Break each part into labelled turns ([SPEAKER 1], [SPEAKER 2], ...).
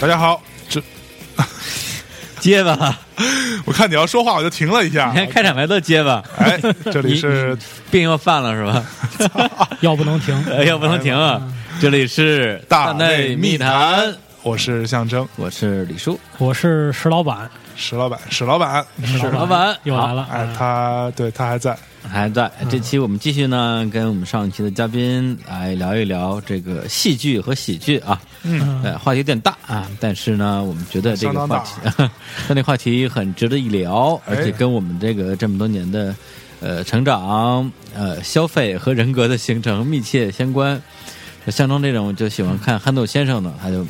[SPEAKER 1] 大家好，这
[SPEAKER 2] 结
[SPEAKER 1] 啊
[SPEAKER 2] 巴，
[SPEAKER 1] 我看你要说话我就停了一下
[SPEAKER 2] 你。看开场白都结巴，
[SPEAKER 1] 哎，这里
[SPEAKER 2] 你
[SPEAKER 1] 是
[SPEAKER 2] 病又犯了是 吧？
[SPEAKER 3] 要不能停。
[SPEAKER 2] 哎呀，不能停啊！这里是
[SPEAKER 1] 大
[SPEAKER 2] 内
[SPEAKER 1] 内密
[SPEAKER 2] 谈，
[SPEAKER 1] 我是象征
[SPEAKER 2] 我是李叔，
[SPEAKER 3] 我是石老板，
[SPEAKER 1] 石老板，石老板，
[SPEAKER 3] 石
[SPEAKER 2] 老板啊
[SPEAKER 3] 又来了。
[SPEAKER 1] 哎，
[SPEAKER 3] 嗯
[SPEAKER 1] 他对他还在，
[SPEAKER 2] 还在这期我们继续呢，跟我们上一期的嘉宾来聊一聊这个戏剧和喜剧啊。
[SPEAKER 3] 嗯
[SPEAKER 2] 呃，话题有点大啊，但是呢，我们觉得这个
[SPEAKER 1] 相当大
[SPEAKER 2] 话题， 但这个话题很值得一聊，
[SPEAKER 1] 哎
[SPEAKER 2] 而且跟我们这个这么多年的呃成长、呃消费和人格的形成密切相关。像中这种就喜欢看憨豆先生
[SPEAKER 1] 嗯
[SPEAKER 2] 的，他就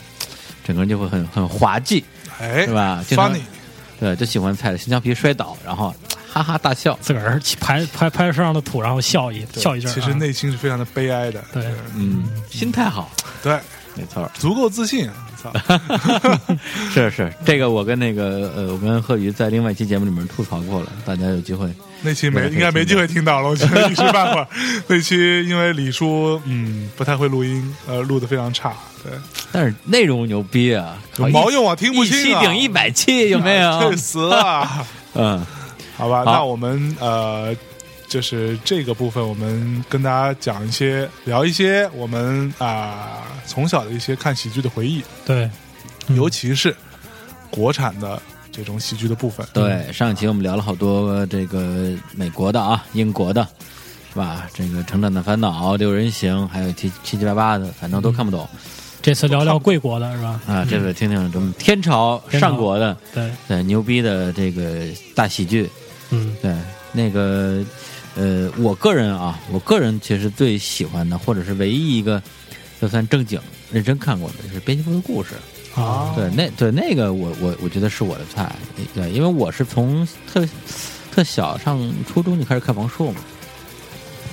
[SPEAKER 2] 整个人就会很很滑稽，
[SPEAKER 1] 哎，
[SPEAKER 2] 是吧经常
[SPEAKER 1] ？Funny，
[SPEAKER 2] 对，就喜欢踩着新疆皮摔倒，然后哈哈大笑。
[SPEAKER 3] 自个儿拍拍拍身上的土，然后笑一
[SPEAKER 1] 对
[SPEAKER 3] 笑一阵儿。
[SPEAKER 1] 其实
[SPEAKER 3] 啊
[SPEAKER 1] 内心是非常的悲哀的，
[SPEAKER 3] 对
[SPEAKER 2] 嗯，心态好，
[SPEAKER 1] 对，
[SPEAKER 2] 没错儿，
[SPEAKER 1] 足够自信啊， 操，
[SPEAKER 2] 是是，这个我跟那个呃，我跟贺宇在另外一期节目里面吐槽过了，大家有机会
[SPEAKER 1] 那期没
[SPEAKER 2] 对可以
[SPEAKER 1] 应该没
[SPEAKER 2] 听
[SPEAKER 1] 机
[SPEAKER 2] 到
[SPEAKER 1] 会听到了，我觉 得一时半会儿，那期因为李叔嗯不太会录音，呃，录的非常差，
[SPEAKER 2] 哦
[SPEAKER 1] 对，
[SPEAKER 2] 但是内容牛逼啊，
[SPEAKER 1] 有毛用啊，听不
[SPEAKER 2] 一期
[SPEAKER 1] 清啊，
[SPEAKER 2] 顶一百期有没 有？
[SPEAKER 1] 去死啊！
[SPEAKER 2] 嗯，
[SPEAKER 1] 好吧，
[SPEAKER 2] 好
[SPEAKER 1] 那我们呃，就是这个部分，我们跟大家讲一些，聊一些我们啊、从小的一些看喜剧的回忆，
[SPEAKER 3] 对，嗯
[SPEAKER 1] 尤其是国产的这种喜剧的部分。
[SPEAKER 2] 对，上一期我们聊了好多这个美国的啊，英国的，是吧？这个《成长的烦恼》《六人行》，还有七七七八八的，反正都看不懂、
[SPEAKER 3] 这次聊聊贵国的是吧？
[SPEAKER 1] 嗯
[SPEAKER 2] 啊。这个听听咱们天朝
[SPEAKER 3] 天朝
[SPEAKER 2] 上国的，
[SPEAKER 3] 对，
[SPEAKER 2] 对，牛逼的这个大喜剧，
[SPEAKER 3] 嗯
[SPEAKER 2] 对，那个呃，我个人啊，我个人其实最喜欢的，或者是唯一一个就算正经认真看过的，就是《编辑部的故事》。
[SPEAKER 1] 哦
[SPEAKER 3] 啊，
[SPEAKER 2] 对，那对那个我我我觉得是我的菜，对，因为我是从特特小上初中就开始看王朔嘛，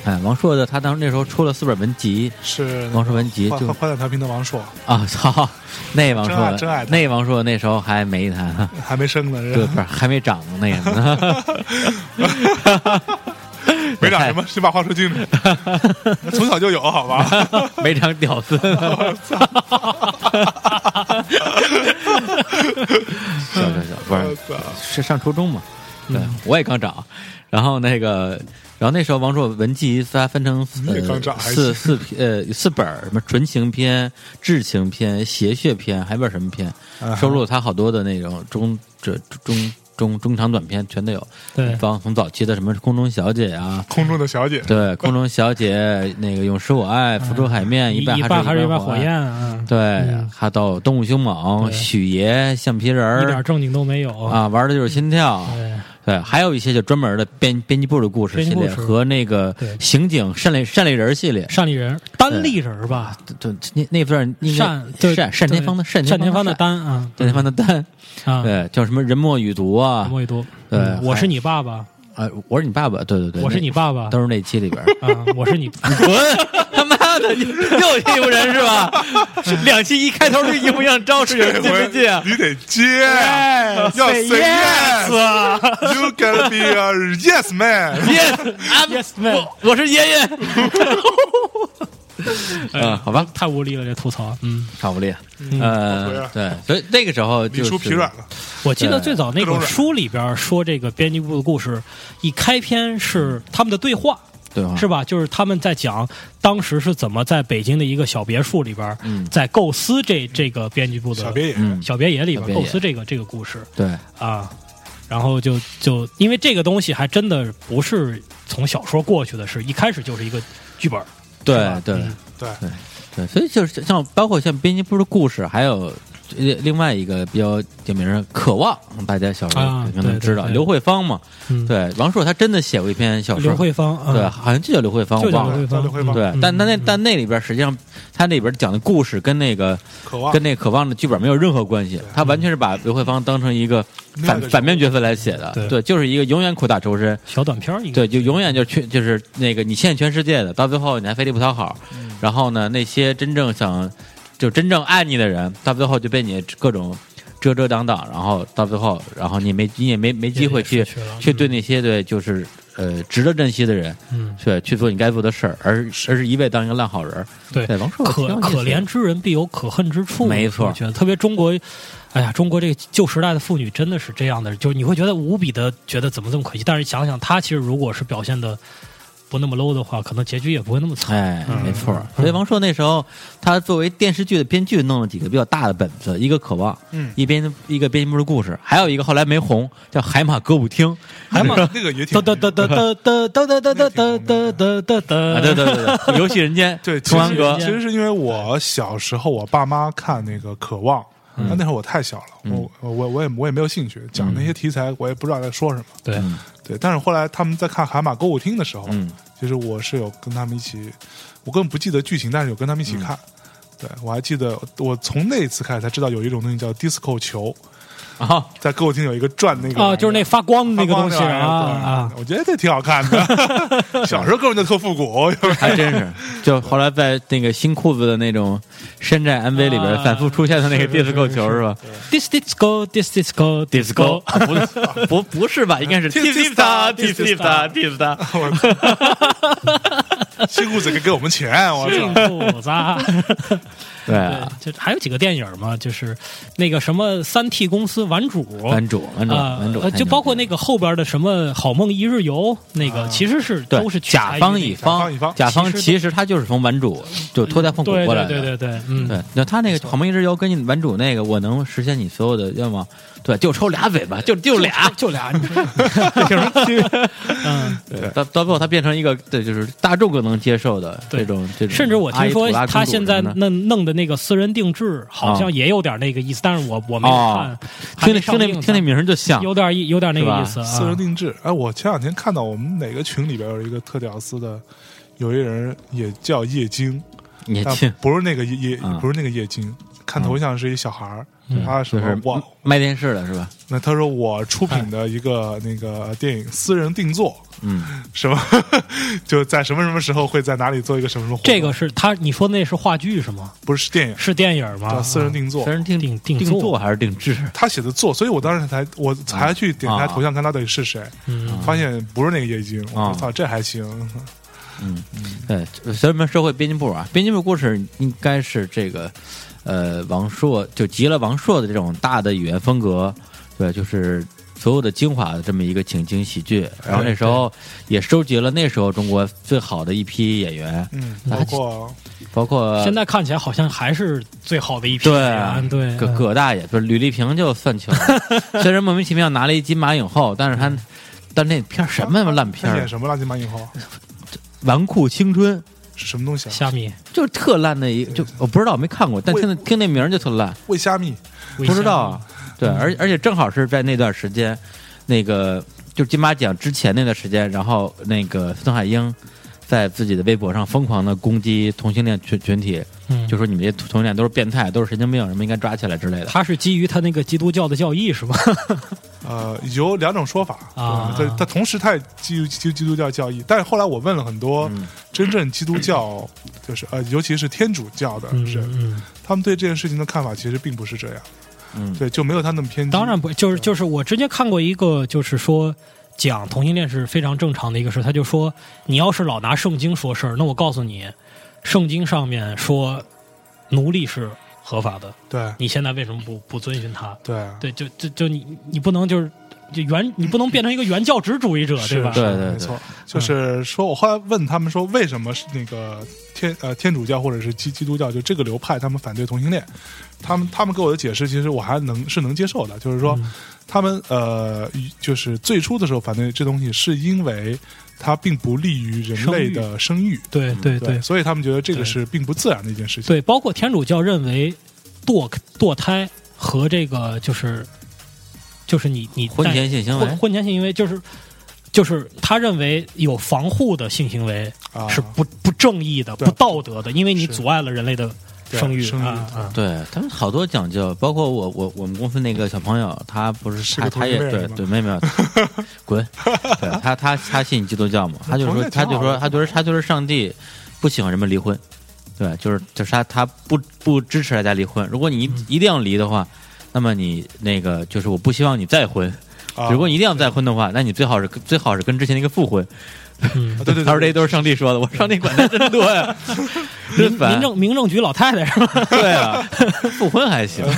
[SPEAKER 2] 哎，王朔的他当时那时候出了四本文集，
[SPEAKER 1] 是
[SPEAKER 2] 王朔文集
[SPEAKER 1] 欢
[SPEAKER 2] 就
[SPEAKER 1] 欢欢乐调频的王朔，
[SPEAKER 2] 啊 操，那王
[SPEAKER 1] 真爱真
[SPEAKER 2] 朔
[SPEAKER 1] 爱他
[SPEAKER 2] 那王朔那时候还没他 呢，
[SPEAKER 1] 还没生呢，
[SPEAKER 2] 对，
[SPEAKER 1] 是
[SPEAKER 2] 不是还没长那个 呢，
[SPEAKER 1] 没长什么，先把话说清 楚。从小就有，好吧？
[SPEAKER 2] 没长屌丝，小小小，不
[SPEAKER 1] 我
[SPEAKER 2] 是
[SPEAKER 1] 操
[SPEAKER 2] 是上初中嘛，对，我也刚长，然后那个，然后那时候王朔文集它分成
[SPEAKER 1] 你也刚
[SPEAKER 2] 呃
[SPEAKER 1] 长还
[SPEAKER 2] 四四篇呃四本儿什么纯情篇、至情篇、邪血篇，还不知道什么篇，
[SPEAKER 1] 啊
[SPEAKER 2] 收录了他好多的那种中这中中中长短篇全都有，
[SPEAKER 3] 对
[SPEAKER 2] 方从早期的什么空中小姐啊。
[SPEAKER 1] 空中的小姐，
[SPEAKER 2] 对，空中小姐，那个永失我爱，浮出海面，
[SPEAKER 3] 嗯一
[SPEAKER 2] 半
[SPEAKER 3] 一
[SPEAKER 2] 还
[SPEAKER 3] 半还是一
[SPEAKER 2] 一
[SPEAKER 3] 半
[SPEAKER 2] 半
[SPEAKER 3] 火焰，啊，
[SPEAKER 2] 对，还到动物凶猛、
[SPEAKER 3] 对
[SPEAKER 2] 许爷、橡皮人
[SPEAKER 3] 一点
[SPEAKER 2] 儿
[SPEAKER 3] 正经都没有。
[SPEAKER 2] 啊，玩的就是心跳。
[SPEAKER 3] 对，
[SPEAKER 2] 对，还有一些就专门的编编辑部的故事
[SPEAKER 3] 编
[SPEAKER 2] 系
[SPEAKER 3] 辑部
[SPEAKER 2] 列
[SPEAKER 3] 是
[SPEAKER 2] 和那个
[SPEAKER 3] 对
[SPEAKER 2] 刑警善类善类人系列，
[SPEAKER 3] 单立人，单立人吧，
[SPEAKER 2] 对，那那份应该
[SPEAKER 3] 单对
[SPEAKER 2] 单单田芳的单
[SPEAKER 3] 单田芳
[SPEAKER 2] 芳
[SPEAKER 3] 的
[SPEAKER 2] 单
[SPEAKER 3] 单啊，
[SPEAKER 2] 单田芳的单，
[SPEAKER 3] 啊，
[SPEAKER 2] 对，叫什么人莫与毒啊，
[SPEAKER 3] 莫一多，
[SPEAKER 2] 对
[SPEAKER 3] 嗯
[SPEAKER 2] 还
[SPEAKER 3] 我是你爸爸，
[SPEAKER 2] 啊，我是你爸爸，对对对，
[SPEAKER 3] 我是
[SPEAKER 2] 那
[SPEAKER 3] 你爸爸
[SPEAKER 2] 都是那期里边儿，
[SPEAKER 3] 啊，我是你，
[SPEAKER 2] 滚他妈的，你又一批人是吧？是两期一开头是一模一样，招式
[SPEAKER 1] 这
[SPEAKER 2] 有人进没
[SPEAKER 1] 回
[SPEAKER 2] 进啊？
[SPEAKER 1] 哎你得接，要 say
[SPEAKER 3] say yes 啊
[SPEAKER 1] You gotta be a yes man。
[SPEAKER 2] yes
[SPEAKER 3] Yes, man
[SPEAKER 2] 我我是爷 爷。啊，好吧，
[SPEAKER 3] 太无力了，这吐槽，嗯。
[SPEAKER 2] 差不厉害。
[SPEAKER 1] 好回
[SPEAKER 2] 呃
[SPEAKER 1] 啊，
[SPEAKER 2] 对，所以那个时候
[SPEAKER 1] 李
[SPEAKER 2] 就是
[SPEAKER 1] 叔疲软了，
[SPEAKER 3] 我记得
[SPEAKER 2] 对
[SPEAKER 3] 最早那
[SPEAKER 1] 各种
[SPEAKER 3] 本
[SPEAKER 1] 软
[SPEAKER 3] 书里边说这个编辑部的故事，一开篇是他们的对话，
[SPEAKER 2] 对啊吧？
[SPEAKER 3] 是吧？就是他们在讲当时是怎么在北京的一个小别墅里边，
[SPEAKER 2] 嗯
[SPEAKER 3] 在构思这这个编辑部的
[SPEAKER 1] 小别野，
[SPEAKER 2] 嗯，
[SPEAKER 3] 小别野里
[SPEAKER 2] 小
[SPEAKER 3] 边
[SPEAKER 2] 别野
[SPEAKER 3] 构思这个这个故事
[SPEAKER 2] 对，
[SPEAKER 3] 啊。然后就就因为这个东西还真的不是从小说过去的是，一开始就是一个剧本，是
[SPEAKER 2] 对
[SPEAKER 3] 吧
[SPEAKER 2] 对
[SPEAKER 3] 嗯
[SPEAKER 1] 对，
[SPEAKER 2] 对，所以就是像包括像编辑部的故事，还有另另外一个比较有名的《渴望》，大家小时候
[SPEAKER 3] 啊
[SPEAKER 2] 肯定能
[SPEAKER 3] 对对
[SPEAKER 2] 知道，
[SPEAKER 3] 对
[SPEAKER 2] 刘慧芳嘛。
[SPEAKER 3] 嗯，，
[SPEAKER 2] 对，王朔他真的写过一篇小
[SPEAKER 3] 刘
[SPEAKER 2] 说，
[SPEAKER 3] 慧芳，
[SPEAKER 2] 对，
[SPEAKER 3] 啊，
[SPEAKER 2] 好像就叫刘慧芳，我
[SPEAKER 3] 就叫
[SPEAKER 1] 啊
[SPEAKER 2] 忘了。
[SPEAKER 3] 慧芳，
[SPEAKER 1] 刘慧芳
[SPEAKER 3] 嗯
[SPEAKER 2] 对，但但那
[SPEAKER 3] 嗯
[SPEAKER 2] 但那里边实际上，他那里边讲的故事跟那个
[SPEAKER 1] 渴
[SPEAKER 3] 啊
[SPEAKER 1] 望
[SPEAKER 2] 跟那个渴望的剧本没有任何关系，他完全是把刘慧芳当成一个
[SPEAKER 1] 另外
[SPEAKER 2] 反
[SPEAKER 1] 一个
[SPEAKER 2] 反面角色来写的，
[SPEAKER 3] 对嗯
[SPEAKER 2] 对，就是一个永远苦大仇深，
[SPEAKER 3] 小短片儿应该
[SPEAKER 2] 对，就永远就去就是那个你欠全世界的，到最后你还费力不讨好，
[SPEAKER 3] 嗯
[SPEAKER 2] 然后呢，那些真正想就真正爱你的人，到最后就被你各种遮遮挡挡，然后到最后，然后你没你也没没机会
[SPEAKER 3] 也
[SPEAKER 2] 去
[SPEAKER 3] 失去了
[SPEAKER 2] 去
[SPEAKER 3] 嗯
[SPEAKER 2] 对那些对就是呃值得珍惜的人，
[SPEAKER 3] 嗯，
[SPEAKER 2] 对，去做你该做的事儿，而而是一味当一个烂好人儿。
[SPEAKER 3] 对
[SPEAKER 2] 对，王朔挺有
[SPEAKER 3] 可
[SPEAKER 2] 意思的
[SPEAKER 3] 可怜之人必有可恨之处，
[SPEAKER 2] 没错
[SPEAKER 3] 我觉得特别中国，哎呀，中国这个旧时代的妇女真的是这样的，就是你会觉得无比的觉得怎么这么可惜，但是想想她其实如果是表现的不那么 low 的话，可能结局也不会那么 惨。
[SPEAKER 2] 哎，
[SPEAKER 3] 嗯
[SPEAKER 2] 没错儿。所以王朔那时候，他作为电视剧的编剧，弄了几个比较大的本子，一个《渴望》，
[SPEAKER 1] 嗯
[SPEAKER 2] 一编一个《编辑部的故事》，还有一个后来没红，叫《海马歌舞厅》
[SPEAKER 1] 还蛮哎那个也挺
[SPEAKER 3] 哒哒哒哒哒哒哒哒哒哒哒哒哒哒
[SPEAKER 2] 啊，对对对 对，游戏人间，
[SPEAKER 1] 对，其
[SPEAKER 2] 重阳
[SPEAKER 1] 实
[SPEAKER 2] 阁
[SPEAKER 1] 其，实是因为我小时候，我爸妈看那个《渴望》，
[SPEAKER 2] 嗯
[SPEAKER 1] 但那会儿我太小了，我我我也我也没有兴趣，讲
[SPEAKER 2] 嗯
[SPEAKER 1] 那些题材我也不知道在说什么。
[SPEAKER 3] 对，
[SPEAKER 1] 对，但是后来他们在看《海马歌舞厅》的时候，
[SPEAKER 2] 嗯
[SPEAKER 1] 其实我是有跟他们一起，我根本不记得剧情，但是有跟他们一起
[SPEAKER 2] 嗯
[SPEAKER 1] 看。对，我还记得，我从那次开始才知道有一种东西叫 disco 球，
[SPEAKER 2] 啊，
[SPEAKER 1] 在歌舞厅有一个转那个玩意儿
[SPEAKER 2] 哦
[SPEAKER 3] 啊，就是那发光那个东西
[SPEAKER 1] 发光那玩意
[SPEAKER 3] 啊
[SPEAKER 1] 儿
[SPEAKER 3] 啊
[SPEAKER 1] 对，我觉得这挺好看 的。小时候根本就特复古，
[SPEAKER 2] 还真是。就后来在那个新裤子的那种山寨 MV 里边
[SPEAKER 3] 啊
[SPEAKER 2] 反复出现的那个 disco 球是吧
[SPEAKER 3] ，this disco this disco
[SPEAKER 2] ？disco 啊不不不是吧？应 该是
[SPEAKER 1] Tis-
[SPEAKER 2] tis
[SPEAKER 1] tis-
[SPEAKER 2] ta
[SPEAKER 1] ta-
[SPEAKER 2] tis
[SPEAKER 1] tis-
[SPEAKER 2] ta tis ta。
[SPEAKER 1] 新裤子给给我们钱，我操！
[SPEAKER 3] 裤 子啊。
[SPEAKER 2] 对啊，
[SPEAKER 3] 对，就还有几个电影嘛，就是那个什么三 T 公司玩主。
[SPEAKER 2] 男主男主
[SPEAKER 3] 啊
[SPEAKER 2] 男主，
[SPEAKER 3] 呃就包括那
[SPEAKER 2] 个
[SPEAKER 3] 个后边的什么《好梦一日游》，那个其实是
[SPEAKER 2] 啊对
[SPEAKER 3] 都是取
[SPEAKER 2] 甲
[SPEAKER 3] 材于
[SPEAKER 2] 方
[SPEAKER 3] 那
[SPEAKER 2] 乙
[SPEAKER 3] 个
[SPEAKER 1] 甲方乙方
[SPEAKER 2] 甲方
[SPEAKER 3] 其实
[SPEAKER 2] 其实他就是从玩主就脱胎换骨
[SPEAKER 3] 对
[SPEAKER 2] 过来
[SPEAKER 3] 对
[SPEAKER 2] 的。
[SPEAKER 3] 对对对，嗯，
[SPEAKER 2] 对，那他那个好梦一直游跟你玩主那个，我能实现你所有的愿望，对，就抽俩尾巴，就就俩，
[SPEAKER 3] 就俩，你 说
[SPEAKER 2] 有什么区别？
[SPEAKER 3] 嗯，
[SPEAKER 2] 对到到最后，他变成一个对，就是大众更能接受的这
[SPEAKER 3] 对
[SPEAKER 2] 种这种。
[SPEAKER 3] 甚至我听说他现在
[SPEAKER 2] 呢，
[SPEAKER 3] 弄弄的那个私人定制，好像也有点那个意思，但是我我没
[SPEAKER 2] 啊哦
[SPEAKER 3] 看，还
[SPEAKER 2] 听那听
[SPEAKER 3] 没上
[SPEAKER 2] 那
[SPEAKER 3] 映呢
[SPEAKER 2] 听那名儿就像
[SPEAKER 3] 有点意有点那个意思
[SPEAKER 1] 私人
[SPEAKER 3] 啊，
[SPEAKER 1] 定制。哎，我前两天看到我们哪个群里边有一个特屌丝的，有一人也叫叶晶，
[SPEAKER 2] 也
[SPEAKER 1] 但
[SPEAKER 2] 听，
[SPEAKER 1] 不是那个叶叶
[SPEAKER 2] 啊，
[SPEAKER 1] 不是那个叶晶，看头像是一小孩儿。
[SPEAKER 3] 嗯
[SPEAKER 1] 他
[SPEAKER 2] 就
[SPEAKER 1] 说
[SPEAKER 2] 是
[SPEAKER 1] 哇，
[SPEAKER 2] 卖电视的是吧？
[SPEAKER 1] 那他说我出品的一个那个电影私人定做，
[SPEAKER 2] 嗯，
[SPEAKER 1] 什么 就在什么什么时候会在哪里做一个什么什么活动
[SPEAKER 3] 这个是他你说那是话剧是吗？
[SPEAKER 1] 不是是电影，
[SPEAKER 3] 是电影吗？
[SPEAKER 1] 叫私人
[SPEAKER 3] 定
[SPEAKER 1] 定做
[SPEAKER 2] 啊私。人定
[SPEAKER 3] 定
[SPEAKER 2] 定
[SPEAKER 3] 定
[SPEAKER 2] 做
[SPEAKER 3] 做
[SPEAKER 2] 还是定制？
[SPEAKER 1] 他写的做，所以我当时才我才去点开
[SPEAKER 2] 啊
[SPEAKER 1] 头像看他到底是谁，
[SPEAKER 3] 嗯
[SPEAKER 1] 发现不是那个叶晶，
[SPEAKER 2] 啊
[SPEAKER 1] 我操，这还行，
[SPEAKER 2] 对，所以我们社会编辑部啊，编辑部故事应该是这个，呃，王朔就集了王朔的这种大的语言风格，对，就是所有的精华的这么一个情景喜剧。然后那时候也收集了那时候中国最好的一批演员，
[SPEAKER 1] 嗯，
[SPEAKER 2] 那
[SPEAKER 1] 包括
[SPEAKER 2] 包 括
[SPEAKER 3] 现在看起来好像还是最好的一批
[SPEAKER 2] 对
[SPEAKER 3] 人对嗯
[SPEAKER 2] 葛葛大爷，就是吕丽萍就算球，虽然莫名其妙拿了一金马影后，但是他。但那片儿什么烂片
[SPEAKER 1] 他
[SPEAKER 2] 儿
[SPEAKER 1] 演，什么垃圾马影后
[SPEAKER 2] 纨绔青春，
[SPEAKER 1] 是什么东西啊？
[SPEAKER 3] 虾米
[SPEAKER 2] 就是特烂的一个，就我不知道没看过，但
[SPEAKER 1] 为
[SPEAKER 2] 听那听那名儿就特烂。
[SPEAKER 1] 喂虾米，
[SPEAKER 2] 不知道，啊，对，而而且正好是在那段时间，那个就是金马奖之前那段时间，然后那个孙海英在自己的微博上疯狂的攻击同性恋群群体，
[SPEAKER 3] 嗯，
[SPEAKER 2] 就说你们这同性恋都是变态，都是神经病，什么应该抓起来之类的。
[SPEAKER 3] 他是基于他那个基督教的教义是吧？
[SPEAKER 1] 呃，有两种说法
[SPEAKER 3] 啊
[SPEAKER 1] 对，他同时他也基督基督基督教教义，但是后来我问了很多
[SPEAKER 2] 嗯
[SPEAKER 1] 真正基督教，就是呃，尤其是天主教的
[SPEAKER 3] 嗯
[SPEAKER 1] 人，
[SPEAKER 3] 嗯，
[SPEAKER 1] 他们对这件事情的看法其实并不是这样，
[SPEAKER 2] 嗯，
[SPEAKER 1] 对，就没有他那么偏激。
[SPEAKER 3] 当然不，就是就是我之前看过一个，就是说讲同性恋是非常正常的一个事，他就说你要是老拿圣经说事儿，那我告诉你，圣经上面说奴隶是合法的，
[SPEAKER 1] 对
[SPEAKER 3] 你现在为什么不不遵循它？
[SPEAKER 1] 对
[SPEAKER 3] 对，就就就你你不能就是就原你不能变成一个原教旨主义者，对吧？
[SPEAKER 1] 是
[SPEAKER 2] 对对
[SPEAKER 1] 没
[SPEAKER 2] 对
[SPEAKER 1] 错，就是说我后来问他们说，为什么是那个天呃天主教或者是基基督教就这个流派他们反对同性恋，他们他们给我的解释其实我还能是能接受的，就是说、
[SPEAKER 3] 嗯
[SPEAKER 1] 他们呃就是最初的时候反对这东西是因为它并不利于人类的生育，
[SPEAKER 3] 对对对，
[SPEAKER 1] 所以他们觉得这个
[SPEAKER 3] 对
[SPEAKER 1] 是并不自然的一件事情。
[SPEAKER 3] 对，包括天主教认为堕堕胎和这个就是就是你你
[SPEAKER 2] 婚
[SPEAKER 3] 带
[SPEAKER 2] 前性行为
[SPEAKER 3] 婚婚前性行为就是就是他认为有防护的性行为
[SPEAKER 1] 啊，
[SPEAKER 3] 是不、不正义的、
[SPEAKER 1] 对
[SPEAKER 3] 不道德的，因为
[SPEAKER 1] 是
[SPEAKER 3] 你阻碍了人类的
[SPEAKER 1] 对
[SPEAKER 3] 生育
[SPEAKER 1] 生育
[SPEAKER 3] 啊啊。
[SPEAKER 2] 对他们好多讲究，包括我我我们公司那个小朋友，他不是
[SPEAKER 1] 是
[SPEAKER 2] 他
[SPEAKER 1] 个
[SPEAKER 2] 他也
[SPEAKER 1] 同性
[SPEAKER 2] 对
[SPEAKER 1] 恋是吗
[SPEAKER 2] 对妹妹 滚，对他他他信基督教嘛，他就
[SPEAKER 1] 同
[SPEAKER 2] 说
[SPEAKER 1] 性恋挺
[SPEAKER 2] 他
[SPEAKER 1] 好
[SPEAKER 2] 就说
[SPEAKER 1] 的
[SPEAKER 2] 他觉得他就是上帝不喜欢人们离婚，对，就是就是他他不不支持大
[SPEAKER 1] 嗯
[SPEAKER 2] 家离婚，如果你一定要离的话，那么你那个就是我不希望你再婚，
[SPEAKER 1] 啊
[SPEAKER 2] 如果你一定要再婚的话，那你最好是最好是跟之前那个复婚。
[SPEAKER 3] 嗯
[SPEAKER 1] 啊对对
[SPEAKER 2] 他说这
[SPEAKER 1] 对，
[SPEAKER 2] 都是上帝说的，我说上帝管的真多 呀，
[SPEAKER 3] 民
[SPEAKER 2] 真
[SPEAKER 3] 民
[SPEAKER 2] 烦。
[SPEAKER 3] 政民政局老太太是吧？
[SPEAKER 2] 对啊，复婚还行。
[SPEAKER 1] 啊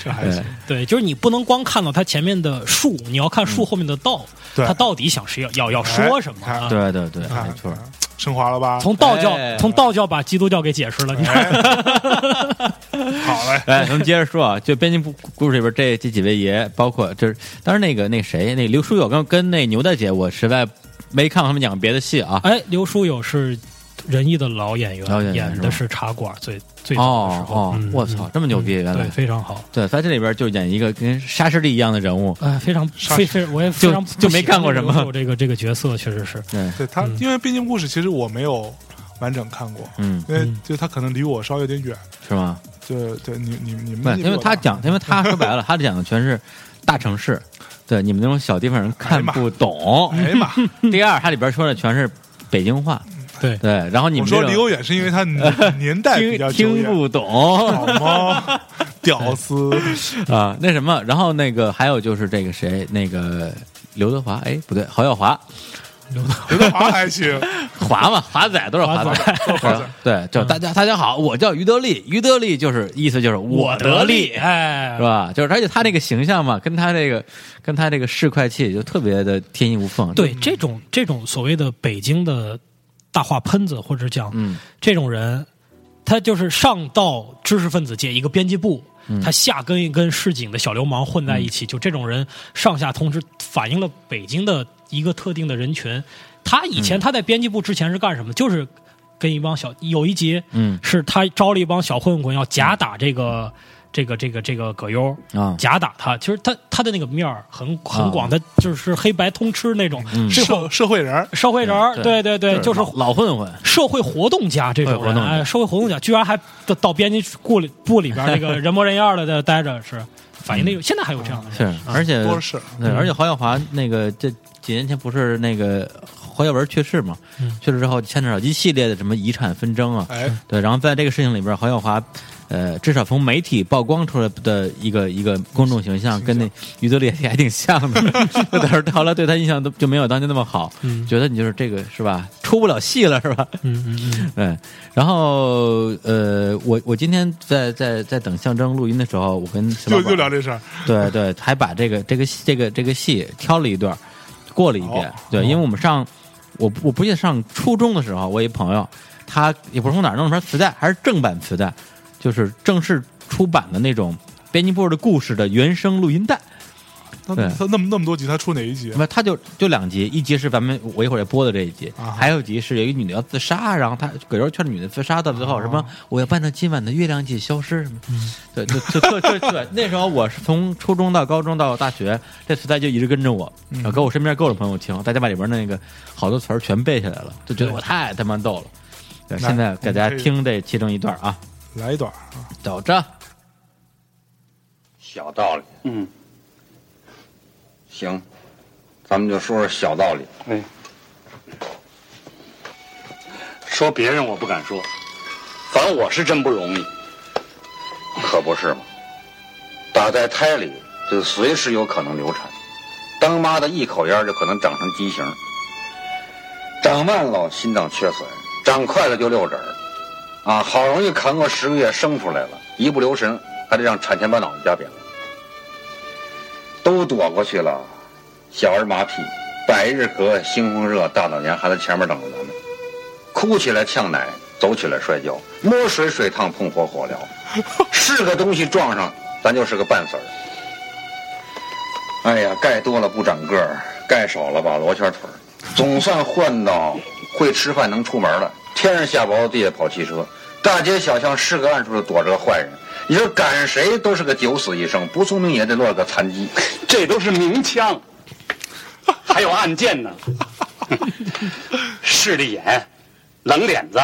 [SPEAKER 1] 这还行
[SPEAKER 2] 对，
[SPEAKER 3] 对，就是你不能光看到它前面的树，你要看树后面的道，
[SPEAKER 1] 嗯对
[SPEAKER 3] 它到底想是要要要说什么
[SPEAKER 1] 哎
[SPEAKER 3] 啊？
[SPEAKER 2] 对对对，
[SPEAKER 1] 啊
[SPEAKER 2] 没错。
[SPEAKER 1] 升华了吧？
[SPEAKER 3] 从道教
[SPEAKER 2] 哎
[SPEAKER 3] 从道教把基督教给解释了，你知道吗
[SPEAKER 1] 哎好嘞，
[SPEAKER 2] 哎，咱们接着说啊，就编辑部故事里边这这几位爷，包括就是，当然那个那个谁，那个刘书友跟跟那牛大姐，我实在没看过他们讲别的戏啊。
[SPEAKER 3] 哎，刘书友是仁义的老演员，
[SPEAKER 2] 老演员
[SPEAKER 3] 演
[SPEAKER 2] 是吧
[SPEAKER 3] 的是茶馆最最早的时
[SPEAKER 2] 哦
[SPEAKER 3] 候。
[SPEAKER 2] 哦
[SPEAKER 3] 嗯，
[SPEAKER 2] 我操，，这么牛逼！原
[SPEAKER 3] 嗯对，
[SPEAKER 2] 来
[SPEAKER 3] 非常好。
[SPEAKER 2] 对，在这里边就演一个跟沙师弟一样的人物。
[SPEAKER 3] 哎，非常
[SPEAKER 1] 杀
[SPEAKER 3] 非非，我也非常
[SPEAKER 2] 就就没干过什么
[SPEAKER 3] 不喜欢刘书友这个这个角色确实是，
[SPEAKER 2] 对，
[SPEAKER 1] 对他
[SPEAKER 3] 嗯，
[SPEAKER 1] 因为毕竟故事其实我没有完整看过，
[SPEAKER 2] 嗯，
[SPEAKER 1] 因为
[SPEAKER 3] 嗯
[SPEAKER 1] 就他可能离我稍微有点远，
[SPEAKER 2] 是吗？
[SPEAKER 1] 就对你你你
[SPEAKER 2] 不
[SPEAKER 1] 们年纪
[SPEAKER 2] 是，因
[SPEAKER 1] 比
[SPEAKER 2] 为
[SPEAKER 1] 我大
[SPEAKER 2] 他讲，因为他说白了，他讲的全是大城市，对你们那种小地方人看不懂。
[SPEAKER 1] 哎呀妈，
[SPEAKER 2] 第二，它里边说的全是北京话，
[SPEAKER 3] 对
[SPEAKER 2] 对，然后 你
[SPEAKER 1] 我
[SPEAKER 2] 们这
[SPEAKER 1] 说离
[SPEAKER 2] 种
[SPEAKER 1] 我远是因为他 年年代比较
[SPEAKER 2] 听
[SPEAKER 1] 久
[SPEAKER 2] 听
[SPEAKER 1] 远，
[SPEAKER 2] 不懂
[SPEAKER 1] 好吗？屌丝，
[SPEAKER 2] 啊，那什么，然后那个还有就是这个谁，那个刘德华，哎，不对，侯耀华，
[SPEAKER 1] 刘德华还 行，
[SPEAKER 2] 华嘛，华仔都是华
[SPEAKER 3] 华
[SPEAKER 2] 仔， 对，就大家大家好，我叫于德利，于德利就是意思就是我得利，
[SPEAKER 3] 哎
[SPEAKER 2] 是，吧？就是而且他那个形象嘛，跟他这个跟他这个市侩气就特别的天衣无缝，
[SPEAKER 3] 对这种这种所谓的北京的大话喷子，或者讲、
[SPEAKER 2] 嗯。
[SPEAKER 3] 这种人，他就是上到知识分子界一个编辑部，
[SPEAKER 2] 嗯
[SPEAKER 3] 他下跟一跟市井的小流氓混在一起，就这种人上下通吃，反映了北京的一个特定的人群。他以
[SPEAKER 2] 嗯
[SPEAKER 3] 前他在编辑部之前是干什么？就是跟一帮小有一集，
[SPEAKER 2] 嗯
[SPEAKER 3] 是他招了一帮小混混要假打这个。这个这个这个葛优
[SPEAKER 2] 啊
[SPEAKER 3] 假打他，其实他他的那个面儿很很
[SPEAKER 2] 啊
[SPEAKER 3] 广，他就是黑白通吃那种，是
[SPEAKER 1] 社社会人儿，
[SPEAKER 3] 社会人儿，
[SPEAKER 2] 嗯对
[SPEAKER 3] 对对对，就是
[SPEAKER 2] 老混混，
[SPEAKER 3] 社会活动家这种
[SPEAKER 2] 社会活
[SPEAKER 3] 人，
[SPEAKER 2] 动家
[SPEAKER 3] 哎，社会活动家居然还到到编辑部里部里边那个人模人样的在待着，是反映那
[SPEAKER 2] 嗯
[SPEAKER 3] 种，现在还有这样的人
[SPEAKER 2] 是，而且
[SPEAKER 1] 多是
[SPEAKER 2] 对，而且侯耀华那个这几年前不是那个侯耀文去世嘛，去世之后牵扯到一系列的什么遗产纷争啊，
[SPEAKER 1] 哎，
[SPEAKER 2] 对，然后在这个事情里边，侯耀华。呃，至少从媒体曝光出来的一个一个公众形象，跟那于德烈还挺像的。就到时候到了，对他印象都就没有当年那么好，
[SPEAKER 3] 嗯
[SPEAKER 2] 觉得你就是这个是吧？出不了戏了是吧？
[SPEAKER 3] 嗯嗯 嗯，
[SPEAKER 2] 对，然后呃，我我今天在在在等象征录音的时候，我跟沈
[SPEAKER 1] 就
[SPEAKER 2] 老板
[SPEAKER 1] 就聊这事儿，
[SPEAKER 2] 对对，还把这个这个戏这个这个戏挑了一段儿，过了一遍。
[SPEAKER 1] 哦
[SPEAKER 2] 对，因为我们上我我不记得上初中的时候，我一朋友他也不是从哪儿弄出来磁带，还是正版磁带，就是正式出版的那种编辑部的故事的原声录音带。
[SPEAKER 1] 他
[SPEAKER 2] 对
[SPEAKER 1] 他那么那么多集，他出哪一集啊
[SPEAKER 2] 那？么他就就两集，一集是咱们我一会儿要播的这一集，
[SPEAKER 1] 啊哈
[SPEAKER 2] 还有一集是有一个女的要自杀，然后他葛优劝女的自杀，到
[SPEAKER 1] 啊
[SPEAKER 2] 最后什么我要伴着今晚的月亮一起消失什么，
[SPEAKER 1] 嗯
[SPEAKER 2] 对，就 就就就就那时候我是从初中到高中到大学，这磁带就一直跟着我，
[SPEAKER 1] 嗯
[SPEAKER 2] 然后跟我身边各种朋友听，大家把里边那个好多词儿全背下来了，就觉得我太他妈逗了。对，
[SPEAKER 1] 那
[SPEAKER 2] 现在给大
[SPEAKER 1] 我
[SPEAKER 2] 家
[SPEAKER 1] 们可以
[SPEAKER 2] 听这其中一段啊，
[SPEAKER 1] 来一段儿啊，
[SPEAKER 2] 走着，
[SPEAKER 4] 小道理，
[SPEAKER 5] 嗯，
[SPEAKER 4] 行，咱们就说说小道理。
[SPEAKER 5] 哎，说别人我不敢说，反正我是真不容易。
[SPEAKER 4] 可不是嘛，打在胎里就随时有可能流产，当妈的一口烟就可能长成畸形，长慢了心脏缺损，长快了就六指儿，啊，好容易扛过十个月生出来了，一不留神还得让产前把脑袋夹扁了，都躲过去了，小儿麻痹，百日咳，猩红热，大脑炎还在前面等着咱们，哭起来呛奶，走起来摔跤，摸水水烫，碰火火燎。是个东西撞上，咱就是个半死儿。哎呀，盖多了不长个儿，盖少了吧罗圈腿儿。总算换到会吃饭能出门了，天上下雹子，地下跑汽车，大街小巷是个暗处的躲着个坏人。你说赶谁都是个九死一生，不聪明也得落个残疾。
[SPEAKER 5] 这都是明枪，还有暗箭呢。势利眼，冷脸子，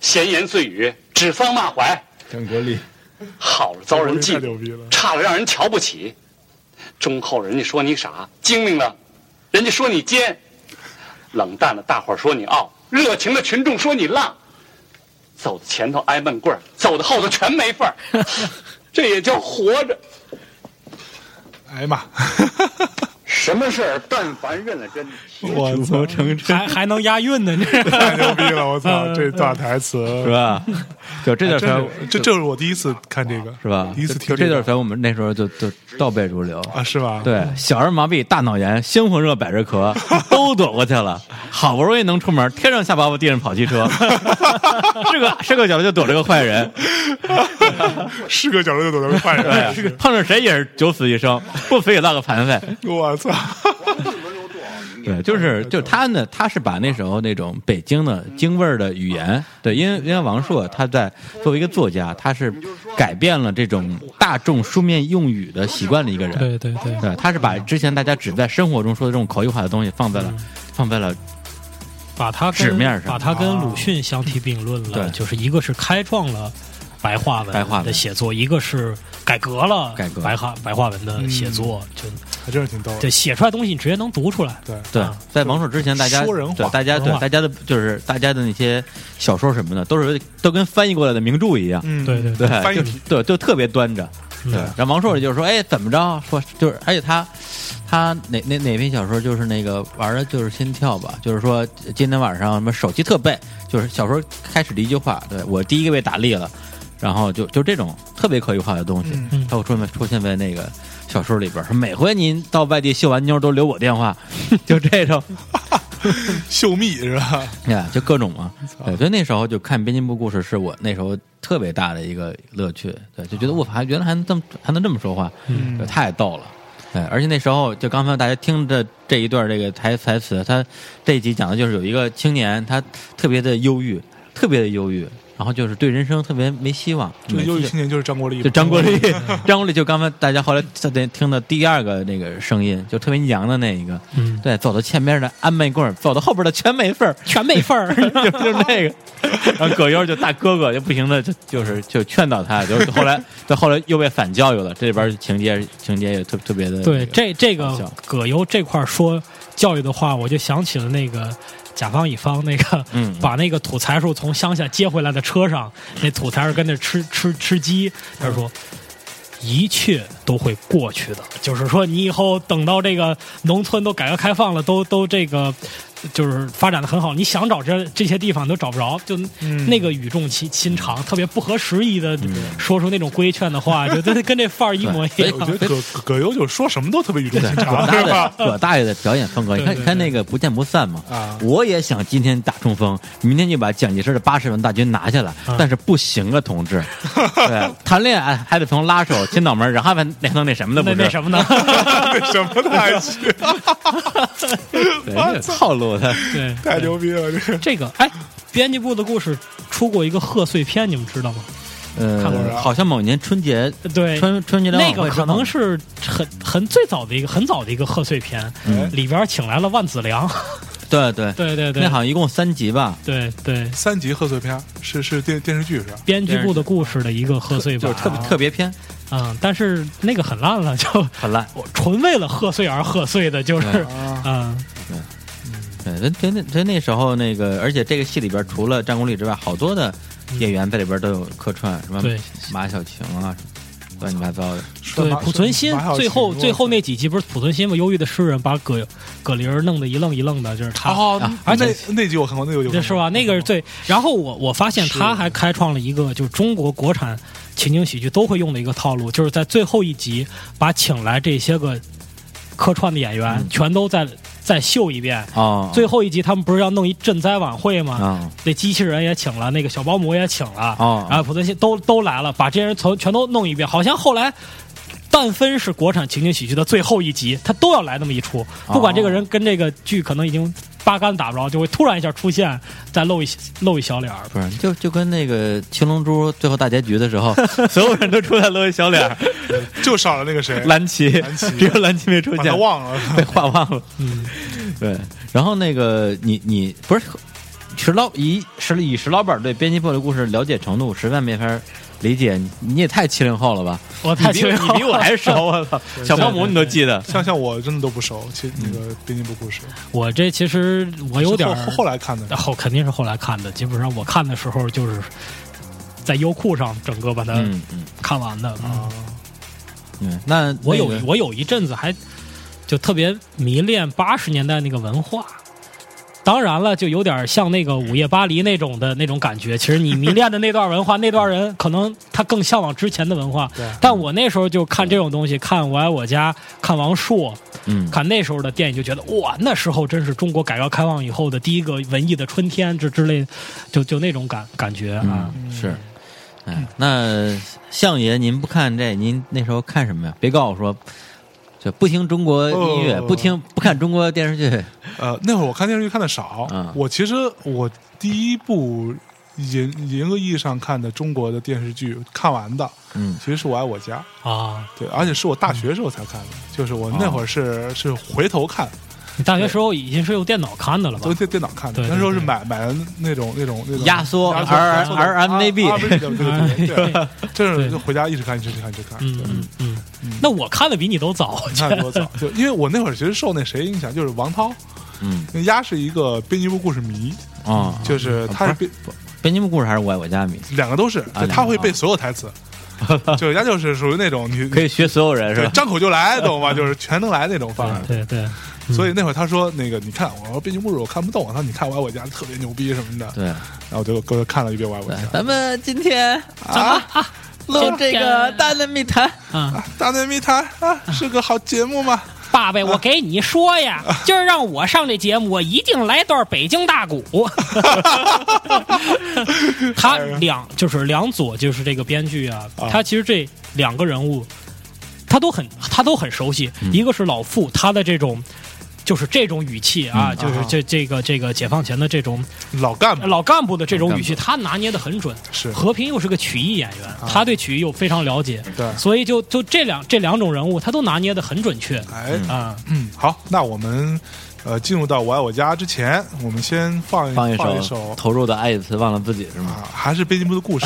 [SPEAKER 5] 闲言碎语，指桑骂槐，
[SPEAKER 2] 张国立，
[SPEAKER 5] 好了遭人
[SPEAKER 1] 太
[SPEAKER 5] 嫉
[SPEAKER 1] 牛
[SPEAKER 5] 妒，
[SPEAKER 1] 逼了，
[SPEAKER 5] 差了让人瞧不起。忠厚人家说你傻，精明了，人家说你奸；冷淡了，大伙儿说你傲；热情的群众说你浪。走的前头挨闷棍儿，走的后头全没份儿， 这也叫活着。
[SPEAKER 1] 哎呀妈，
[SPEAKER 4] 什么事儿但凡认了真，
[SPEAKER 1] 我
[SPEAKER 2] 主
[SPEAKER 1] 操
[SPEAKER 2] 谋，成 真
[SPEAKER 3] 还还能押韵呢，你这
[SPEAKER 1] 太牛逼了！我
[SPEAKER 2] 嗯
[SPEAKER 1] 操，这段台词
[SPEAKER 2] 是吧？就这段词
[SPEAKER 1] 哎真
[SPEAKER 2] 儿
[SPEAKER 1] 是，这这是我第一次看这个，
[SPEAKER 2] 是吧？
[SPEAKER 1] 第一次
[SPEAKER 2] 就
[SPEAKER 1] 听
[SPEAKER 2] 就这
[SPEAKER 1] 个
[SPEAKER 2] 段词儿，我们那时候就就倒背如流。
[SPEAKER 1] 啊，是吧？，
[SPEAKER 2] 对，小儿麻痹，大脑炎，猩红热，百日咳，都躲过去了。好不容易能出门，天上下巴巴，地上跑汽车，是个是个角度就躲着个坏人，
[SPEAKER 1] 是个角落就躲着坏
[SPEAKER 2] 对
[SPEAKER 1] 人，，
[SPEAKER 2] 碰着谁也是九死一生，不死也落个盘费。
[SPEAKER 1] 我操！
[SPEAKER 2] 对，就是就是他呢，他是把那时候那种北京的京味儿的语言，对，因为因为王朔他在作为一个作家，他是改变了这种大众书面用语的习惯的一个人。
[SPEAKER 3] 对对对，
[SPEAKER 2] 对，他是把之前大家只在生活中说的这种口语化的东西放在了，放在了
[SPEAKER 3] 把它跟
[SPEAKER 2] 纸面上
[SPEAKER 3] 把它跟鲁迅相提并论了，
[SPEAKER 2] 对
[SPEAKER 3] 就是一个是开创了白话文
[SPEAKER 2] 白话文
[SPEAKER 3] 的写作，一个是改革了
[SPEAKER 2] 改革嗯
[SPEAKER 3] 白话白话文的写作，就
[SPEAKER 1] 还真是挺逗的
[SPEAKER 3] 就。写出来东西你直接能读出来，
[SPEAKER 1] 对，
[SPEAKER 2] 对
[SPEAKER 3] 啊，
[SPEAKER 2] 在王朔之前，大家
[SPEAKER 1] 说人话
[SPEAKER 2] 对大家
[SPEAKER 3] 说
[SPEAKER 2] 对
[SPEAKER 3] 人话
[SPEAKER 2] 大家的就是大家的那些小说什么的，都是都跟翻译过来的名著一样，
[SPEAKER 1] 嗯
[SPEAKER 3] 对对
[SPEAKER 2] 对，
[SPEAKER 1] 翻译
[SPEAKER 2] 就
[SPEAKER 1] 题
[SPEAKER 2] 对，就特别端着。
[SPEAKER 3] 嗯
[SPEAKER 2] 对，然后王朔就说：“哎，怎么着？说就是，而且他他哪哪哪篇小说就是那个玩的就是心跳吧，就是说今天晚上什么手机特背，就是小说开始第一句话，对我第一个被打裂了，然后就就这种特别口语化的东西，
[SPEAKER 1] 嗯
[SPEAKER 3] 嗯
[SPEAKER 2] 它会出现出现在那个小说里边儿。说每回您到外地秀完妞都留我电话， 就这种，
[SPEAKER 1] 秀密是吧？
[SPEAKER 2] 呀，哎就各种嘛。对，所以那时候就看编辑部故事，是我那时候特别大的一个乐趣。对，就觉得我还原来还能这么还能这么说话，
[SPEAKER 1] 嗯
[SPEAKER 2] 对太逗了。对，而且那时候就刚才大家听着这一段这个台台词，他这一集讲的就是有一个青年，他特别的忧郁，特别的忧郁，然后就是对人生特别没希望。
[SPEAKER 1] 这个
[SPEAKER 2] 每次
[SPEAKER 1] 忧郁
[SPEAKER 2] 就
[SPEAKER 1] 青年就是张国立嘛，
[SPEAKER 2] 就张国立，
[SPEAKER 3] 嗯
[SPEAKER 2] 张国立就刚才大家后来在那听的第二个那个声音，就特别娘的那一个，
[SPEAKER 3] 嗯，
[SPEAKER 2] 对，走到前边的安妹棍儿，走到后边的全没份儿，。
[SPEAKER 3] 全没份 儿
[SPEAKER 2] 就就那 个，然后葛优就大哥哥就不停的就就是就劝导他，就是后来到后来又被反教育了，这里边情节情节也特特别的
[SPEAKER 3] 对，这这
[SPEAKER 2] 好
[SPEAKER 3] 个
[SPEAKER 2] 笑
[SPEAKER 3] 葛优这块儿说教育的话，我就想起了那个甲方乙方那个，
[SPEAKER 2] 嗯
[SPEAKER 3] 把那个土财主从乡下接回来的车上，那土财主跟那吃吃吃鸡，他说。一切都会过去的，就是说，你以后等到这个农村都改革开放了，都都这个，就是发展的很好，你想找这这些地方你都找不着，就
[SPEAKER 1] 嗯
[SPEAKER 3] 那个语重心心长，特别不合时宜的说出那种规劝的话，就跟跟这范儿一模一
[SPEAKER 2] 对
[SPEAKER 3] 样
[SPEAKER 2] 所以。
[SPEAKER 1] 哎我觉得葛葛葛优就是说什么都特别语重 心长，
[SPEAKER 2] 葛
[SPEAKER 1] 对
[SPEAKER 2] 大
[SPEAKER 1] 吧
[SPEAKER 2] 爷？葛大爷的表演风格，你看
[SPEAKER 3] 对对
[SPEAKER 2] 你看那个不见不散嘛
[SPEAKER 1] 啊，
[SPEAKER 2] 我也想今天打冲锋，明天就把蒋介石的八十万大军拿下来，但是不行啊，同 志，对，谈恋爱还得从拉手、亲脑门，然后还那弄那什么的，不
[SPEAKER 3] 那
[SPEAKER 2] 是
[SPEAKER 3] 那什么呢？
[SPEAKER 1] 那什么太虚，
[SPEAKER 2] 对那个套路他，
[SPEAKER 3] 对，
[SPEAKER 1] 太牛逼了！这个
[SPEAKER 3] 这个哎，编辑部的故事出过一个贺岁片，你们知道吗？ 看过
[SPEAKER 2] 呃，
[SPEAKER 1] 啥
[SPEAKER 2] 好像某年春节
[SPEAKER 3] 对，
[SPEAKER 2] 春春节联
[SPEAKER 3] 那
[SPEAKER 2] 欢
[SPEAKER 3] 个
[SPEAKER 2] 会
[SPEAKER 3] 可
[SPEAKER 2] 之后
[SPEAKER 3] 能是很很最早的一个很早的一个贺岁片，
[SPEAKER 1] 嗯
[SPEAKER 3] 里边请来了万梓良，
[SPEAKER 2] 对对
[SPEAKER 3] 对对对，
[SPEAKER 2] 那好像一共三集吧，
[SPEAKER 3] 对对，
[SPEAKER 1] 三级贺岁片是是电电视剧是吧？
[SPEAKER 3] 编辑部的故事的一个贺岁
[SPEAKER 2] 就
[SPEAKER 3] 版，啊
[SPEAKER 2] 是特别特别篇，
[SPEAKER 3] 嗯，但是那个很烂了，就
[SPEAKER 2] 很烂。
[SPEAKER 3] 我纯为了贺岁而贺岁的，就是
[SPEAKER 1] 啊
[SPEAKER 3] 嗯，
[SPEAKER 2] 对，所以所以那所以那时候那个，而且这个戏里边除了张国立之外，好多
[SPEAKER 1] 嗯
[SPEAKER 2] 的演员在里边都有客串，什么
[SPEAKER 3] 对
[SPEAKER 2] 马小晴啊，乱七八糟的。
[SPEAKER 3] 对，濮存昕
[SPEAKER 1] 马小
[SPEAKER 3] 最后
[SPEAKER 1] 晴
[SPEAKER 3] 最后那几集不是濮存昕吗？忧郁的诗人把葛葛玲儿弄得一愣一愣的，就是他
[SPEAKER 1] 哦
[SPEAKER 2] 啊，
[SPEAKER 1] 那
[SPEAKER 2] 而且
[SPEAKER 1] 那集我看过，那集我就看过
[SPEAKER 3] 这是吧？那个是最。然后我我发现他还开创了一个，就是中国国产情景喜剧都会用的一个套路，就是在最后一集把请来这些个客串的演员
[SPEAKER 2] 嗯
[SPEAKER 3] 全都再再秀一遍。
[SPEAKER 2] 哦，
[SPEAKER 3] 最后一集他们不是要弄一赈灾晚会吗？
[SPEAKER 2] 啊
[SPEAKER 3] 那机器人也请了，那个小保姆也请了，
[SPEAKER 2] 哦
[SPEAKER 1] 啊
[SPEAKER 3] 然后濮存昕都都来了，把这些人从全都弄一遍。好像后来。但分是国产情景喜剧的最后一集，他都要来那么一出，
[SPEAKER 2] 哦
[SPEAKER 3] 不管这个人跟这个剧可能已经八竿子打不着，就会突然一下出现，再露一露一小脸儿。
[SPEAKER 2] 不是，就就跟那个《七龙珠》最后大结局的 时候，所有人都出来露一小脸儿，
[SPEAKER 1] 就少了那个谁，
[SPEAKER 2] 蓝旗，
[SPEAKER 1] 蓝旗
[SPEAKER 2] 只有蓝旗没出
[SPEAKER 1] 把
[SPEAKER 2] 现
[SPEAKER 1] 他，忘了。
[SPEAKER 2] 被画忘了。
[SPEAKER 3] 嗯，
[SPEAKER 2] 对，然后那个你你不是石老以石以石老板对编辑部的故事了解程度，实在没法理解。你你也太七零后了吧？
[SPEAKER 3] 我太
[SPEAKER 2] 你比
[SPEAKER 3] 缺
[SPEAKER 2] 我你比我还熟，我操！小保姆你都记得，
[SPEAKER 1] 像像我真的都不熟，其实那个编辑部故事
[SPEAKER 3] 我这其实我有点儿
[SPEAKER 1] 是后后来看的，
[SPEAKER 3] 后肯定是后来看的，基本上我看的时候就是在优酷上整个把它
[SPEAKER 2] 嗯嗯
[SPEAKER 3] 看完的。嗯
[SPEAKER 2] 嗯。那
[SPEAKER 3] 我有
[SPEAKER 2] 那个
[SPEAKER 3] 我有一阵子还就特别迷恋八十年代那个文化。当然了，就有点像那个《午夜巴黎》那种的那种感觉。其实你迷恋的那段文化， 那段人可能他更向往之前的文化
[SPEAKER 1] 对。
[SPEAKER 3] 但我那时候就看这种东西，看《我爱我家》，看王朔，
[SPEAKER 2] 嗯，
[SPEAKER 3] 看那时候的电影，就觉得哇，那时候真是中国改革开放以后的第一个文艺的春天，这之类，就就那种感感觉啊。
[SPEAKER 2] 嗯是。哎，那相爷，您不看这，您那时候看什么呀？别告诉我说，就不听中国音乐，
[SPEAKER 1] 哦
[SPEAKER 2] 不听不看中国电视剧。
[SPEAKER 1] 呃，那会儿我看电视剧看的少，
[SPEAKER 2] 嗯
[SPEAKER 1] 我其实我第一部严严格意义上看的中国的电视剧看完的，
[SPEAKER 2] 嗯
[SPEAKER 1] 其实是我爱我家，
[SPEAKER 3] 啊，
[SPEAKER 1] 对，而且是我大学时候才看的，就是我那会儿是、是回头看，
[SPEAKER 3] 你大学时候已经是用电脑看的了吧
[SPEAKER 1] 都？在电脑看的，
[SPEAKER 3] 对对
[SPEAKER 1] 那时候是
[SPEAKER 3] 对
[SPEAKER 1] 买买的那种那种那种
[SPEAKER 2] 压缩
[SPEAKER 1] 压
[SPEAKER 2] R-
[SPEAKER 1] 缩的
[SPEAKER 2] RMVB
[SPEAKER 1] 啊 RMVB 对对对对对，这
[SPEAKER 3] 对
[SPEAKER 1] 是就回家一直看一直看一直看，
[SPEAKER 3] 嗯
[SPEAKER 1] 对
[SPEAKER 3] 嗯嗯
[SPEAKER 1] 嗯，
[SPEAKER 3] 那我看的比你都早，我
[SPEAKER 1] 你
[SPEAKER 3] 觉
[SPEAKER 1] 看多
[SPEAKER 3] 得。
[SPEAKER 1] 早， 就因为我那会儿其实受那谁影响，就是王涛，
[SPEAKER 2] 嗯
[SPEAKER 1] 那鸭是一个编辑部故事迷，
[SPEAKER 2] 哦，
[SPEAKER 1] 嗯就是他是编
[SPEAKER 2] 编辑部故事还是我爱我家迷，
[SPEAKER 1] 两个都是，
[SPEAKER 2] 啊
[SPEAKER 1] 就他会
[SPEAKER 2] 两个
[SPEAKER 1] 背所有台词，就是人家就是属于那种你
[SPEAKER 2] 可以学所有人是
[SPEAKER 1] 对
[SPEAKER 2] 吧？
[SPEAKER 1] 张口就来，懂吗？就是全能来那种范儿。
[SPEAKER 3] 对对，嗯
[SPEAKER 1] 所以那会儿他说那个，你看我说编辑部我看不懂，他说你看我爱我家特别牛逼什么的，
[SPEAKER 2] 对，
[SPEAKER 1] 然后我就给我看了一遍我爱我家。
[SPEAKER 2] 咱们今天
[SPEAKER 1] 啊，
[SPEAKER 2] 录这个大内密谈，
[SPEAKER 3] 啊，
[SPEAKER 1] 大内密探啊，是个好节目吗？
[SPEAKER 3] 爸爸，我给你 说呀，今儿让我上这节目，我一定来段北京大鼓。 他两就是梁左，就是这个编剧啊，
[SPEAKER 1] 啊
[SPEAKER 3] 他其实这两个人物，他都很他都很熟悉。
[SPEAKER 2] 嗯
[SPEAKER 3] 一个是老傅，他的这种。就是这种语气啊，
[SPEAKER 2] 嗯
[SPEAKER 3] 就是
[SPEAKER 1] 啊
[SPEAKER 3] 这这个这个解放前的这种
[SPEAKER 1] 老干部
[SPEAKER 3] 老干部的这种
[SPEAKER 2] 老干
[SPEAKER 3] 语气，他拿捏的很准。
[SPEAKER 1] 是
[SPEAKER 3] 和平又是个曲艺演员，
[SPEAKER 2] 啊
[SPEAKER 3] 他对曲艺又非常了解，
[SPEAKER 1] 对。
[SPEAKER 3] 所以就就这两这两种人物，他都拿捏的很准确
[SPEAKER 1] 哎，
[SPEAKER 3] 啊。
[SPEAKER 1] 嗯，好，那我们呃进入到我爱我家之前，我们先嗯放一
[SPEAKER 2] 放一
[SPEAKER 1] 一
[SPEAKER 2] 首
[SPEAKER 1] 首
[SPEAKER 2] 投入的爱一次忘了自己是吗？
[SPEAKER 1] 啊，还是编辑部的故事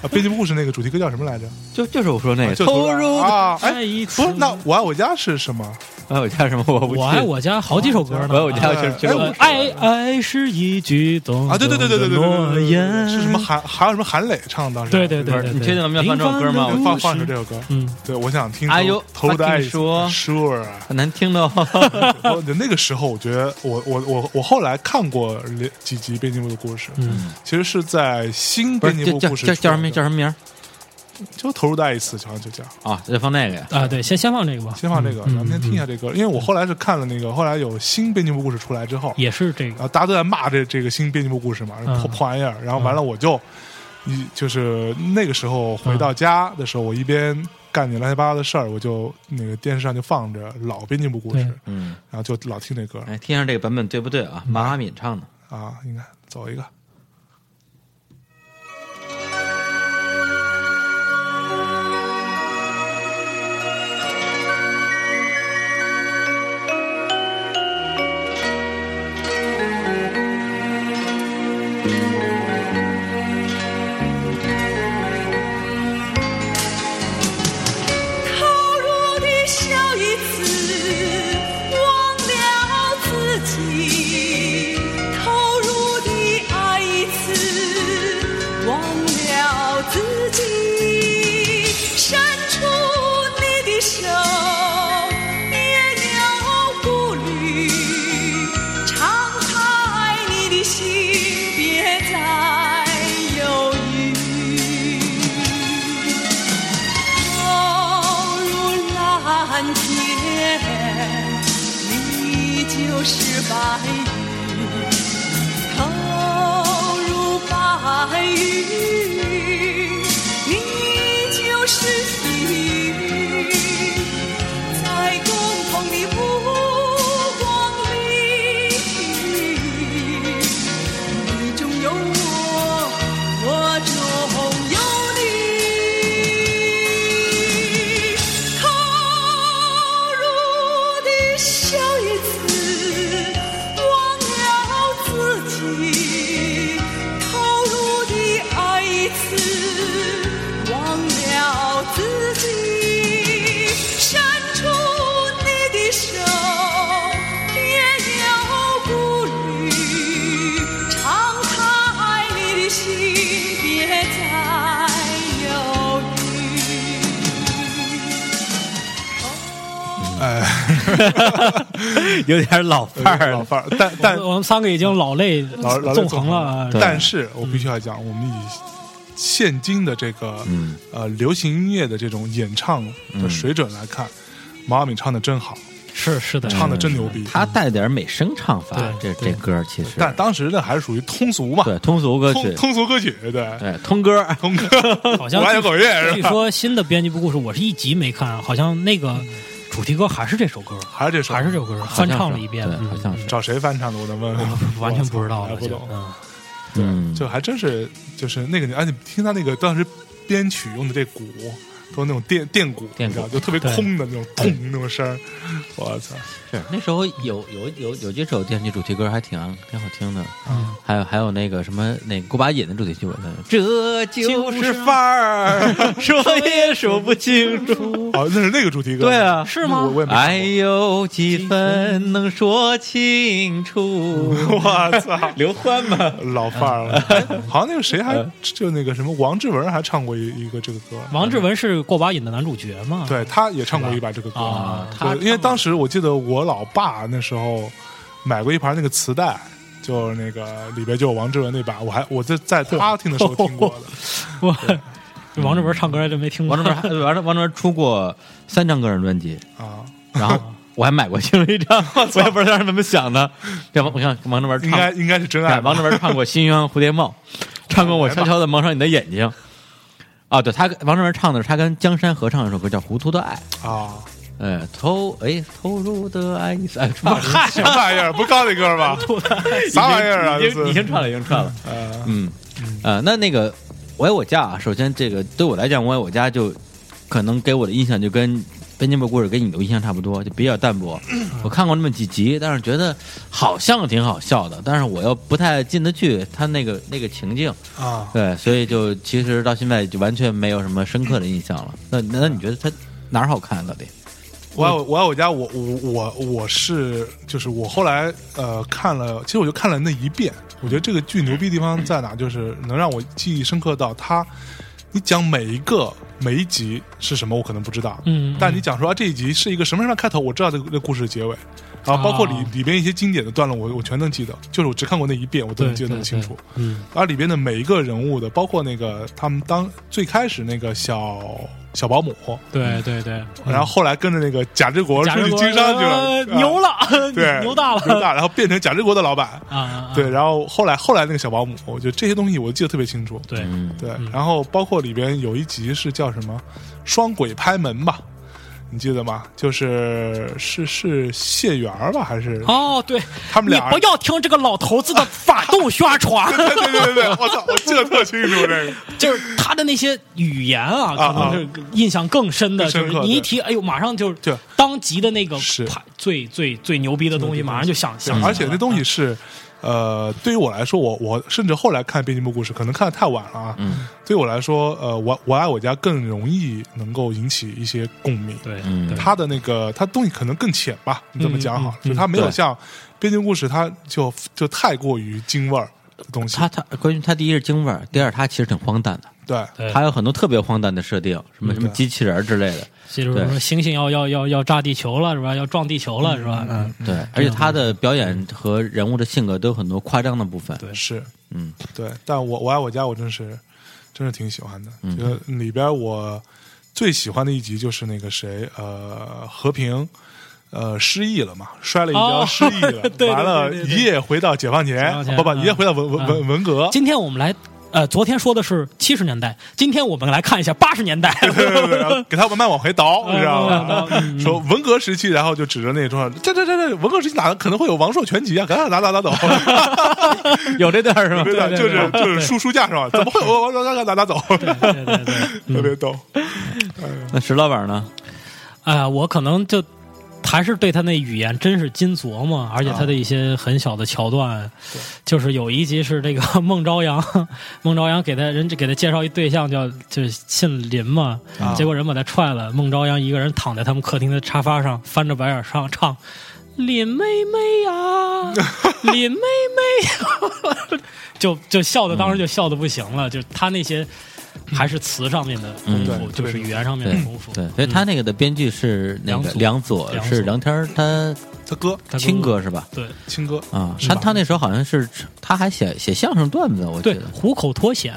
[SPEAKER 1] 啊，编辑部故事那个主题歌叫什么来着？
[SPEAKER 2] 就就是我说那个
[SPEAKER 1] 就
[SPEAKER 2] 投入的
[SPEAKER 1] 啊，哎
[SPEAKER 3] 再，一次
[SPEAKER 1] 不是，那我爱我家是什么？
[SPEAKER 2] 爱哎我家什么我不记
[SPEAKER 3] 我爱我家好几首歌呢，
[SPEAKER 2] 我爱我家
[SPEAKER 3] 啊
[SPEAKER 2] 就是这
[SPEAKER 1] 哎
[SPEAKER 2] 个
[SPEAKER 1] 我
[SPEAKER 3] 呃爱爱是一句懂
[SPEAKER 1] 啊，对对对对对对对对
[SPEAKER 3] 诺
[SPEAKER 1] 对对对，
[SPEAKER 3] 言
[SPEAKER 1] 是什么？韩？还有什么韩磊唱的？当时
[SPEAKER 3] 对对对对，对
[SPEAKER 2] 你确定咱们要放这首歌吗
[SPEAKER 1] 对放放一首这首歌。
[SPEAKER 3] 嗯，
[SPEAKER 1] 对，我想听。
[SPEAKER 2] 哎呦
[SPEAKER 1] 投入的爱
[SPEAKER 2] fucking 说
[SPEAKER 1] ，Sure 啊。
[SPEAKER 2] 很难听的 哦。
[SPEAKER 1] 我那个时候，我觉得我我我我后来看过连几集《编辑部的故事》，
[SPEAKER 3] 嗯，
[SPEAKER 1] 其实是在新《
[SPEAKER 2] 不
[SPEAKER 1] 编
[SPEAKER 2] 是
[SPEAKER 1] 辑
[SPEAKER 2] 叫
[SPEAKER 1] 部
[SPEAKER 2] 叫
[SPEAKER 1] 故事》
[SPEAKER 2] 叫叫什么名叫
[SPEAKER 1] 什
[SPEAKER 2] 什么名儿
[SPEAKER 1] 么？就投入的爱一次，好像就这样。
[SPEAKER 2] 啊？就放那个呀。
[SPEAKER 3] 啊，对，先先放这个吧，
[SPEAKER 1] 先放这个，
[SPEAKER 3] 嗯
[SPEAKER 1] 咱们先听一下这歌，因为我后来是看了那个，后来有新《编辑部故事》出来之后，
[SPEAKER 3] 嗯也是这
[SPEAKER 1] 然
[SPEAKER 3] 个，
[SPEAKER 1] 后大家都在骂这这个新编辑部故事嘛，
[SPEAKER 3] 嗯
[SPEAKER 1] 破破玩意儿。然后完了，我就一就是那个时候回到家的时候，我一边干点乱七八糟的事儿，我就那个电视上就放着老编辑部故事
[SPEAKER 3] 对，嗯
[SPEAKER 2] 嗯，
[SPEAKER 1] 然后就老听这歌
[SPEAKER 2] 哎，听一下这个版本对不对啊？马阿敏唱的。
[SPEAKER 1] 啊。你看，走一 个，
[SPEAKER 6] 投入的笑一次，忘了自己；投入的爱
[SPEAKER 1] 哎，
[SPEAKER 2] 有点老范儿
[SPEAKER 1] 老
[SPEAKER 2] 了。
[SPEAKER 1] 范儿，但但
[SPEAKER 3] 我们我们三个已经老泪
[SPEAKER 1] 老老泪
[SPEAKER 3] 纵横了啊。
[SPEAKER 2] 对
[SPEAKER 1] 但是我必须要讲，我们以现今的这个、
[SPEAKER 2] 嗯
[SPEAKER 1] 呃流行音乐的这种演唱
[SPEAKER 3] 嗯
[SPEAKER 1] 的水准来看，毛阿敏唱的真好，
[SPEAKER 3] 是是的，
[SPEAKER 1] 唱的真牛逼。
[SPEAKER 2] 他带点美声唱法，这
[SPEAKER 3] 对
[SPEAKER 2] 这歌儿其实
[SPEAKER 1] 但当时呢还是属于通俗嘛，
[SPEAKER 2] 对通俗歌
[SPEAKER 1] 通
[SPEAKER 2] 曲，
[SPEAKER 1] 通俗歌曲，对，
[SPEAKER 2] 对通歌儿，
[SPEAKER 1] 通歌。
[SPEAKER 3] 好 像
[SPEAKER 1] 我爱
[SPEAKER 3] 据
[SPEAKER 1] 摇滚乐是吧
[SPEAKER 3] 据说新的编辑部故事，我是一集没看，好像那个主题歌还是这首歌，
[SPEAKER 1] 还是这首，
[SPEAKER 3] 还是这首歌
[SPEAKER 2] 好像
[SPEAKER 3] 翻
[SPEAKER 2] 是
[SPEAKER 3] 唱了一遍，
[SPEAKER 2] 对，
[SPEAKER 3] 嗯
[SPEAKER 2] 好像是，
[SPEAKER 1] 找谁翻唱的？我能问问。
[SPEAKER 3] 完全不知道
[SPEAKER 1] 还
[SPEAKER 3] 了，
[SPEAKER 1] 不懂
[SPEAKER 3] 就。嗯
[SPEAKER 1] 对
[SPEAKER 2] 嗯，
[SPEAKER 1] 就还真是就是那个年，而且听他那个当时编曲用的这鼓，都是那种电电鼓，
[SPEAKER 2] 电鼓
[SPEAKER 1] 你知道，就特别
[SPEAKER 3] 对
[SPEAKER 1] 空的那种咚那种声儿，我操！
[SPEAKER 2] 嗯是那时候有有有有几首电视剧主题歌还挺挺好听的，
[SPEAKER 3] 嗯
[SPEAKER 2] 还有还有那个什么那个锅巴瘾的主题曲，我那这就是
[SPEAKER 3] 是
[SPEAKER 2] 范儿，说也说不清楚。
[SPEAKER 1] 哦，那是那个主题歌，
[SPEAKER 2] 对啊
[SPEAKER 3] 是吗
[SPEAKER 1] 我我也没
[SPEAKER 2] 还有几分能说 清楚？
[SPEAKER 1] 我操，
[SPEAKER 2] 刘欢嘛，
[SPEAKER 1] 老范儿了。
[SPEAKER 2] 嗯
[SPEAKER 1] 哎好像那个谁还就那个什么王志文还唱过一一个这个歌，
[SPEAKER 3] 王志文是过把瘾的男主角嘛？
[SPEAKER 1] 对，他也唱过一把这个歌
[SPEAKER 3] 啊
[SPEAKER 1] 对
[SPEAKER 2] 他
[SPEAKER 1] 因为当时我记得我老爸那时候买过一盘那个磁带。就是那个里边就有王志文那把，我还我在在他
[SPEAKER 2] 哦
[SPEAKER 1] 听的时候听过的，
[SPEAKER 3] 我王志文唱歌还真没听过。
[SPEAKER 2] 王志文 还，王志王志文出过三张个人专辑，
[SPEAKER 1] 啊，
[SPEAKER 2] 然后我还买过其中 一张，我也不知道是怎么想的。这王，我看王志文
[SPEAKER 1] 应
[SPEAKER 2] 唱，
[SPEAKER 1] 该应该是真爱
[SPEAKER 2] 哎
[SPEAKER 1] 吧。
[SPEAKER 2] 王志文唱过《新鸳鸯蝴蝶 梦》，唱过《我悄悄的蒙上你的眼睛》。啊，对他跟王志文唱的是他跟江山合唱一首歌叫《糊涂的爱》，
[SPEAKER 1] 啊，
[SPEAKER 2] 呃，投哎投入的爱，哎，
[SPEAKER 1] 嗨，什么玩意儿？不告那歌吗？啥玩意儿啊？
[SPEAKER 2] 已
[SPEAKER 1] 这
[SPEAKER 2] 经已经
[SPEAKER 1] 是
[SPEAKER 2] 唱了，已经唱了。
[SPEAKER 1] 呃，
[SPEAKER 2] 嗯，呃，那那个《我爱我家》啊，首先这个对我来讲，《我爱我家》就可能给我的印象就跟《边境部故事》给你的印象差不多，就比较淡薄。我看过那么几集，但是觉得好像挺好笑的，但是我又不太进得去他那个那个情境，
[SPEAKER 1] 啊，
[SPEAKER 2] 对，所以就其实到现在就完全没有什么深刻的印象了。那那那你觉得他哪儿好看到底？
[SPEAKER 1] 我爱我我爱我家，我我我我是就是我后来呃看了，其实我就看了那一遍。我觉得这个剧牛逼的地方在哪？就是能让我记忆深刻到它，你讲每一个每一集是什么，我可能不知道，
[SPEAKER 3] 嗯嗯
[SPEAKER 1] 但你讲说啊这一集是一个什么什么样的开头，我知道这个这个故事的结尾，然后包括里、
[SPEAKER 3] 啊
[SPEAKER 1] 里边一些经典的段落，我我全能记得，就是我只看过那一遍，我都能
[SPEAKER 3] 对
[SPEAKER 1] 记得那么
[SPEAKER 3] 对
[SPEAKER 1] 清
[SPEAKER 3] 对
[SPEAKER 1] 楚。
[SPEAKER 3] 嗯，
[SPEAKER 1] 而里边的每一个人物的，包括那个他们当最开始那个小小保姆，
[SPEAKER 3] 对对对。
[SPEAKER 1] 然后后来跟着那个贾志国
[SPEAKER 3] 嗯贾
[SPEAKER 1] 出
[SPEAKER 3] 志
[SPEAKER 1] 去
[SPEAKER 3] 国
[SPEAKER 1] 经商去
[SPEAKER 3] 呃
[SPEAKER 1] 了，
[SPEAKER 3] 牛
[SPEAKER 1] 了，
[SPEAKER 3] 了，
[SPEAKER 1] 对，
[SPEAKER 3] 牛大
[SPEAKER 1] 牛
[SPEAKER 3] 了
[SPEAKER 1] 大，然后变成贾志国的老板，
[SPEAKER 3] 啊啊！
[SPEAKER 1] 对，然后后来后来那个小保姆，我觉得这些东西我记得特别清楚，
[SPEAKER 3] 对，
[SPEAKER 2] 嗯，
[SPEAKER 1] 对，然后包括里边有一集是叫什么“双轨拍门”吧。你记得吗？就是是是谢元儿吧，还是
[SPEAKER 3] 哦，对，
[SPEAKER 1] 他们俩
[SPEAKER 3] 你不要听这个老头子的反 动宣传，
[SPEAKER 1] 对对对对对，我操，我记得特清楚这个。
[SPEAKER 3] 就是他的那些语言啊，
[SPEAKER 1] 啊
[SPEAKER 3] 可能是印象更深的，
[SPEAKER 1] 更深
[SPEAKER 3] 就
[SPEAKER 1] 刻
[SPEAKER 3] 是你一提，哎呦，马上就
[SPEAKER 1] 对
[SPEAKER 3] 是当即的那个
[SPEAKER 1] 是
[SPEAKER 3] 啪最最最牛逼的东西，马上就想想起来了，
[SPEAKER 1] 而且那东西是，呃，对于我来说，我我甚至后来看《编辑部故事》，可能看的太晚了啊。嗯，对于我来说，呃，我我爱我家更容易能够引起一些共鸣。
[SPEAKER 3] 对
[SPEAKER 2] 嗯，
[SPEAKER 1] 它的那个它东西可能更浅吧，你这么讲好，
[SPEAKER 3] 嗯嗯
[SPEAKER 1] 就它没有
[SPEAKER 2] 对
[SPEAKER 1] 像《编辑部故事》，它就就太过于京味儿的东西。
[SPEAKER 2] 他他关于他第一是京味儿，第二他其实挺荒诞的。
[SPEAKER 1] 对，
[SPEAKER 3] 对
[SPEAKER 2] 还有很多特别荒诞的设定，什么什么机器人儿之类的。
[SPEAKER 3] 这就是
[SPEAKER 2] 对
[SPEAKER 3] 说星星要要要要炸地球了是吧？要撞地球了是吧？嗯，
[SPEAKER 2] 对，而且他的表演和人物的性格都有很多夸张的部分。对
[SPEAKER 1] 是，
[SPEAKER 2] 嗯，
[SPEAKER 1] 对。但我我爱我家，我真是真是挺喜欢的。这个里边我最喜欢的一集就是那个谁，呃，和平。呃，失忆了嘛，摔了一跤，
[SPEAKER 3] 哦
[SPEAKER 1] 失忆了，
[SPEAKER 3] 对对
[SPEAKER 1] 完了，
[SPEAKER 3] 对对对
[SPEAKER 1] 一夜回到解放前啊
[SPEAKER 3] 解，放前
[SPEAKER 1] 不不，
[SPEAKER 3] 嗯
[SPEAKER 1] 一夜回到文文文文革，
[SPEAKER 3] 今天我们来。呃，昨天说的是七十年代，今天我们来看一下八十年代。
[SPEAKER 1] 对对 对，然后给他慢慢往回倒，你知道吗
[SPEAKER 3] 嗯嗯？嗯
[SPEAKER 1] 说文革时期，然后就指着那桌上，这这这这文革时期哪可能会有王朔全集啊？赶紧拿拿拿 走，
[SPEAKER 2] 有这段儿是吗？
[SPEAKER 1] 对的，
[SPEAKER 3] 对对
[SPEAKER 1] 就是
[SPEAKER 3] 对
[SPEAKER 1] 就是书书架上，怎么会有王朔？拿拿拿走，
[SPEAKER 3] 对对对 对，
[SPEAKER 1] 特别逗。
[SPEAKER 2] 那石老板呢？
[SPEAKER 3] 啊、我可能就还是对他那语言真是金琢磨，而且
[SPEAKER 1] 啊
[SPEAKER 3] 他的一些很小的桥段，就是有一集是这个 孟朝阳，孟朝阳给他人给他介绍一对象叫就是姓林嘛，
[SPEAKER 1] 啊
[SPEAKER 3] 结果人把他踹了，孟朝阳一个人躺在他们客厅的沙发上，翻着白眼上唱。林妹妹呀、林妹 妹、呀，就就笑的，当时就笑的不行了。就他那些还是词上面的功夫，
[SPEAKER 1] 嗯对
[SPEAKER 3] 就是语言上面
[SPEAKER 2] 对
[SPEAKER 3] 的功夫。
[SPEAKER 2] 对，所以他那个的编剧是那个梁
[SPEAKER 3] 梁
[SPEAKER 2] 左
[SPEAKER 3] 左，
[SPEAKER 2] 是梁天儿他
[SPEAKER 1] 他哥
[SPEAKER 3] 他
[SPEAKER 2] 亲哥是吧？
[SPEAKER 3] 对
[SPEAKER 1] 亲哥
[SPEAKER 2] 啊，
[SPEAKER 1] 是
[SPEAKER 2] 他
[SPEAKER 1] 吧
[SPEAKER 2] 他那时候好像是他还写写相声段子，我记
[SPEAKER 3] 对
[SPEAKER 2] 得，
[SPEAKER 3] 虎口脱险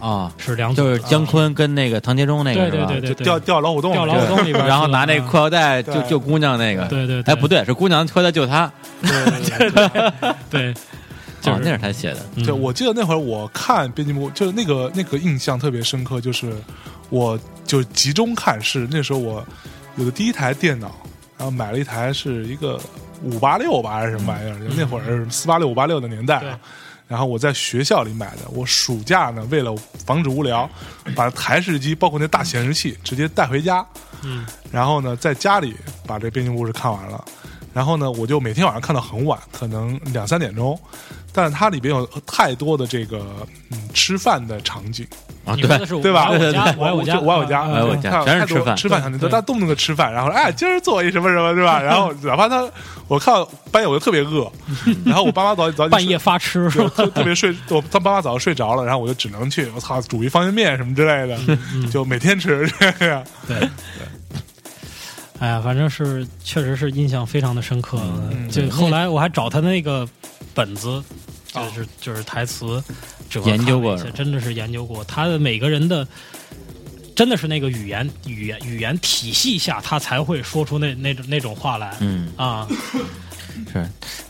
[SPEAKER 2] 啊，
[SPEAKER 3] 是梁
[SPEAKER 2] 就
[SPEAKER 3] 左
[SPEAKER 2] 是姜昆跟那个唐杰忠那个
[SPEAKER 3] 对
[SPEAKER 2] 是吧
[SPEAKER 3] 对？对对对
[SPEAKER 1] 掉掉老虎洞
[SPEAKER 3] 掉
[SPEAKER 1] 了，
[SPEAKER 3] 老 虎洞里边，
[SPEAKER 2] 然后拿那个裤腰带救
[SPEAKER 1] 对
[SPEAKER 2] 救姑娘那个，
[SPEAKER 3] 对对对
[SPEAKER 2] 哎不对，是姑娘裤腰带救他，
[SPEAKER 3] 对，就
[SPEAKER 2] 哦
[SPEAKER 3] 是
[SPEAKER 2] 那是他写的，
[SPEAKER 1] 对，
[SPEAKER 3] 嗯
[SPEAKER 1] 我记得那会儿我看《编辑部》，就是那个那个印象特别深刻，就是我就集中看是那时候我有的第一台电脑，然后买了一台是一个五八六吧还是什么玩意儿，就那会儿四八六五八六的年代、
[SPEAKER 3] 对
[SPEAKER 1] 啊。然后我在学校里买的，我暑假呢，为了防止无聊，把台式机包括那大显示器直接带回家，
[SPEAKER 3] 嗯
[SPEAKER 1] 然后呢，在家里把这《编辑故事》看完了，然后呢，我就每天晚上看到很晚，可能两三点钟，但是它里边有太多的这个嗯吃饭的场景，
[SPEAKER 2] 啊
[SPEAKER 3] 你说
[SPEAKER 2] 对
[SPEAKER 3] 的是
[SPEAKER 1] 对吧？
[SPEAKER 3] 我爱我家，我爱
[SPEAKER 1] 我我爱
[SPEAKER 3] 我家，
[SPEAKER 1] 我家，嗯
[SPEAKER 3] 啊
[SPEAKER 2] 我爱我家
[SPEAKER 1] 看
[SPEAKER 2] 全
[SPEAKER 1] 太多
[SPEAKER 2] 是吃饭
[SPEAKER 1] 吃饭场景，
[SPEAKER 3] 对
[SPEAKER 1] 他动不动就吃饭，然后 哎，今儿做一什么什么，是吧？然后哪怕他，我看到半夜我就特别 饿，然后我爸妈早早就
[SPEAKER 3] 半夜发痴是
[SPEAKER 1] 就
[SPEAKER 3] 吧？
[SPEAKER 1] 就特别睡， 我他爸妈早上睡着了，然后我就只能去，我操，煮一方便面什么之类
[SPEAKER 3] 嗯
[SPEAKER 1] 的，就每天吃这样。
[SPEAKER 3] 对。哎呀，反正是确实是印象非常的深刻。
[SPEAKER 2] 嗯
[SPEAKER 1] 嗯
[SPEAKER 3] 就后来我还找他那个本子，
[SPEAKER 1] 哦
[SPEAKER 3] 就是、就是台词，整个
[SPEAKER 2] 研究过
[SPEAKER 3] 看了一下真的是研究过他的每个人的，真的是那个语言语言语言体系下，他才会说出那那种那种话来。
[SPEAKER 2] 嗯
[SPEAKER 3] 啊，
[SPEAKER 2] 是。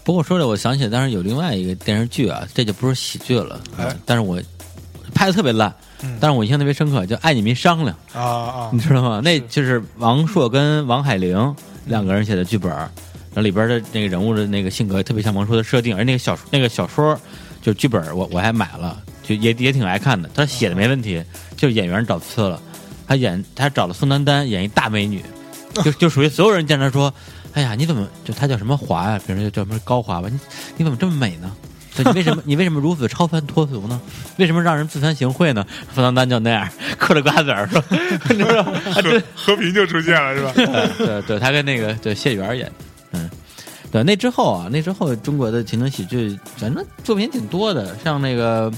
[SPEAKER 2] 不过说着我想起当时有另外一个电视剧啊，这就不是喜剧了，嗯
[SPEAKER 1] 哎
[SPEAKER 2] 但是我拍的特别烂，但是我印象特别深刻，叫《爱你没商量》。
[SPEAKER 1] 啊 啊
[SPEAKER 2] 你！知道吗？那就是王朔跟王海玲两个人写的剧本，然后里边的那个人物的那个性格特别像王朔的设定，而那个小那个小说就是剧本我，我还买了，就也也挺爱看的。他写的没问题，就是演员找错了，他演他找了宋丹丹演一大美女，就 就属于所有人见他说，哎呀，你怎么就他叫什么华呀、比如说叫什么高华吧，你你怎么这么美呢？对你为什么 你为什么如此超凡脱俗呢？为什么让人自惭形秽呢？宋丹丹就那样 嗑着瓜子儿说，你知道吗？啊真
[SPEAKER 1] 和平就出现了，是吧？
[SPEAKER 2] 呃对对，他跟那个对谢元演，嗯，对，那之后啊，那之后中国的情景喜剧，反正作品挺多的，像那个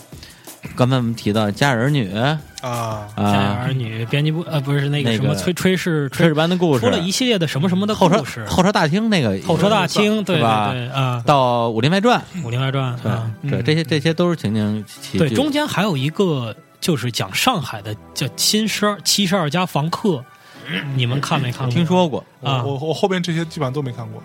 [SPEAKER 2] 刚才我们提到《家有儿女》
[SPEAKER 1] 啊，
[SPEAKER 3] 《家有
[SPEAKER 2] 啊，
[SPEAKER 3] 儿女》编辑部呃不是那个
[SPEAKER 2] 那
[SPEAKER 3] 什么
[SPEAKER 2] 个
[SPEAKER 3] 炊炊事
[SPEAKER 2] 《炊事班的故事》，
[SPEAKER 3] 出了一系列的什么什么的
[SPEAKER 2] 候车
[SPEAKER 3] 故事，
[SPEAKER 2] 候车大厅那个
[SPEAKER 3] 后车大厅对
[SPEAKER 2] 是
[SPEAKER 3] 对
[SPEAKER 2] 吧
[SPEAKER 3] 对啊，
[SPEAKER 2] 到《武林外传
[SPEAKER 3] 《武林外传》》啊，
[SPEAKER 2] 对对，这些这些都是情景喜剧。
[SPEAKER 3] 对，中间还有一个就是讲上海的叫《新十二七十二家房客》，你们看没看过？
[SPEAKER 2] 听说过《
[SPEAKER 3] 啊
[SPEAKER 1] 我我我后边这些基本上都没看过，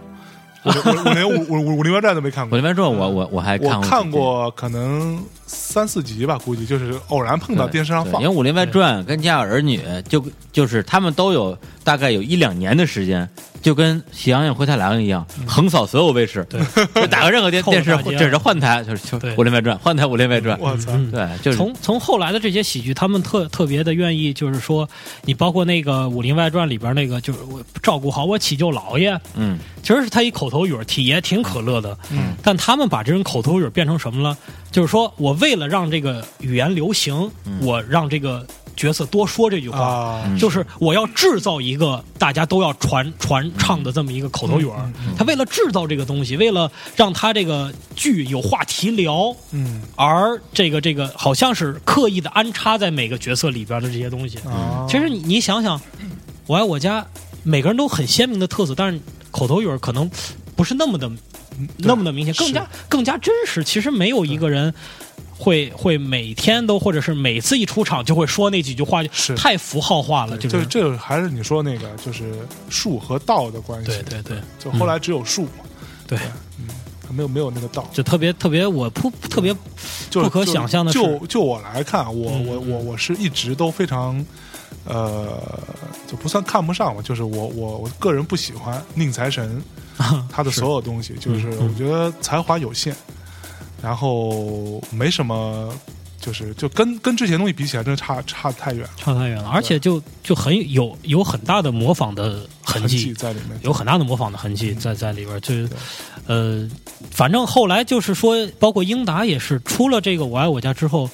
[SPEAKER 1] 我我我连武武武武林外传都没看
[SPEAKER 2] 武
[SPEAKER 1] 过
[SPEAKER 2] 林。外传》，我我我还
[SPEAKER 1] 我
[SPEAKER 2] 过
[SPEAKER 1] 看
[SPEAKER 2] 几集
[SPEAKER 1] 过可能三四集吧，估计就是偶然碰到
[SPEAKER 2] 对
[SPEAKER 1] 电视上
[SPEAKER 2] 对
[SPEAKER 1] 放
[SPEAKER 2] 因为《武林外传》跟《家有儿女》就就是他们都有大概有一两年的时间，就跟《喜羊羊灰太狼》一样，横扫所有卫视，
[SPEAKER 3] 嗯对，
[SPEAKER 2] 就打个任何电
[SPEAKER 3] 臭
[SPEAKER 2] 电
[SPEAKER 3] 着
[SPEAKER 2] 视
[SPEAKER 3] 大街
[SPEAKER 2] 只是换台就是就是
[SPEAKER 3] 对
[SPEAKER 2] 《武林外传》，换台《武林外传》，
[SPEAKER 1] 我操！
[SPEAKER 3] 嗯
[SPEAKER 2] 对，就是
[SPEAKER 3] 从从后来的这些喜剧，他们特特别的愿意，就是说，你包括那个《武林外传》里边那个，就是我照顾好我起舅老爷，
[SPEAKER 2] 嗯
[SPEAKER 3] 其实是他一口头语儿，挺也挺可乐的。嗯，但他们把这种口头语儿变成什么了？就是说我为了让这个语言流行，我让这个角色多说这句话，
[SPEAKER 1] 啊
[SPEAKER 3] 就是我要制造一个大家都要传传唱的这么一个口头语儿。
[SPEAKER 1] 嗯
[SPEAKER 3] 他为了制造这个东西，为了让他这个剧有话题聊，
[SPEAKER 1] 嗯
[SPEAKER 3] 而这个这个好像是刻意的安插在每个角色里边的这些东西。
[SPEAKER 1] 啊，
[SPEAKER 3] 其实你你想想，我爱我家，每个人都很鲜明的特色，但是口头语儿可能不是那么的那么的明显，更加更加真实。其实没有一个人会会每天都或者是每次一出场就会说那几句话，
[SPEAKER 1] 是
[SPEAKER 3] 太符号化了，
[SPEAKER 1] 对
[SPEAKER 3] 就
[SPEAKER 1] 这
[SPEAKER 3] 是
[SPEAKER 1] 这还是你说那个就是术和道的关系。
[SPEAKER 3] 对嗯对对
[SPEAKER 1] 就后来只有术嘛，
[SPEAKER 3] 对，
[SPEAKER 1] 没有没有那个道。
[SPEAKER 3] 就特别特别我不特别
[SPEAKER 1] 就
[SPEAKER 3] 不可想象的是
[SPEAKER 1] 就就我来看，我
[SPEAKER 3] 嗯
[SPEAKER 1] 我我我是一直都非常，呃，就不算看不上吧，就是我我我个人不喜欢宁财神
[SPEAKER 3] 嗯啊
[SPEAKER 1] 他的所有东西，就是我觉得才华有限，然后没什么，就是就跟跟之前东西比起来，真的差差太远了，
[SPEAKER 3] 差太远了，而且就就很有有很大的模仿的痕
[SPEAKER 1] 痕迹
[SPEAKER 3] 迹。嗯
[SPEAKER 1] 在里面。
[SPEAKER 3] 有很大的模仿的痕迹在在里边儿，就是，呃，反正后来就是说，包括英达也是出了这个《我爱我家》之后，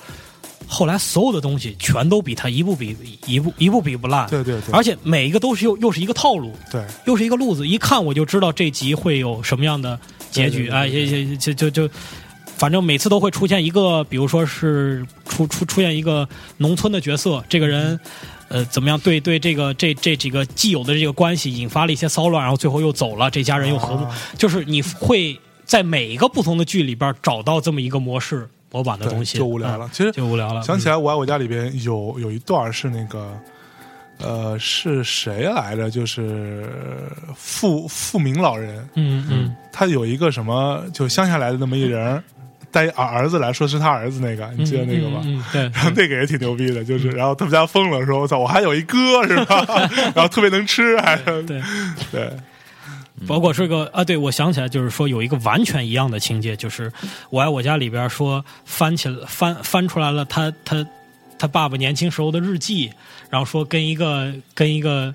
[SPEAKER 3] 后来所有的东西全都比他一步比一步一步比不烂，
[SPEAKER 1] 对对对
[SPEAKER 3] 而且每一个都是又又是一个套路，
[SPEAKER 1] 对，
[SPEAKER 3] 又是一个路子，一看我就知道这集会有什么样的结局，
[SPEAKER 1] 对对对对
[SPEAKER 3] 哎，就就就就就反正每次都会出现一个，比如说是出出出现一个农村的角色，这个人，呃，怎么样对对这个这这几个既有的这个关系引发了一些骚乱，然后最后又走了，这家人又和睦，
[SPEAKER 1] 啊
[SPEAKER 3] 就是你会在每一个不同的剧里边找到这么一个模式模板的
[SPEAKER 1] 对
[SPEAKER 3] 东西，
[SPEAKER 1] 就无聊了
[SPEAKER 3] 嗯
[SPEAKER 1] 其实
[SPEAKER 3] 就无聊了。
[SPEAKER 1] 想起
[SPEAKER 3] 来，
[SPEAKER 1] 来，我爱我家里边有有一段是那个，呃，是谁来着？就是富富明老人，
[SPEAKER 3] 嗯嗯
[SPEAKER 1] 他有一个什么，就乡下来的那么一人儿，带儿儿子来说是他儿子那个，你
[SPEAKER 3] 嗯，
[SPEAKER 1] 记得那个吗？
[SPEAKER 3] 嗯，嗯嗯
[SPEAKER 1] 然后那个也挺牛逼的，就是，
[SPEAKER 2] 嗯
[SPEAKER 1] 然后他们家疯了，说我操，我还有一哥是 吧？然后特别能吃，还
[SPEAKER 3] 对对。
[SPEAKER 1] 对，
[SPEAKER 3] 包括这个啊，对我想起来，就是说有一个完全一样的情节，就是《我爱我家》里边说翻起来翻翻出来了他他他爸爸年轻时候的日记，然后说跟一个跟一个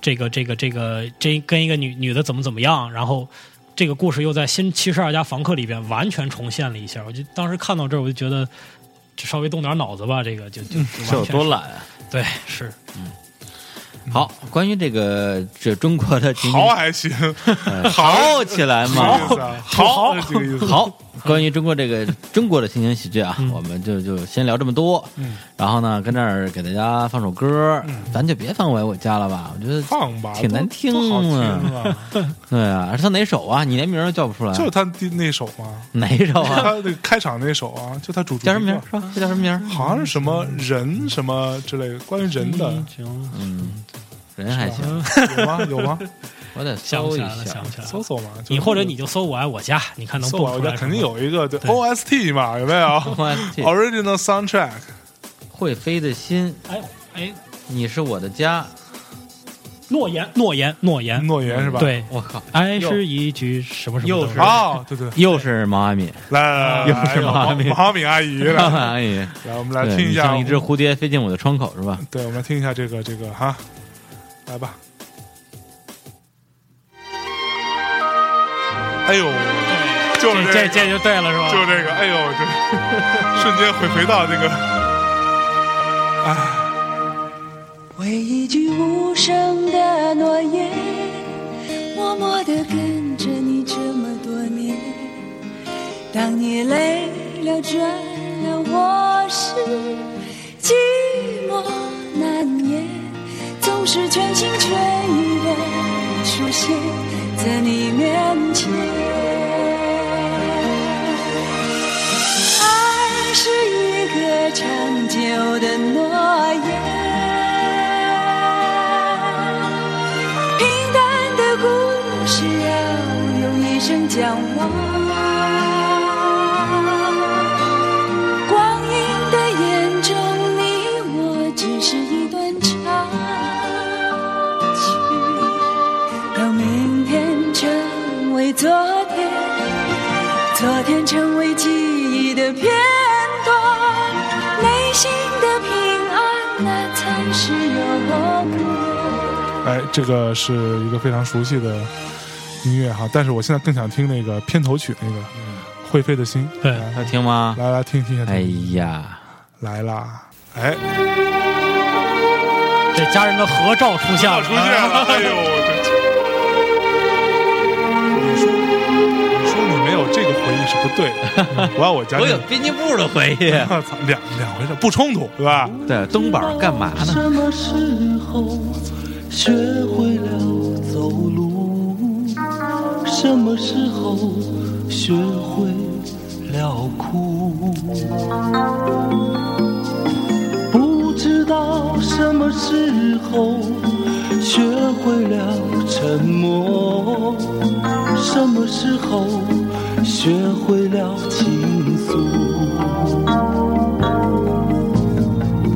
[SPEAKER 3] 这个这个这个这跟一个女女的怎么怎么样，然后这个故事又在新七十二家房客里边完全重现了一下。我就当时看到这儿，我就觉得就稍微动点脑子吧，这个就就就完
[SPEAKER 2] 是有
[SPEAKER 3] 全
[SPEAKER 2] 多
[SPEAKER 3] 是
[SPEAKER 2] 懒啊？
[SPEAKER 3] 对是
[SPEAKER 2] 嗯好，关于这个这中国的经济
[SPEAKER 1] 豪还行，
[SPEAKER 2] 呃
[SPEAKER 1] 豪
[SPEAKER 2] 好起来嘛，
[SPEAKER 1] 这个意思啊，豪是这个意思。
[SPEAKER 2] 好，关于中国这个中国的情景喜剧
[SPEAKER 3] 嗯
[SPEAKER 2] 啊，我们就就先聊这么多。
[SPEAKER 1] 嗯，
[SPEAKER 2] 然后呢，跟这儿给大家放首歌，
[SPEAKER 3] 嗯
[SPEAKER 2] 咱就别放《我爱我家》了吧，我觉得
[SPEAKER 1] 放吧，
[SPEAKER 2] 挺难听
[SPEAKER 1] 多多好听
[SPEAKER 2] 啊。
[SPEAKER 1] 啊！
[SPEAKER 2] 对啊，而且他哪首啊？你连名儿都叫不出来，
[SPEAKER 1] 就是他第那首嘛，
[SPEAKER 2] 哪一首
[SPEAKER 1] 他
[SPEAKER 2] 啊？
[SPEAKER 1] 那个开场那首啊，就他主
[SPEAKER 2] 叫什么名
[SPEAKER 1] 主
[SPEAKER 2] 儿？
[SPEAKER 1] 题
[SPEAKER 2] 是吧？这叫什么 名儿？
[SPEAKER 1] 歌好像是什么人什么之类的，关于人的
[SPEAKER 2] 嗯，人还行，
[SPEAKER 1] 有吗？有 吗？
[SPEAKER 2] 我得
[SPEAKER 3] 想
[SPEAKER 2] 搜一
[SPEAKER 3] 不起来了，
[SPEAKER 2] 下
[SPEAKER 3] 想不。起来了
[SPEAKER 1] 搜。搜嘛，就是
[SPEAKER 3] 你或者你就搜我哎爱我家，你看能
[SPEAKER 1] 搜
[SPEAKER 3] 蹦出
[SPEAKER 1] 吧，
[SPEAKER 3] 来
[SPEAKER 1] 我觉得肯定
[SPEAKER 3] 什么
[SPEAKER 1] 有一个对 OST 嘛，有没 有？Original soundtrack，
[SPEAKER 2] 会飞的心，
[SPEAKER 3] 哎哎，
[SPEAKER 2] 你是我的家。
[SPEAKER 3] 诺言，诺言，诺
[SPEAKER 2] 嗯
[SPEAKER 3] 言，
[SPEAKER 1] 诺言嗯是吧？，
[SPEAKER 3] 对，
[SPEAKER 2] 我靠，
[SPEAKER 3] 爱
[SPEAKER 2] 又
[SPEAKER 3] 是一句什么什么
[SPEAKER 2] 又
[SPEAKER 3] 东西
[SPEAKER 2] 是
[SPEAKER 1] 哦，对对，
[SPEAKER 2] 又是毛阿敏，
[SPEAKER 1] 来来来来，
[SPEAKER 2] 又是
[SPEAKER 1] 来
[SPEAKER 2] 妈
[SPEAKER 1] 王
[SPEAKER 2] 咪
[SPEAKER 1] 王敏阿姨
[SPEAKER 2] 毛
[SPEAKER 1] 来，
[SPEAKER 2] 阿敏，
[SPEAKER 1] 来我们来
[SPEAKER 2] 对，
[SPEAKER 1] 听一
[SPEAKER 2] 你
[SPEAKER 1] 下
[SPEAKER 2] 像一，只蝴蝶飞进我的窗口是吧？
[SPEAKER 1] 对，我们来听一下这个这个哈，来吧。哎呦，就是
[SPEAKER 3] 这这这就对了是吧？
[SPEAKER 1] 就这个，哎呦，这瞬间回回到这个，哎，
[SPEAKER 6] 为一句无声的诺言，默默地跟着你这么多年。当你累了倦了，我是寂寞难言，总是全心全意的出现在你面前。爱是一个长久的诺言，平淡的故事要用一生讲完。光阴的眼中，你我只是一段插曲，让明天成为昨天。昨天成为记忆的片段，内心的平安，那才是有果。
[SPEAKER 1] 哎，这个是一个非常熟悉的音乐哈，但是我现在更想听那个片头曲那个《会飞的心》，
[SPEAKER 3] 对
[SPEAKER 1] 来
[SPEAKER 2] 要听吗？
[SPEAKER 1] 来来听听一下，
[SPEAKER 2] 哎呀，
[SPEAKER 1] 来啦，哎，
[SPEAKER 3] 这家人的合照出现
[SPEAKER 1] 要
[SPEAKER 3] 了，
[SPEAKER 1] 出现了，哎呦， 这。你说，你说你没有这个回忆是不对的。我要我家那
[SPEAKER 2] 我
[SPEAKER 1] 个，
[SPEAKER 2] 有编辑部的回忆。
[SPEAKER 1] 我操，两两回事，不冲突，对吧？
[SPEAKER 2] 对，东宝干嘛呢？
[SPEAKER 7] 什么时候学会了走路？什么时候学会了哭？不知道什么时候学会了沉默，什么时候学会了倾诉。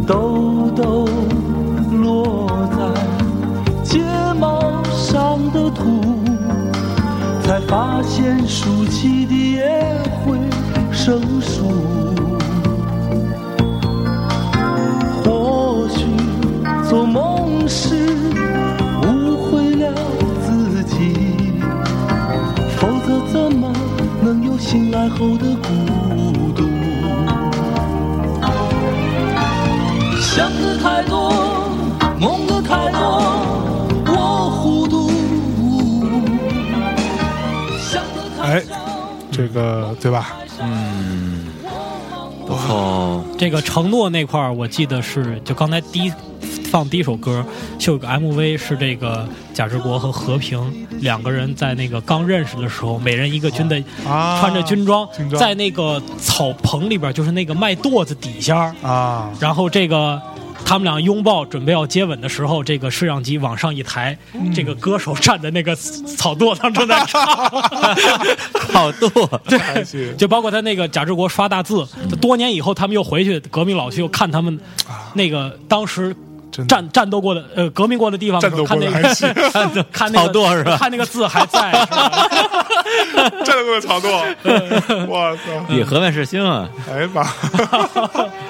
[SPEAKER 7] 豆豆落在睫毛上的土，才发现熟悉的也会生疏。或许做梦时误会了自己，否则怎么能有醒来后的孤独？想的太多，梦的太多，我糊涂。想得太
[SPEAKER 1] 哎
[SPEAKER 7] 少
[SPEAKER 1] 这个对吧？
[SPEAKER 2] 然后
[SPEAKER 3] 这个承诺那块儿，我记得是就刚才第一放第一首歌，就有个 MV 是这个贾志国和和平两个人在那个刚认识的时候，每人一个军的，
[SPEAKER 1] 啊
[SPEAKER 3] 穿着军装，
[SPEAKER 1] 军装
[SPEAKER 3] 在那个草棚里边，就是那个麦垛子底下儿，
[SPEAKER 1] 啊，
[SPEAKER 3] 然后这个。他们俩拥抱，准备要接吻的时候，这个摄像机往上一抬，
[SPEAKER 1] 嗯
[SPEAKER 3] 这个歌手站在那个草垛上正在 唱，
[SPEAKER 2] 好多，
[SPEAKER 1] 太气
[SPEAKER 3] 就包括他那个贾志国刷大字，
[SPEAKER 2] 嗯
[SPEAKER 3] 就多年以后他们又回去革命老区又看他们那个当时
[SPEAKER 1] 啊真的
[SPEAKER 3] 战战斗过的呃革命过的地方，
[SPEAKER 1] 战斗过
[SPEAKER 3] 看
[SPEAKER 1] 的
[SPEAKER 3] 那
[SPEAKER 1] 还
[SPEAKER 3] 个
[SPEAKER 1] 行
[SPEAKER 3] 看那看那
[SPEAKER 2] 草垛是吧
[SPEAKER 3] 个看那个字还 在，是吧
[SPEAKER 1] 站在那个草垛，我操！
[SPEAKER 2] 也和外是星啊。
[SPEAKER 1] 哎呀妈，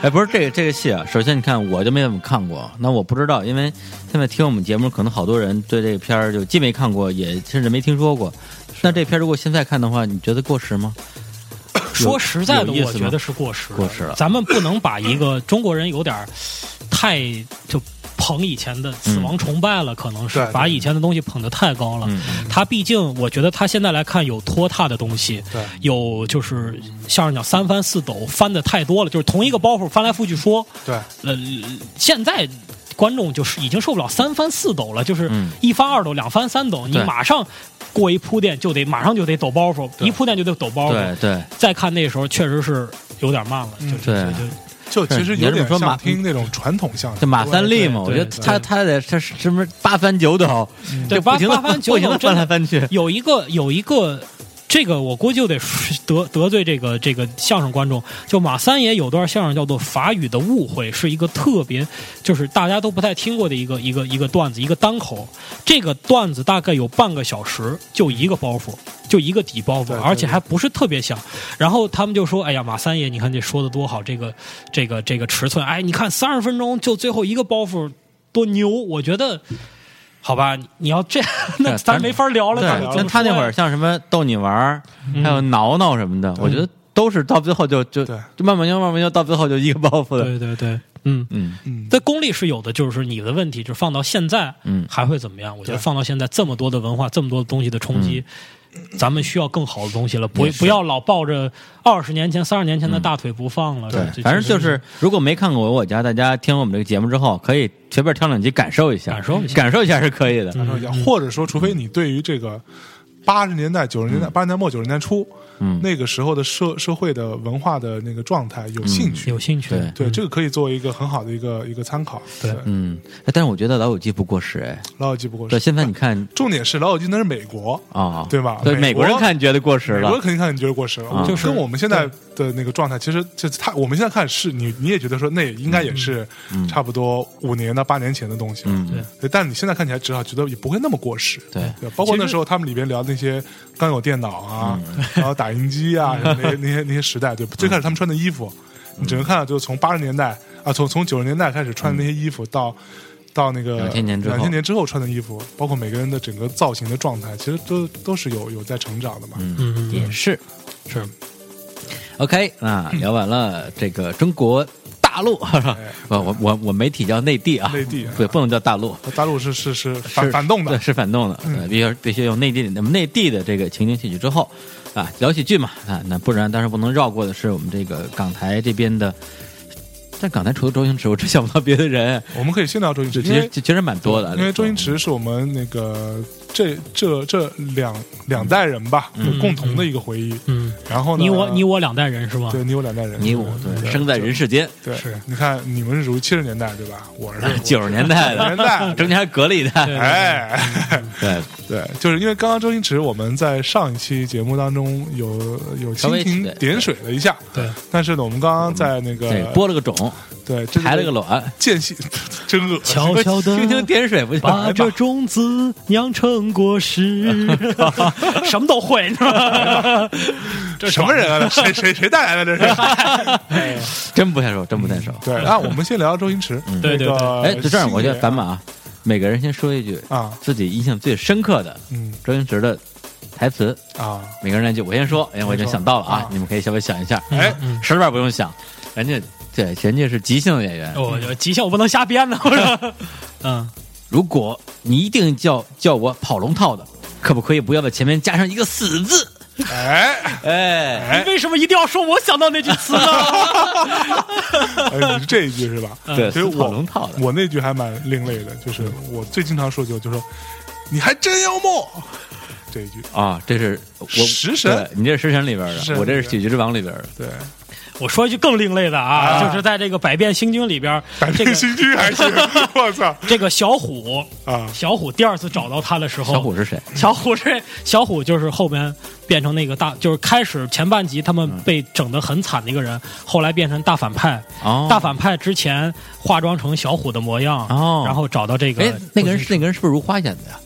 [SPEAKER 2] 哎，不是这个这个戏啊，首先你看我就没怎么看过，那我不知道，因为现在听我们节目，可能好多人对这个片儿就既没看过，也甚至没听说过。那这片儿如果现在看的话，你觉得过时吗？
[SPEAKER 3] 说实在的，
[SPEAKER 2] 有意思
[SPEAKER 3] 我
[SPEAKER 2] 吗
[SPEAKER 3] 觉得是过时的
[SPEAKER 2] 过时了
[SPEAKER 3] 咱们不能把一个中国人有点儿太就捧以前的死亡崇拜了，可能是
[SPEAKER 1] 对对
[SPEAKER 3] 把以前的东西捧得太高了。
[SPEAKER 2] 嗯
[SPEAKER 3] 他毕竟，我觉得他现在来看有拖沓的东西，
[SPEAKER 1] 对
[SPEAKER 3] 有就是相声讲三翻四抖翻的太多了，就是同一个包袱翻来覆去说。
[SPEAKER 1] 对，
[SPEAKER 3] 呃，现在观众就是已经受不了三翻四抖了，就是
[SPEAKER 2] 嗯
[SPEAKER 3] 一翻二抖，两翻三抖，你
[SPEAKER 2] 对
[SPEAKER 3] 马上过一铺垫就得马上就得抖包袱，
[SPEAKER 1] 对
[SPEAKER 3] 一铺垫就得抖包
[SPEAKER 2] 对
[SPEAKER 3] 袱。
[SPEAKER 2] 对，
[SPEAKER 3] 再看那时候确实是有点慢了，就
[SPEAKER 1] 嗯
[SPEAKER 3] 就
[SPEAKER 2] 对
[SPEAKER 3] 就
[SPEAKER 1] 就
[SPEAKER 3] 就
[SPEAKER 1] 其实有
[SPEAKER 2] 你要这
[SPEAKER 1] 点
[SPEAKER 2] 么说马
[SPEAKER 1] 像听那种传统相
[SPEAKER 2] 这
[SPEAKER 1] 声，
[SPEAKER 2] 马三立嘛，
[SPEAKER 3] 对
[SPEAKER 2] 我觉得
[SPEAKER 3] 对
[SPEAKER 2] 他他得他是什么八翻九抖，
[SPEAKER 3] 对
[SPEAKER 2] 这
[SPEAKER 3] 八
[SPEAKER 2] 不停的
[SPEAKER 3] 八翻九
[SPEAKER 2] 不停的
[SPEAKER 3] 抖真
[SPEAKER 2] 翻
[SPEAKER 3] 的
[SPEAKER 2] 来 翻去。
[SPEAKER 3] 有一个有一个，这个我估计就得得得罪这个这个相声观众。就马三爷有段相声叫做《法语的误会》，是一个特别就是大家都不太听过的一个一个一个段子，一个单口。这个段子大概有半个小时，就一个包袱，就一个底包
[SPEAKER 1] 对对
[SPEAKER 3] 袱，而且还不是特别响。然后他们就说：“哎呀，马三爷，你看这说的多好，这个这个这个尺寸，哎，你看三十分钟就最后一个包袱多牛！”我觉得。好吧，你要这那
[SPEAKER 2] 对
[SPEAKER 3] 咱没法聊了。咱
[SPEAKER 2] 对，
[SPEAKER 3] 怎
[SPEAKER 2] 跟
[SPEAKER 3] 么
[SPEAKER 2] 他那
[SPEAKER 3] 说
[SPEAKER 2] 会
[SPEAKER 3] 呀嗯
[SPEAKER 2] 儿像什么逗你玩儿，还有挠挠什么的，我觉得都是到最后就就
[SPEAKER 1] 对
[SPEAKER 2] 就慢慢就慢慢就到最后就一个包袱的。
[SPEAKER 3] 对对对，嗯。
[SPEAKER 2] 嗯，
[SPEAKER 1] 嗯，
[SPEAKER 3] 但功力是有的，就是你的问题，就是放到现在，
[SPEAKER 2] 嗯
[SPEAKER 3] 还会怎么样？我觉得
[SPEAKER 1] 对
[SPEAKER 3] 放到现在这么多的文化，这么多的东西的冲击，咱们需要更好的东西了，不
[SPEAKER 2] 嗯也是嗯
[SPEAKER 3] 不要老抱着二十年前、三十年前的大腿不放了。
[SPEAKER 1] 嗯
[SPEAKER 3] 这
[SPEAKER 2] 反正就
[SPEAKER 3] 这
[SPEAKER 2] 是如果没看过《我我家》，大家听了我们这个节目之后，可以随便挑两集感受一下，
[SPEAKER 3] 感受一下
[SPEAKER 2] 感受一下是可以的。
[SPEAKER 1] 感受一下，或者说，除非你对于这个八十年代、九十年代、八十年代末、九十年代初
[SPEAKER 2] 嗯，
[SPEAKER 1] 那个时候的社社会的文化的那个状态有兴
[SPEAKER 2] 嗯
[SPEAKER 1] 趣，
[SPEAKER 3] 有兴趣，
[SPEAKER 2] 对
[SPEAKER 1] 对这个可以作为一个很好的一个一个参考。对，
[SPEAKER 2] 嗯，哎但是我觉得《老友记》不过时哎。
[SPEAKER 1] 老友记不过
[SPEAKER 2] 对，
[SPEAKER 1] 时，
[SPEAKER 2] 现在你看
[SPEAKER 1] 重点是老友记那是美国，
[SPEAKER 2] 啊，
[SPEAKER 1] 对吧
[SPEAKER 2] 对，
[SPEAKER 1] 美
[SPEAKER 2] 美
[SPEAKER 1] 国
[SPEAKER 2] 国人看觉得过时
[SPEAKER 1] 美
[SPEAKER 2] 了啊
[SPEAKER 1] 国。肯定看你觉得过时了，
[SPEAKER 3] 就是
[SPEAKER 1] 跟我们现在的那个状态，其实就是他我们现在看是你你也觉得说那应该也是差不多五年到八年前的东西了，
[SPEAKER 2] 嗯
[SPEAKER 3] 对
[SPEAKER 1] 对，但你现在看起来至少觉得也不会那么过时，
[SPEAKER 2] 对
[SPEAKER 1] 包括那时候他们里边聊那些刚有电脑啊，
[SPEAKER 2] 嗯
[SPEAKER 1] 然后打印机 啊，什么那些那些那些时代，对，最开始他们穿的衣服，你只能看到就是从八十年代啊，从从九十年代开始穿的那些衣服到。到那个
[SPEAKER 2] 2000年之后
[SPEAKER 1] 两千年之后穿的衣服，包括每个人的整个造型的状态，其实都都是有有在成长的嘛。
[SPEAKER 3] 嗯，
[SPEAKER 2] 也是
[SPEAKER 1] 是
[SPEAKER 2] OK 啊，聊完了这个中国大陆， 我我我我媒体叫内地啊，
[SPEAKER 1] 哎内地啊
[SPEAKER 2] 对，不能叫大陆，
[SPEAKER 1] 大陆是是是
[SPEAKER 2] 是
[SPEAKER 1] 反反动
[SPEAKER 2] 对，
[SPEAKER 1] 的，嗯
[SPEAKER 2] 是反动的，呃必须必须用内地那么内地的这个情景喜剧之后啊，聊喜剧嘛啊，那不然当然不能绕过的是我们这个港台这边的，但港台除了周星驰，我真想不到别的人，
[SPEAKER 1] 我们可以先聊周星驰，
[SPEAKER 2] 这
[SPEAKER 1] 因
[SPEAKER 2] 其实
[SPEAKER 1] 为
[SPEAKER 2] 其实蛮多的，啊
[SPEAKER 1] 因为周星驰是我们那个这这这两两代人吧，
[SPEAKER 2] 嗯
[SPEAKER 1] 有共同的一个回忆。
[SPEAKER 3] 嗯，
[SPEAKER 1] 然后呢，
[SPEAKER 3] 你我你我两代人是吗？
[SPEAKER 1] 对你我两代人，
[SPEAKER 2] 你我对生在人世间，
[SPEAKER 1] 对，
[SPEAKER 3] 是
[SPEAKER 1] 你看你们是属于七十年代对吧？我是
[SPEAKER 2] 九十年代
[SPEAKER 1] 九十年
[SPEAKER 2] 的，
[SPEAKER 1] 代，
[SPEAKER 2] 中间还隔了一代，
[SPEAKER 3] 对
[SPEAKER 1] 哎，
[SPEAKER 2] 对，
[SPEAKER 1] 对，就是因为刚刚周星驰，我们在上一期节目当中有有
[SPEAKER 2] 稍微
[SPEAKER 1] 蜻蜓
[SPEAKER 2] 对
[SPEAKER 1] 点水了一下，
[SPEAKER 3] 对，
[SPEAKER 1] 但是呢，我们刚刚在那
[SPEAKER 2] 对
[SPEAKER 1] 个，
[SPEAKER 2] 播了个种，
[SPEAKER 1] 对这
[SPEAKER 2] 排了个卵，
[SPEAKER 1] 间隙， 真恶心。
[SPEAKER 3] 悄悄 的
[SPEAKER 2] 蜻蜓点水不就完
[SPEAKER 3] 把
[SPEAKER 2] 了
[SPEAKER 3] 这
[SPEAKER 2] 吗？
[SPEAKER 3] 种子酿成果实， 什么都会，你知道 吗？
[SPEAKER 1] 这什么 人啊？谁谁谁带来的？这是
[SPEAKER 2] 真不太熟，真不太熟。
[SPEAKER 1] 对，啊那我们先聊聊周星驰。
[SPEAKER 3] 对对对
[SPEAKER 2] 哎，就这样，我觉
[SPEAKER 1] 觉
[SPEAKER 2] 得
[SPEAKER 1] 得
[SPEAKER 2] 咱们啊，每个人先说一句
[SPEAKER 1] 啊
[SPEAKER 2] 自己印象最深刻的
[SPEAKER 1] 嗯
[SPEAKER 2] 周星驰的台词，
[SPEAKER 1] 啊，
[SPEAKER 2] 每个人来一句。我先说，哎，我已经想到了啊
[SPEAKER 1] 啊，
[SPEAKER 2] 你们可以稍微想一下，
[SPEAKER 1] 哎，
[SPEAKER 3] 嗯
[SPEAKER 2] 实在不用想，人家对，人家是即兴的演员。
[SPEAKER 3] 我我极限我不能瞎编呢， 我 说，嗯。
[SPEAKER 2] 如果你一定叫叫我跑龙套的，可不可以不要在前面加上一个死字？
[SPEAKER 1] 哎，
[SPEAKER 2] 哎，
[SPEAKER 1] 哎
[SPEAKER 3] 为什么一定要说我想到那句词呢？
[SPEAKER 1] 哎，你是这一句是吧？
[SPEAKER 2] 对，
[SPEAKER 1] 其实
[SPEAKER 2] 是
[SPEAKER 1] 我
[SPEAKER 2] 跑龙套的，
[SPEAKER 1] 我那句还蛮另类的，就是我最经常说就就是说，你还真幽默 这一句，
[SPEAKER 2] 啊，这是我
[SPEAKER 1] 食神
[SPEAKER 2] 对你这是食神里边
[SPEAKER 1] 食
[SPEAKER 2] 的，
[SPEAKER 1] 神
[SPEAKER 2] 我
[SPEAKER 1] 里
[SPEAKER 2] 这是
[SPEAKER 1] 边
[SPEAKER 2] 喜剧之王里边的，
[SPEAKER 1] 对，
[SPEAKER 3] 我说一句更另类的啊，就是在这个《百变星君》里边，
[SPEAKER 1] 百
[SPEAKER 3] 这个
[SPEAKER 1] 变星君还 行，我操
[SPEAKER 3] 这个小虎，
[SPEAKER 1] 啊！
[SPEAKER 3] 小虎第二次找到他的时候，
[SPEAKER 2] 小虎是谁？
[SPEAKER 3] 小虎是小虎，就是后边变成那个大，就是开始前半集他们被整得很惨的一个人，后来变成大反派。
[SPEAKER 2] 哦，
[SPEAKER 3] 大反派之前化妆成小虎的模样，
[SPEAKER 2] 哦
[SPEAKER 3] 然后找到这个，
[SPEAKER 2] 哎，那个人是那个人是不是如花演的呀？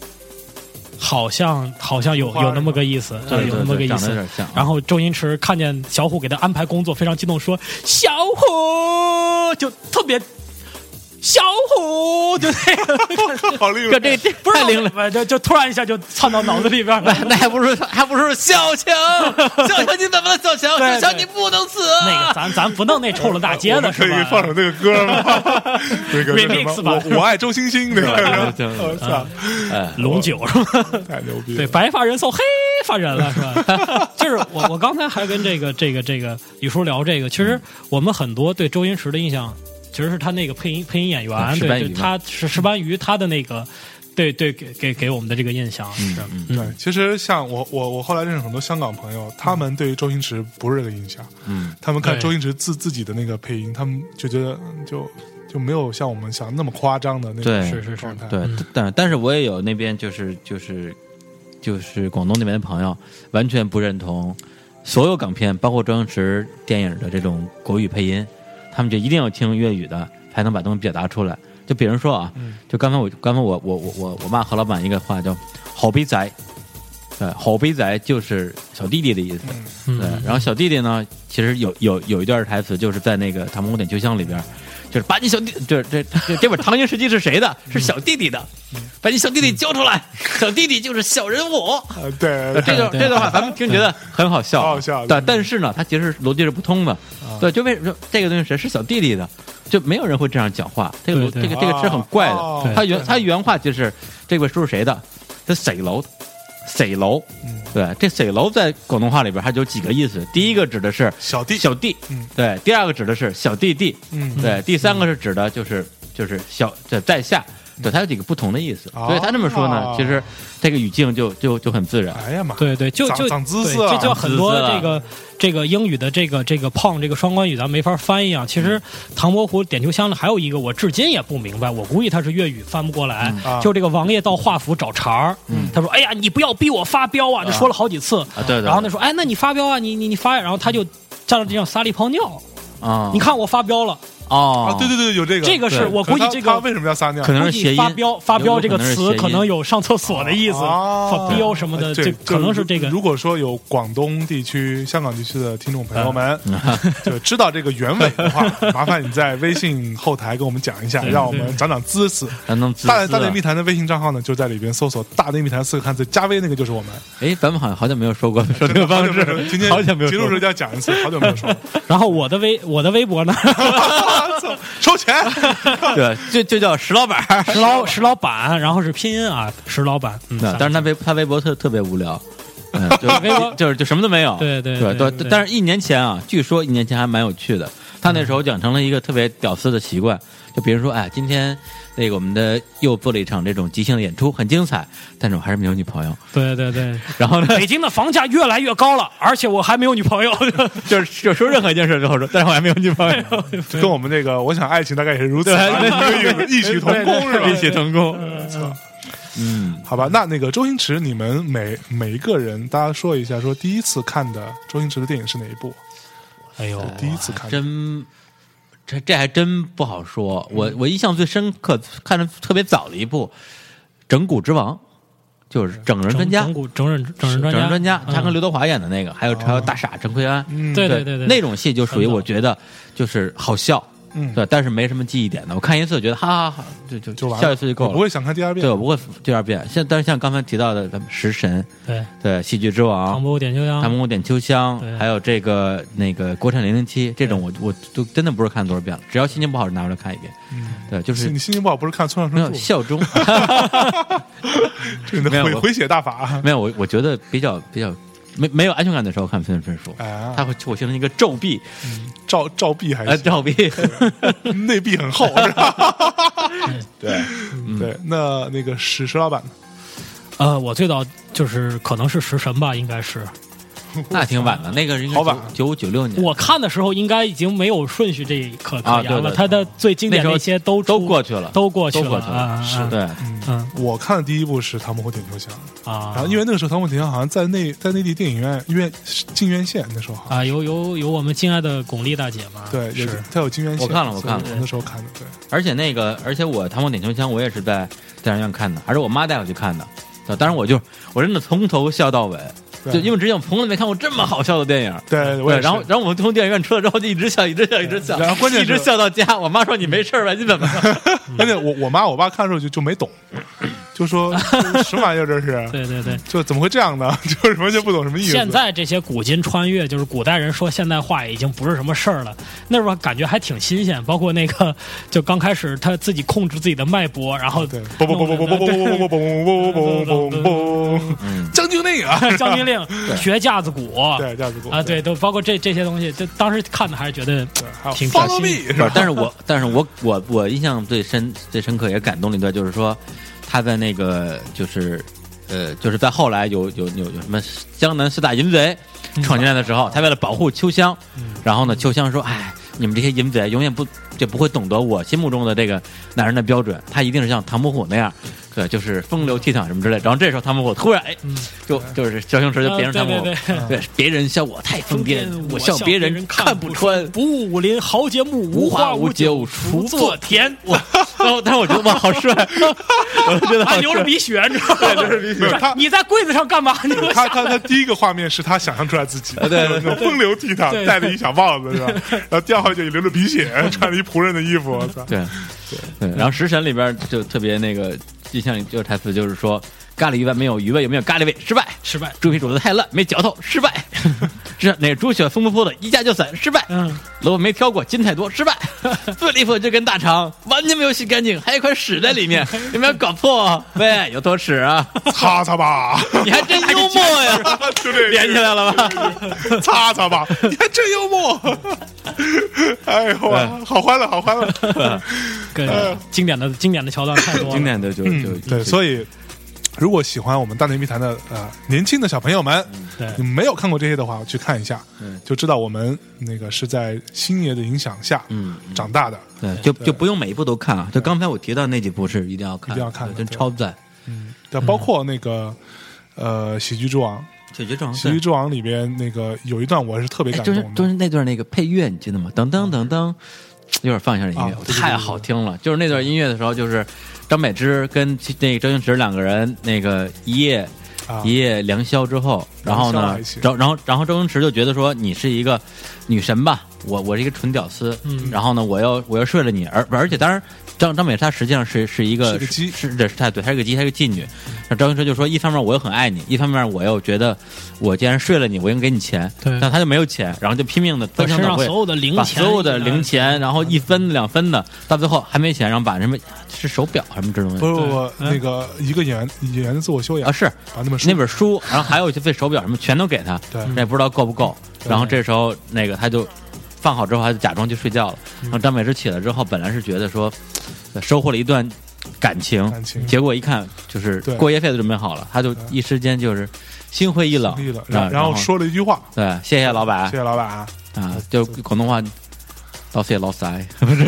[SPEAKER 3] 好像好像有
[SPEAKER 1] 花
[SPEAKER 3] 有那么个意思，呃
[SPEAKER 2] 对
[SPEAKER 3] 有那么个
[SPEAKER 2] 对，
[SPEAKER 3] 意
[SPEAKER 2] 长得有
[SPEAKER 3] 思
[SPEAKER 2] 点。像啊。
[SPEAKER 3] 然后周星驰看见小虎给他安排工作，非常激动，说：“小虎就特别，小虎就那个，
[SPEAKER 1] 好厉
[SPEAKER 2] 这
[SPEAKER 1] 害，
[SPEAKER 2] 这这
[SPEAKER 3] 不是
[SPEAKER 2] 太灵了，
[SPEAKER 3] 了，就就突然一下就窜到脑子里边 来。”
[SPEAKER 2] 那还不如还不如小强，小强你怎么了？小强，
[SPEAKER 3] 对
[SPEAKER 2] 小强
[SPEAKER 3] 对
[SPEAKER 2] 你不能死。
[SPEAKER 3] 那个咱咱不弄那臭了大街
[SPEAKER 1] 我
[SPEAKER 3] 的
[SPEAKER 1] 们可
[SPEAKER 3] 是
[SPEAKER 1] 以
[SPEAKER 3] 吧？
[SPEAKER 1] 放首那个歌吗？ 那个叫什
[SPEAKER 3] Remix 吧
[SPEAKER 1] 么？我我爱周星星，对吧？
[SPEAKER 2] 对对 对
[SPEAKER 1] 我操，
[SPEAKER 2] 哎，
[SPEAKER 3] 龙九是吧？
[SPEAKER 1] 太牛逼！
[SPEAKER 3] 对，，白发人送黑发人了 是吧？就是我我刚才还跟这个这个这个李叔聊这个，其
[SPEAKER 2] 嗯
[SPEAKER 3] 实我们很多对周星驰的印象，其实是他那个配音配音演
[SPEAKER 2] 嗯
[SPEAKER 3] 员，
[SPEAKER 2] 石斑
[SPEAKER 3] 对，
[SPEAKER 2] 鱼
[SPEAKER 3] 对
[SPEAKER 2] 嘛
[SPEAKER 3] 他是石斑鱼，他的那个对对给给给我们的这个印象是，嗯
[SPEAKER 1] 对，其实像我我我后来认识很多香港朋友，他们对于周星驰不是这个印象，
[SPEAKER 2] 嗯，
[SPEAKER 1] 他们看
[SPEAKER 3] 对
[SPEAKER 1] 周星驰自自己的那个配音，他们就觉得嗯就就没有像我们想那么夸张的那种
[SPEAKER 2] 对
[SPEAKER 3] 是是是
[SPEAKER 1] 状，态。
[SPEAKER 2] 对，但但是我也有那边就是就是就是广东那边的朋友，完全不认同所有港片，包括周星驰电影的这种国语配音，他们就一定要听粤语的，才能把东西表达出来。就比如说啊，就刚才我刚才我我我我我骂何老板一个话叫“好逼仔”，呃，“好逼仔”就是小弟弟的意思。
[SPEAKER 1] 嗯，
[SPEAKER 2] 对，然后小弟弟呢，其实有有有一段台词，就是在那个《唐伯虎点秋香》里边，就是把你小弟，这这这这本《唐寅时期》是谁的？是小弟弟的，
[SPEAKER 1] 嗯
[SPEAKER 2] 把你小弟弟交出来，小弟弟就是小人 物。
[SPEAKER 1] 呃嗯对，
[SPEAKER 2] 呃这段
[SPEAKER 3] 对
[SPEAKER 2] 这段话咱们听觉得很好笑，
[SPEAKER 1] 好好笑嗯啊
[SPEAKER 2] 对
[SPEAKER 1] 对，
[SPEAKER 2] 但是呢，它其实逻辑是不通的。对，就为什么这个东西谁是小弟弟的，就没有人会这样讲话。这个
[SPEAKER 3] 对对
[SPEAKER 2] 这个这个是很怪
[SPEAKER 1] 哦
[SPEAKER 2] 的
[SPEAKER 1] 对。
[SPEAKER 2] 他原他原话就是这本书是谁的？这谁楼的？谁楼？
[SPEAKER 1] 嗯
[SPEAKER 2] 对，这水楼在广东话里边它有几个意思，第一个指的是
[SPEAKER 1] 小弟，
[SPEAKER 2] 小弟，
[SPEAKER 1] 嗯
[SPEAKER 2] 对；第二个指的是小弟弟，
[SPEAKER 1] 嗯，嗯
[SPEAKER 2] 对；第三个是指的就是就是小这在下，对，它有几个不同的意思，
[SPEAKER 1] 哦
[SPEAKER 2] 所以他这么说呢，其实这个语境就就就很自然。
[SPEAKER 1] 哎呀妈，
[SPEAKER 3] 对对，就
[SPEAKER 1] 长
[SPEAKER 3] 就
[SPEAKER 1] 长姿
[SPEAKER 3] 对
[SPEAKER 1] 势啊
[SPEAKER 3] 这就很多
[SPEAKER 2] 长姿势啊
[SPEAKER 3] 这个这个英语的这个这个胖这个双关语咱没法翻译啊。其
[SPEAKER 2] 嗯
[SPEAKER 3] 实《唐伯虎点秋香》的还有一个我至今也不明白，我估计他是粤语翻不过来。
[SPEAKER 2] 嗯
[SPEAKER 1] 啊
[SPEAKER 3] 就这个王爷到华府找茬儿，他说：“哎呀，你不要逼我发飙啊！”这说了好几次。
[SPEAKER 2] 啊，对对。
[SPEAKER 3] 然后他说：“哎，那你发飙啊，你你你发呀！”然后他就站在地上撒了一泡尿，
[SPEAKER 2] 啊，
[SPEAKER 3] 你看我发飙了。
[SPEAKER 1] 啊，
[SPEAKER 2] 哦，
[SPEAKER 1] 对对对，有这个，
[SPEAKER 3] 这个是
[SPEAKER 2] 对
[SPEAKER 3] 我
[SPEAKER 1] 可
[SPEAKER 3] 估
[SPEAKER 1] 是他
[SPEAKER 3] 计这
[SPEAKER 1] 他
[SPEAKER 3] 个
[SPEAKER 1] 为什么要撒尿？
[SPEAKER 2] 可能
[SPEAKER 3] 估
[SPEAKER 2] 是谐音
[SPEAKER 3] 计发飙发飙
[SPEAKER 2] 有
[SPEAKER 3] 这个词
[SPEAKER 2] 可能是谐音
[SPEAKER 3] 可能有上厕所的意思，
[SPEAKER 1] 哦
[SPEAKER 3] 发飙什么的，
[SPEAKER 1] 对
[SPEAKER 3] 这可能是这个。
[SPEAKER 1] 如果说有广东地区、香港地区的听众朋友们，
[SPEAKER 2] 嗯
[SPEAKER 1] 就知道这个原委的话，麻烦你在微信后台给我们讲一下，
[SPEAKER 3] 对
[SPEAKER 1] 让我们长长知识。
[SPEAKER 2] 咱能自
[SPEAKER 1] 大内
[SPEAKER 2] 私
[SPEAKER 1] 大内
[SPEAKER 2] 啊
[SPEAKER 1] 密谈的微信账号呢，就在里边搜索“大内密谈”四个汉字加微，那个就是我 们。
[SPEAKER 2] 哎，咱们好像好久没有说 过说这个
[SPEAKER 1] 好
[SPEAKER 2] 方
[SPEAKER 1] 久没有
[SPEAKER 2] 式，
[SPEAKER 1] 今天
[SPEAKER 2] 好久没有
[SPEAKER 1] 结
[SPEAKER 2] 说
[SPEAKER 1] 束时候
[SPEAKER 2] 过
[SPEAKER 1] 就要讲一次，好久没有说了。
[SPEAKER 3] 然后我的微我的微博呢，
[SPEAKER 1] 操收钱，
[SPEAKER 2] 对，就就叫石老板 儿。
[SPEAKER 3] 石老石老板，然后是拼音啊，石老板。嗯，
[SPEAKER 2] 那但是他微他微博特特别无聊，嗯，就
[SPEAKER 3] 微博
[SPEAKER 2] 就是就什么都没有，
[SPEAKER 3] 对对
[SPEAKER 2] 对
[SPEAKER 3] 对对
[SPEAKER 2] 但是一年前啊，据说一年前还蛮有趣的，他那时
[SPEAKER 3] 嗯
[SPEAKER 2] 候养成了一个特别屌丝的习惯，就比如说，哎，今天那个我们的又做了一场这种即兴的演出，很精彩，但是我还是没有女朋友。
[SPEAKER 3] 对 对对，
[SPEAKER 2] 然后呢，
[SPEAKER 3] 北京的房价越来越高了，而且我还没有女朋友。
[SPEAKER 2] 就是就说任何一件事之后说，但是我还没有女 朋友，
[SPEAKER 1] 就跟我们这个我想爱情大概也是如此吧，
[SPEAKER 2] 对
[SPEAKER 1] 一个意思异曲同工是吧？
[SPEAKER 2] 异曲同工。嗯，
[SPEAKER 1] 好吧，那那个周星驰，你们每每一个人，大家说一下，说第一次看的周星驰的电影是哪一部？
[SPEAKER 3] 哎呦，
[SPEAKER 1] 第一次看的，
[SPEAKER 2] 真。这这还真不好说，我
[SPEAKER 3] 嗯
[SPEAKER 2] 我印象最深刻，看的特别早的一部《整蛊之王》，就是整 人专
[SPEAKER 3] 整
[SPEAKER 2] 家，
[SPEAKER 3] 整蛊整人整人专
[SPEAKER 2] 整
[SPEAKER 3] 家，
[SPEAKER 2] 人专家，他跟
[SPEAKER 3] 嗯
[SPEAKER 2] 刘德华演的那个，还有还有大傻陈奎安，
[SPEAKER 1] 嗯
[SPEAKER 3] 对对对
[SPEAKER 2] 那种戏就属于
[SPEAKER 3] 很早
[SPEAKER 2] 我觉得就是好笑，
[SPEAKER 1] 嗯
[SPEAKER 2] 对，但是没什么记忆点的。我看一次觉得哈哈哈，就就
[SPEAKER 1] 就完了，
[SPEAKER 2] 笑一次就够
[SPEAKER 1] 我不
[SPEAKER 2] 了。
[SPEAKER 1] 会想看第二遍
[SPEAKER 2] 对，。我不会第二遍。像但是像刚才提到的咱们食神，
[SPEAKER 3] 对
[SPEAKER 2] 对，戏剧之
[SPEAKER 3] 唐
[SPEAKER 2] 王。
[SPEAKER 3] 伯虎点秋香，
[SPEAKER 2] 唐伯虎点秋香
[SPEAKER 3] 对，
[SPEAKER 2] 还有这个那个国产零零七，这种我我都真的不是看多少遍了，只要心情不好就拿出来看一遍。对，就是
[SPEAKER 1] 嗯你心情不好不是看村
[SPEAKER 2] 没
[SPEAKER 1] 上
[SPEAKER 2] 有
[SPEAKER 1] 春树，
[SPEAKER 2] 笑 中，
[SPEAKER 1] 这你的
[SPEAKER 2] 没有
[SPEAKER 1] 回
[SPEAKER 2] 我
[SPEAKER 1] 回血大法。
[SPEAKER 2] 没有我我觉得比较比较没没有安全感的时候看分身术，
[SPEAKER 1] 啊哎
[SPEAKER 2] 它会我形成一个皱臂，
[SPEAKER 1] 照照壁还
[SPEAKER 2] 呃，
[SPEAKER 1] 行，
[SPEAKER 2] 照臂，
[SPEAKER 1] 内壁很厚，是吧？
[SPEAKER 2] 对，嗯
[SPEAKER 1] 对，那那个史石老板呢？
[SPEAKER 3] 呃，我最早就是可能是食神吧，应该是
[SPEAKER 2] 那挺晚的，那个应该
[SPEAKER 1] 好晚啊
[SPEAKER 2] 九五九六年，
[SPEAKER 3] 我看的时候应该已经没有顺序这可
[SPEAKER 2] 啊
[SPEAKER 3] 可言
[SPEAKER 2] 对
[SPEAKER 3] 了，
[SPEAKER 2] 对
[SPEAKER 3] 他的最经典
[SPEAKER 2] 那时
[SPEAKER 3] 的
[SPEAKER 2] 候
[SPEAKER 3] 一些都
[SPEAKER 2] 都
[SPEAKER 3] 出
[SPEAKER 2] 过去了，
[SPEAKER 3] 都过去
[SPEAKER 2] 都
[SPEAKER 3] 了，
[SPEAKER 2] 过去
[SPEAKER 3] 啊啊
[SPEAKER 2] 了，是
[SPEAKER 3] 啊
[SPEAKER 2] 对，
[SPEAKER 3] 嗯
[SPEAKER 1] 我看的第一部是《唐伯虎点秋香》，
[SPEAKER 3] 啊，
[SPEAKER 1] 然后因为那个时候《唐伯虎点秋香》好像在内在内地电影院院进院线，那时候好像
[SPEAKER 3] 啊，有有有我们敬爱的巩俐大姐嘛，
[SPEAKER 1] 对，有
[SPEAKER 3] 是
[SPEAKER 1] 它有金元线，
[SPEAKER 2] 我看了我看了
[SPEAKER 1] 所以我那时候看的，对，
[SPEAKER 2] 而且那个，而且我《唐伯虎点秋香》，我也是在电影院看的，还是我妈带我去看的。啊当然，我就我真的从头笑到尾，
[SPEAKER 1] 对
[SPEAKER 2] 就因为之前我从来没看过这么好笑的电影。
[SPEAKER 1] 对，我
[SPEAKER 2] 对，
[SPEAKER 1] 也
[SPEAKER 2] 然后
[SPEAKER 1] 是
[SPEAKER 2] 然后我从电影院出来之后就一直笑，一直笑，一直笑，
[SPEAKER 1] 然后关键
[SPEAKER 2] 一直
[SPEAKER 1] 是
[SPEAKER 2] 笑到家。我妈说：“你没事儿吧？你怎么了
[SPEAKER 1] 而哎且我我妈我爸看的时候就就没懂，就说这什么玩意儿这是，
[SPEAKER 3] 对对对。
[SPEAKER 1] 就怎么会这样呢？ 就是完全不懂什么意思。
[SPEAKER 3] 现在这些古今穿越，就是古代人说现代话已经不是什么事儿了。那时候感觉还挺新鲜，包括那个就刚开始他自己控制自己的脉搏，然后
[SPEAKER 1] 对，嘣嘣嘣嘣嘣嘣嘣嘣嘣嘣嘣嘣嘣嘣， 将军令 啊，
[SPEAKER 3] 《将军令》学架子鼓
[SPEAKER 1] 对，这样子过
[SPEAKER 3] 啊，对，，都包括这这些东西，这当时看的还是觉得
[SPEAKER 1] 对，还有
[SPEAKER 3] 挺
[SPEAKER 1] follow
[SPEAKER 3] 可惜
[SPEAKER 1] me 是吧？
[SPEAKER 2] 但是我但是我我我印象最深最深刻也感动的一段，就是说他在那个就是呃就是在后来有有有有什么江南四大淫贼闯进来的时候，他为了保护秋香，然后呢秋香说：“哎，你们这些淫贼永远不就不会懂得我心目中的这个男人的标准，他一定是像唐伯虎那样。”对，就是风流倜傥什么之类的。然后这时候唐伯虎突然哎，就就是周星驰就
[SPEAKER 3] 呃
[SPEAKER 2] 变成唐伯虎
[SPEAKER 3] 对，
[SPEAKER 2] 啊对别人笑我太疯癫，我笑别人看不穿，
[SPEAKER 3] 不务武林豪杰墓，
[SPEAKER 2] 无
[SPEAKER 3] 无
[SPEAKER 2] 花
[SPEAKER 3] 花
[SPEAKER 2] 无酒
[SPEAKER 3] 酒
[SPEAKER 2] 锄作
[SPEAKER 3] 作田。
[SPEAKER 2] 我，然后但是我觉得哇，好 帅，我就觉得好
[SPEAKER 3] 还
[SPEAKER 2] 帅
[SPEAKER 3] 流着鼻血，你知道吗？流着鼻
[SPEAKER 1] 血他
[SPEAKER 3] 你在柜子上干嘛？你给我
[SPEAKER 1] 他他他第一个画面是他想象出来自己，对那种风流倜傥，
[SPEAKER 3] 对
[SPEAKER 1] 戴着一小帽子是 吧？然后第二画就流着鼻血，穿着一仆人的衣服，我操！
[SPEAKER 2] 对对然后《食神》里边就特别那个印象里就是台词就是说，咖喱鱼丸没有鱼味，有没有咖喱味？失败。
[SPEAKER 3] 失败。
[SPEAKER 2] 猪皮煮的太烂，没嚼头，失败。 是啊那个猪血松扑扑的，一夹就散，失败。
[SPEAKER 3] 嗯，
[SPEAKER 2] 萝卜没挑过，筋太多， 失败。最离谱的这根大肠完全没有洗干净，还有一块屎在里面，有没有搞错啊？喂，有坨屎 啊！
[SPEAKER 1] 擦擦吧，
[SPEAKER 2] 你还真幽默 呀，
[SPEAKER 1] 就这
[SPEAKER 2] 连起来了吧？
[SPEAKER 1] 个，擦擦吧，你还真幽默。哎呦啊，好欢乐，好欢 乐。
[SPEAKER 3] 跟经典的经典的桥段太多了。
[SPEAKER 2] 经典的就就
[SPEAKER 1] 嗯对，所以如果喜欢我们大内密谈的呃年轻的小朋友们，
[SPEAKER 3] 对
[SPEAKER 1] 你没有看过这些的话，去看一下
[SPEAKER 2] 嗯，
[SPEAKER 1] 就知道我们那个是在星爷的影响下
[SPEAKER 2] 嗯
[SPEAKER 1] 长大的。
[SPEAKER 2] 对，就就不用每一部都看啊。就刚才我提到那几部是一定要看，
[SPEAKER 1] 一定要看的
[SPEAKER 2] 对真
[SPEAKER 1] 对
[SPEAKER 2] 超赞。
[SPEAKER 1] 对，包括那个呃喜剧之王，
[SPEAKER 2] 解决状
[SPEAKER 1] 喜剧之王里边那个有一段我是特别
[SPEAKER 2] 哦哎，
[SPEAKER 1] 感
[SPEAKER 2] 就是
[SPEAKER 1] 动
[SPEAKER 2] 就
[SPEAKER 1] 的，
[SPEAKER 2] 是那段那个配乐，你记得吗？噔噔噔噔，一会儿放一下音乐
[SPEAKER 1] 啊，对对对
[SPEAKER 2] 嗯太好听了。就是那段音乐的时候，就是张柏芝跟那个周星驰两个人那个一夜
[SPEAKER 1] 啊
[SPEAKER 2] 一夜良宵之后，然后
[SPEAKER 1] 良宵
[SPEAKER 2] 呢
[SPEAKER 1] 爱情，
[SPEAKER 2] 然后然后然后周星驰就觉得说你是一个女神吧，我我是一个纯屌丝，
[SPEAKER 3] 嗯
[SPEAKER 2] 然后呢，我要我要睡了你，而而且当然。张张美莎实际上是是一个
[SPEAKER 1] 是个鸡
[SPEAKER 2] 是对，是她对，她是个鸡，她是个妓女。那周星驰就说，一方面我又很爱你，一方面我又觉得我既然睡了你，我应该给你钱。
[SPEAKER 3] 对
[SPEAKER 2] 但他就没有钱，然后就拼命的
[SPEAKER 3] 把
[SPEAKER 2] 翻箱
[SPEAKER 3] 身
[SPEAKER 2] 倒
[SPEAKER 3] 上
[SPEAKER 2] 柜
[SPEAKER 3] 所，有的零
[SPEAKER 2] 把
[SPEAKER 3] 钱，
[SPEAKER 2] 所有的零，钱，然后一分两分的，到最后还没钱，然后把什么是手表什么这东
[SPEAKER 1] 不
[SPEAKER 2] 西
[SPEAKER 1] 是不不，
[SPEAKER 3] 嗯
[SPEAKER 1] 那个一个演员演员的自我修
[SPEAKER 2] 啊
[SPEAKER 1] 养，
[SPEAKER 2] 是
[SPEAKER 1] 把那本书
[SPEAKER 2] 那本书，然后还有一些费手表什么全都给他，
[SPEAKER 1] 对
[SPEAKER 2] 那也不知道够不够。然后这时候那个他就放好之后，他就假装去睡觉了。
[SPEAKER 1] 嗯
[SPEAKER 2] 然后张美芝起来之后，本来是觉得说呃收获了一段感情，
[SPEAKER 1] 感情
[SPEAKER 2] 结果一看就是
[SPEAKER 1] 对
[SPEAKER 2] 过夜费都准备好了，他就一时间就是心灰意冷
[SPEAKER 1] 立了，，
[SPEAKER 2] 啊
[SPEAKER 1] 然然后说了一句话，
[SPEAKER 2] 对，谢谢老板
[SPEAKER 1] 谢，谢老板啊，
[SPEAKER 2] 啊，就是广东话，老谢 老塞，不是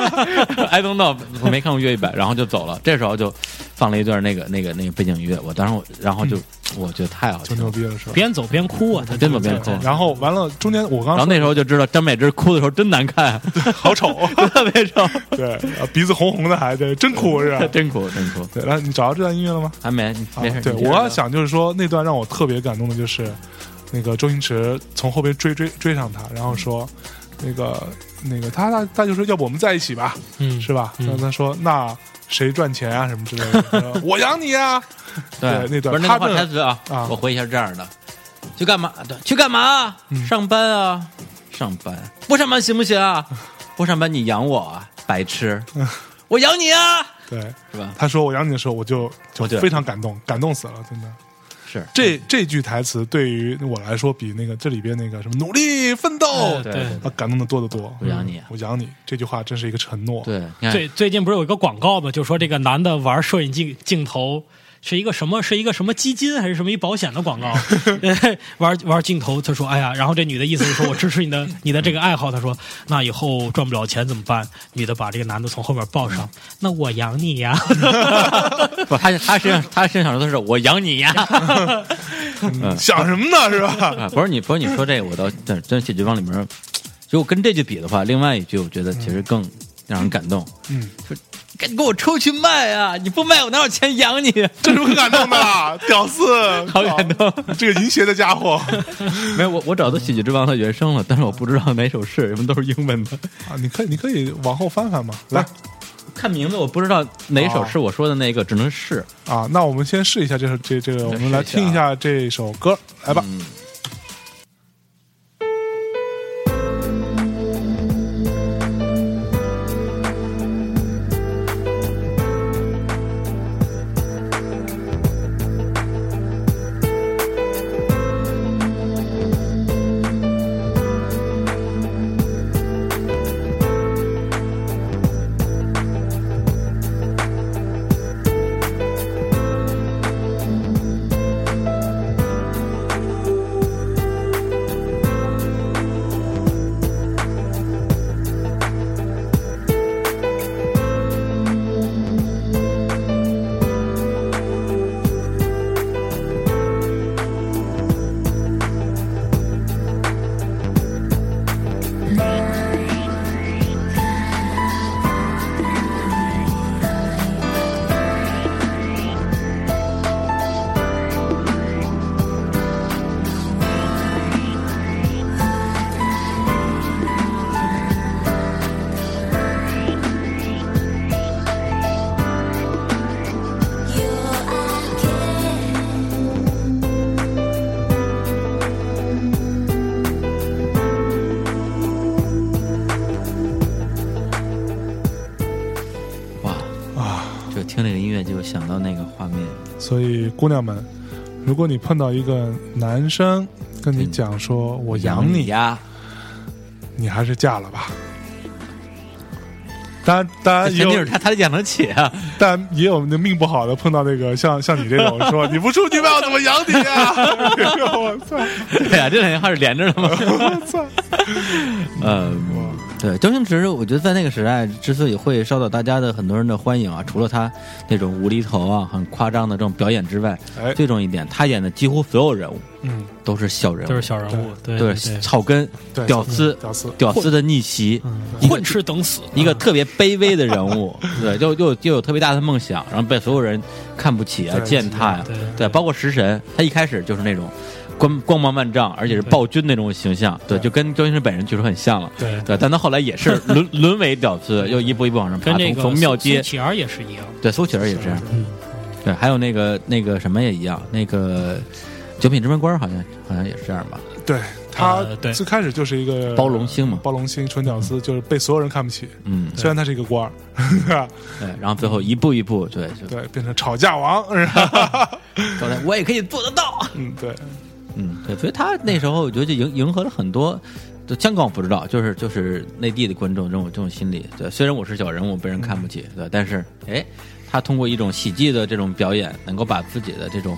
[SPEAKER 2] I don't know，我没看过粤语版，然后就走了。这时候就放了一段那个那个那个背景乐，我当时我然后就、
[SPEAKER 1] 嗯
[SPEAKER 2] 我觉得太好
[SPEAKER 1] 就
[SPEAKER 2] 听
[SPEAKER 1] 牛
[SPEAKER 2] 了，
[SPEAKER 1] 逼了是吧？
[SPEAKER 3] 边走边哭啊，他
[SPEAKER 2] 边走边哭。
[SPEAKER 1] 然后完了，中间我刚
[SPEAKER 2] 然后
[SPEAKER 1] 刚
[SPEAKER 2] 那时候就知道张柏芝哭的时候真难看，
[SPEAKER 1] 说好丑，
[SPEAKER 2] 特别丑，
[SPEAKER 1] 对，呃鼻子红红的还对，真哭 是吧？
[SPEAKER 2] 真哭真哭。
[SPEAKER 1] 对，然后你找到这段音乐了吗？
[SPEAKER 2] 还没你
[SPEAKER 1] 啊
[SPEAKER 2] 没事，
[SPEAKER 1] 对
[SPEAKER 2] 你接着
[SPEAKER 1] 我要
[SPEAKER 2] 聊
[SPEAKER 1] 想就是说那段让我特别感动的就是，那个周星驰从后边追追追上他，然后
[SPEAKER 2] 嗯
[SPEAKER 1] 说，那个那个他他他就说要不我们在一起吧，
[SPEAKER 3] 嗯
[SPEAKER 1] 是吧？
[SPEAKER 3] 嗯
[SPEAKER 1] 然后他说那谁赚钱啊什么之类的，他说 我养你啊，对那段
[SPEAKER 2] 不是那
[SPEAKER 1] 他
[SPEAKER 2] 个话
[SPEAKER 1] 这
[SPEAKER 2] 台词啊
[SPEAKER 1] 啊，
[SPEAKER 2] 我回忆一下是这样的，去干嘛？对，去干嘛？
[SPEAKER 1] 嗯
[SPEAKER 2] 上班啊，上班不上班行不 行啊？不上班你养我啊，白痴，
[SPEAKER 1] 嗯
[SPEAKER 2] 我养你啊，
[SPEAKER 1] 对，
[SPEAKER 2] 是吧？
[SPEAKER 1] 他说我养你的时候我就就
[SPEAKER 2] 我觉得
[SPEAKER 1] 非常感动，感动死了，真的。
[SPEAKER 2] 是
[SPEAKER 1] 这这句台词对于我来说，比那个这里边那个什么努力奋斗
[SPEAKER 3] 哎
[SPEAKER 2] 哦对
[SPEAKER 3] 对
[SPEAKER 2] 对
[SPEAKER 1] 啊，感动的多得多。嗯
[SPEAKER 2] 我养你啊
[SPEAKER 1] 我养你，这句话真是一个承诺。
[SPEAKER 2] 对，你看
[SPEAKER 3] 最最近不是有一个广告嘛，就说这个男的玩摄影镜镜头是一个什么，是一个什么基金还是什么一保险的 广告，玩玩镜头，他说哎呀，然后这女的意思是说我支持你的你的这个爱好，他说那以后赚不了钱怎么办？女的把这个男的从后边抱上，
[SPEAKER 2] 嗯
[SPEAKER 3] 那我养你呀，
[SPEAKER 2] 不，他他身上他身上说的是我养你啊 呀，
[SPEAKER 1] 嗯想什么呢？是 吧？
[SPEAKER 2] 啊，不是你，不是你说这个，我倒真真解决方里面，如果跟这句比的话，另外一句我觉得其实更让人感动。
[SPEAKER 1] 嗯，
[SPEAKER 2] 赶紧给我出去卖啊！你不卖我哪有钱养你？啊
[SPEAKER 1] 这是不是很感动的？屌丝，
[SPEAKER 2] 好感动！
[SPEAKER 1] 这个淫邪的家 伙啊
[SPEAKER 2] 没有，我我找到《喜剧之王》的原声了，但是我不知道哪首是，因为都是英文的。
[SPEAKER 1] 啊，你可以你可以往后翻翻嘛。来
[SPEAKER 2] 看名字我不知道哪首是我说的那个，只能试。
[SPEAKER 1] 啊，那我们先试一下这首这这个，我们来
[SPEAKER 2] 试一下
[SPEAKER 1] 听一下这首歌，来吧。
[SPEAKER 2] 嗯，哇
[SPEAKER 1] 啊！
[SPEAKER 2] 就听这个音乐就想到那个画面，
[SPEAKER 1] 所以，姑娘们，如果你碰到一个男生跟
[SPEAKER 2] 嗯
[SPEAKER 1] 你讲说“我养
[SPEAKER 2] 你
[SPEAKER 1] 你
[SPEAKER 2] 呀！”，
[SPEAKER 1] 你还是嫁了吧。当然，当然也
[SPEAKER 2] 前提
[SPEAKER 1] 有
[SPEAKER 2] 哎是，他他养得起 啊。
[SPEAKER 1] 但也有那命不好的碰到那个像像你这种 说你不出去卖我怎么养你啊？我操！
[SPEAKER 2] 对呀，这两句话是连着的 吗？
[SPEAKER 1] 我操！
[SPEAKER 2] 嗯。对，周星驰，我觉得在那个时代之所以会受到大家的很多人的欢迎啊，除了他那种无厘头啊、很夸张的这种表演之外，
[SPEAKER 1] 哎，
[SPEAKER 2] 最重要一点，他演的几乎所有人物
[SPEAKER 1] 嗯，
[SPEAKER 2] 都是小人物，
[SPEAKER 3] 都是小人物，对
[SPEAKER 2] 对
[SPEAKER 3] 对，
[SPEAKER 2] 草根、
[SPEAKER 1] 对，
[SPEAKER 2] 屌丝、
[SPEAKER 1] 屌丝，
[SPEAKER 2] 屌丝的逆袭，一个
[SPEAKER 3] 混嗯吃等死，
[SPEAKER 2] 一个特别卑微的人物，对，又又又有特别大的梦想，然后被所有人看不起啊、
[SPEAKER 1] 对
[SPEAKER 2] 践踏呀
[SPEAKER 3] 对，
[SPEAKER 2] 对，包括食神，他一开始就是那种。光光芒万丈，而且是暴君那种形象，对，
[SPEAKER 1] 对
[SPEAKER 2] 就跟周星驰本人据说很像了，
[SPEAKER 3] 对
[SPEAKER 2] 对，但他后来也是沦沦为屌丝，又一步一步往上爬，
[SPEAKER 3] 跟这
[SPEAKER 2] 从
[SPEAKER 3] 个
[SPEAKER 2] 从庙街
[SPEAKER 3] 苏，乞儿也是一样，
[SPEAKER 2] 对，苏乞儿也是这样
[SPEAKER 3] 嗯，
[SPEAKER 2] 对，还有那个那个什么也一样，那个九品芝麻官儿好像好像也是这样吧，
[SPEAKER 1] 对他
[SPEAKER 3] 呃对
[SPEAKER 1] 最开始就是一个
[SPEAKER 2] 包龙星嘛
[SPEAKER 1] 包龙星纯屌丝，就是被所有人看不起。
[SPEAKER 2] 嗯，
[SPEAKER 1] 虽然他是一个官儿，
[SPEAKER 2] 对，哎然后最后一步一步，对，就
[SPEAKER 1] 对，变成吵架王，是 吧？
[SPEAKER 2] 刚才我也可以做得到，
[SPEAKER 1] 嗯，对，
[SPEAKER 2] 嗯，对，所以他那时候我觉得就迎迎合了很多，就香港我不知道，就是就是内地的观众这种这种心理，对，虽然我是小人物被人看不起，对，但是哎，他通过一种喜剧的这种表演，能够把自己的这种。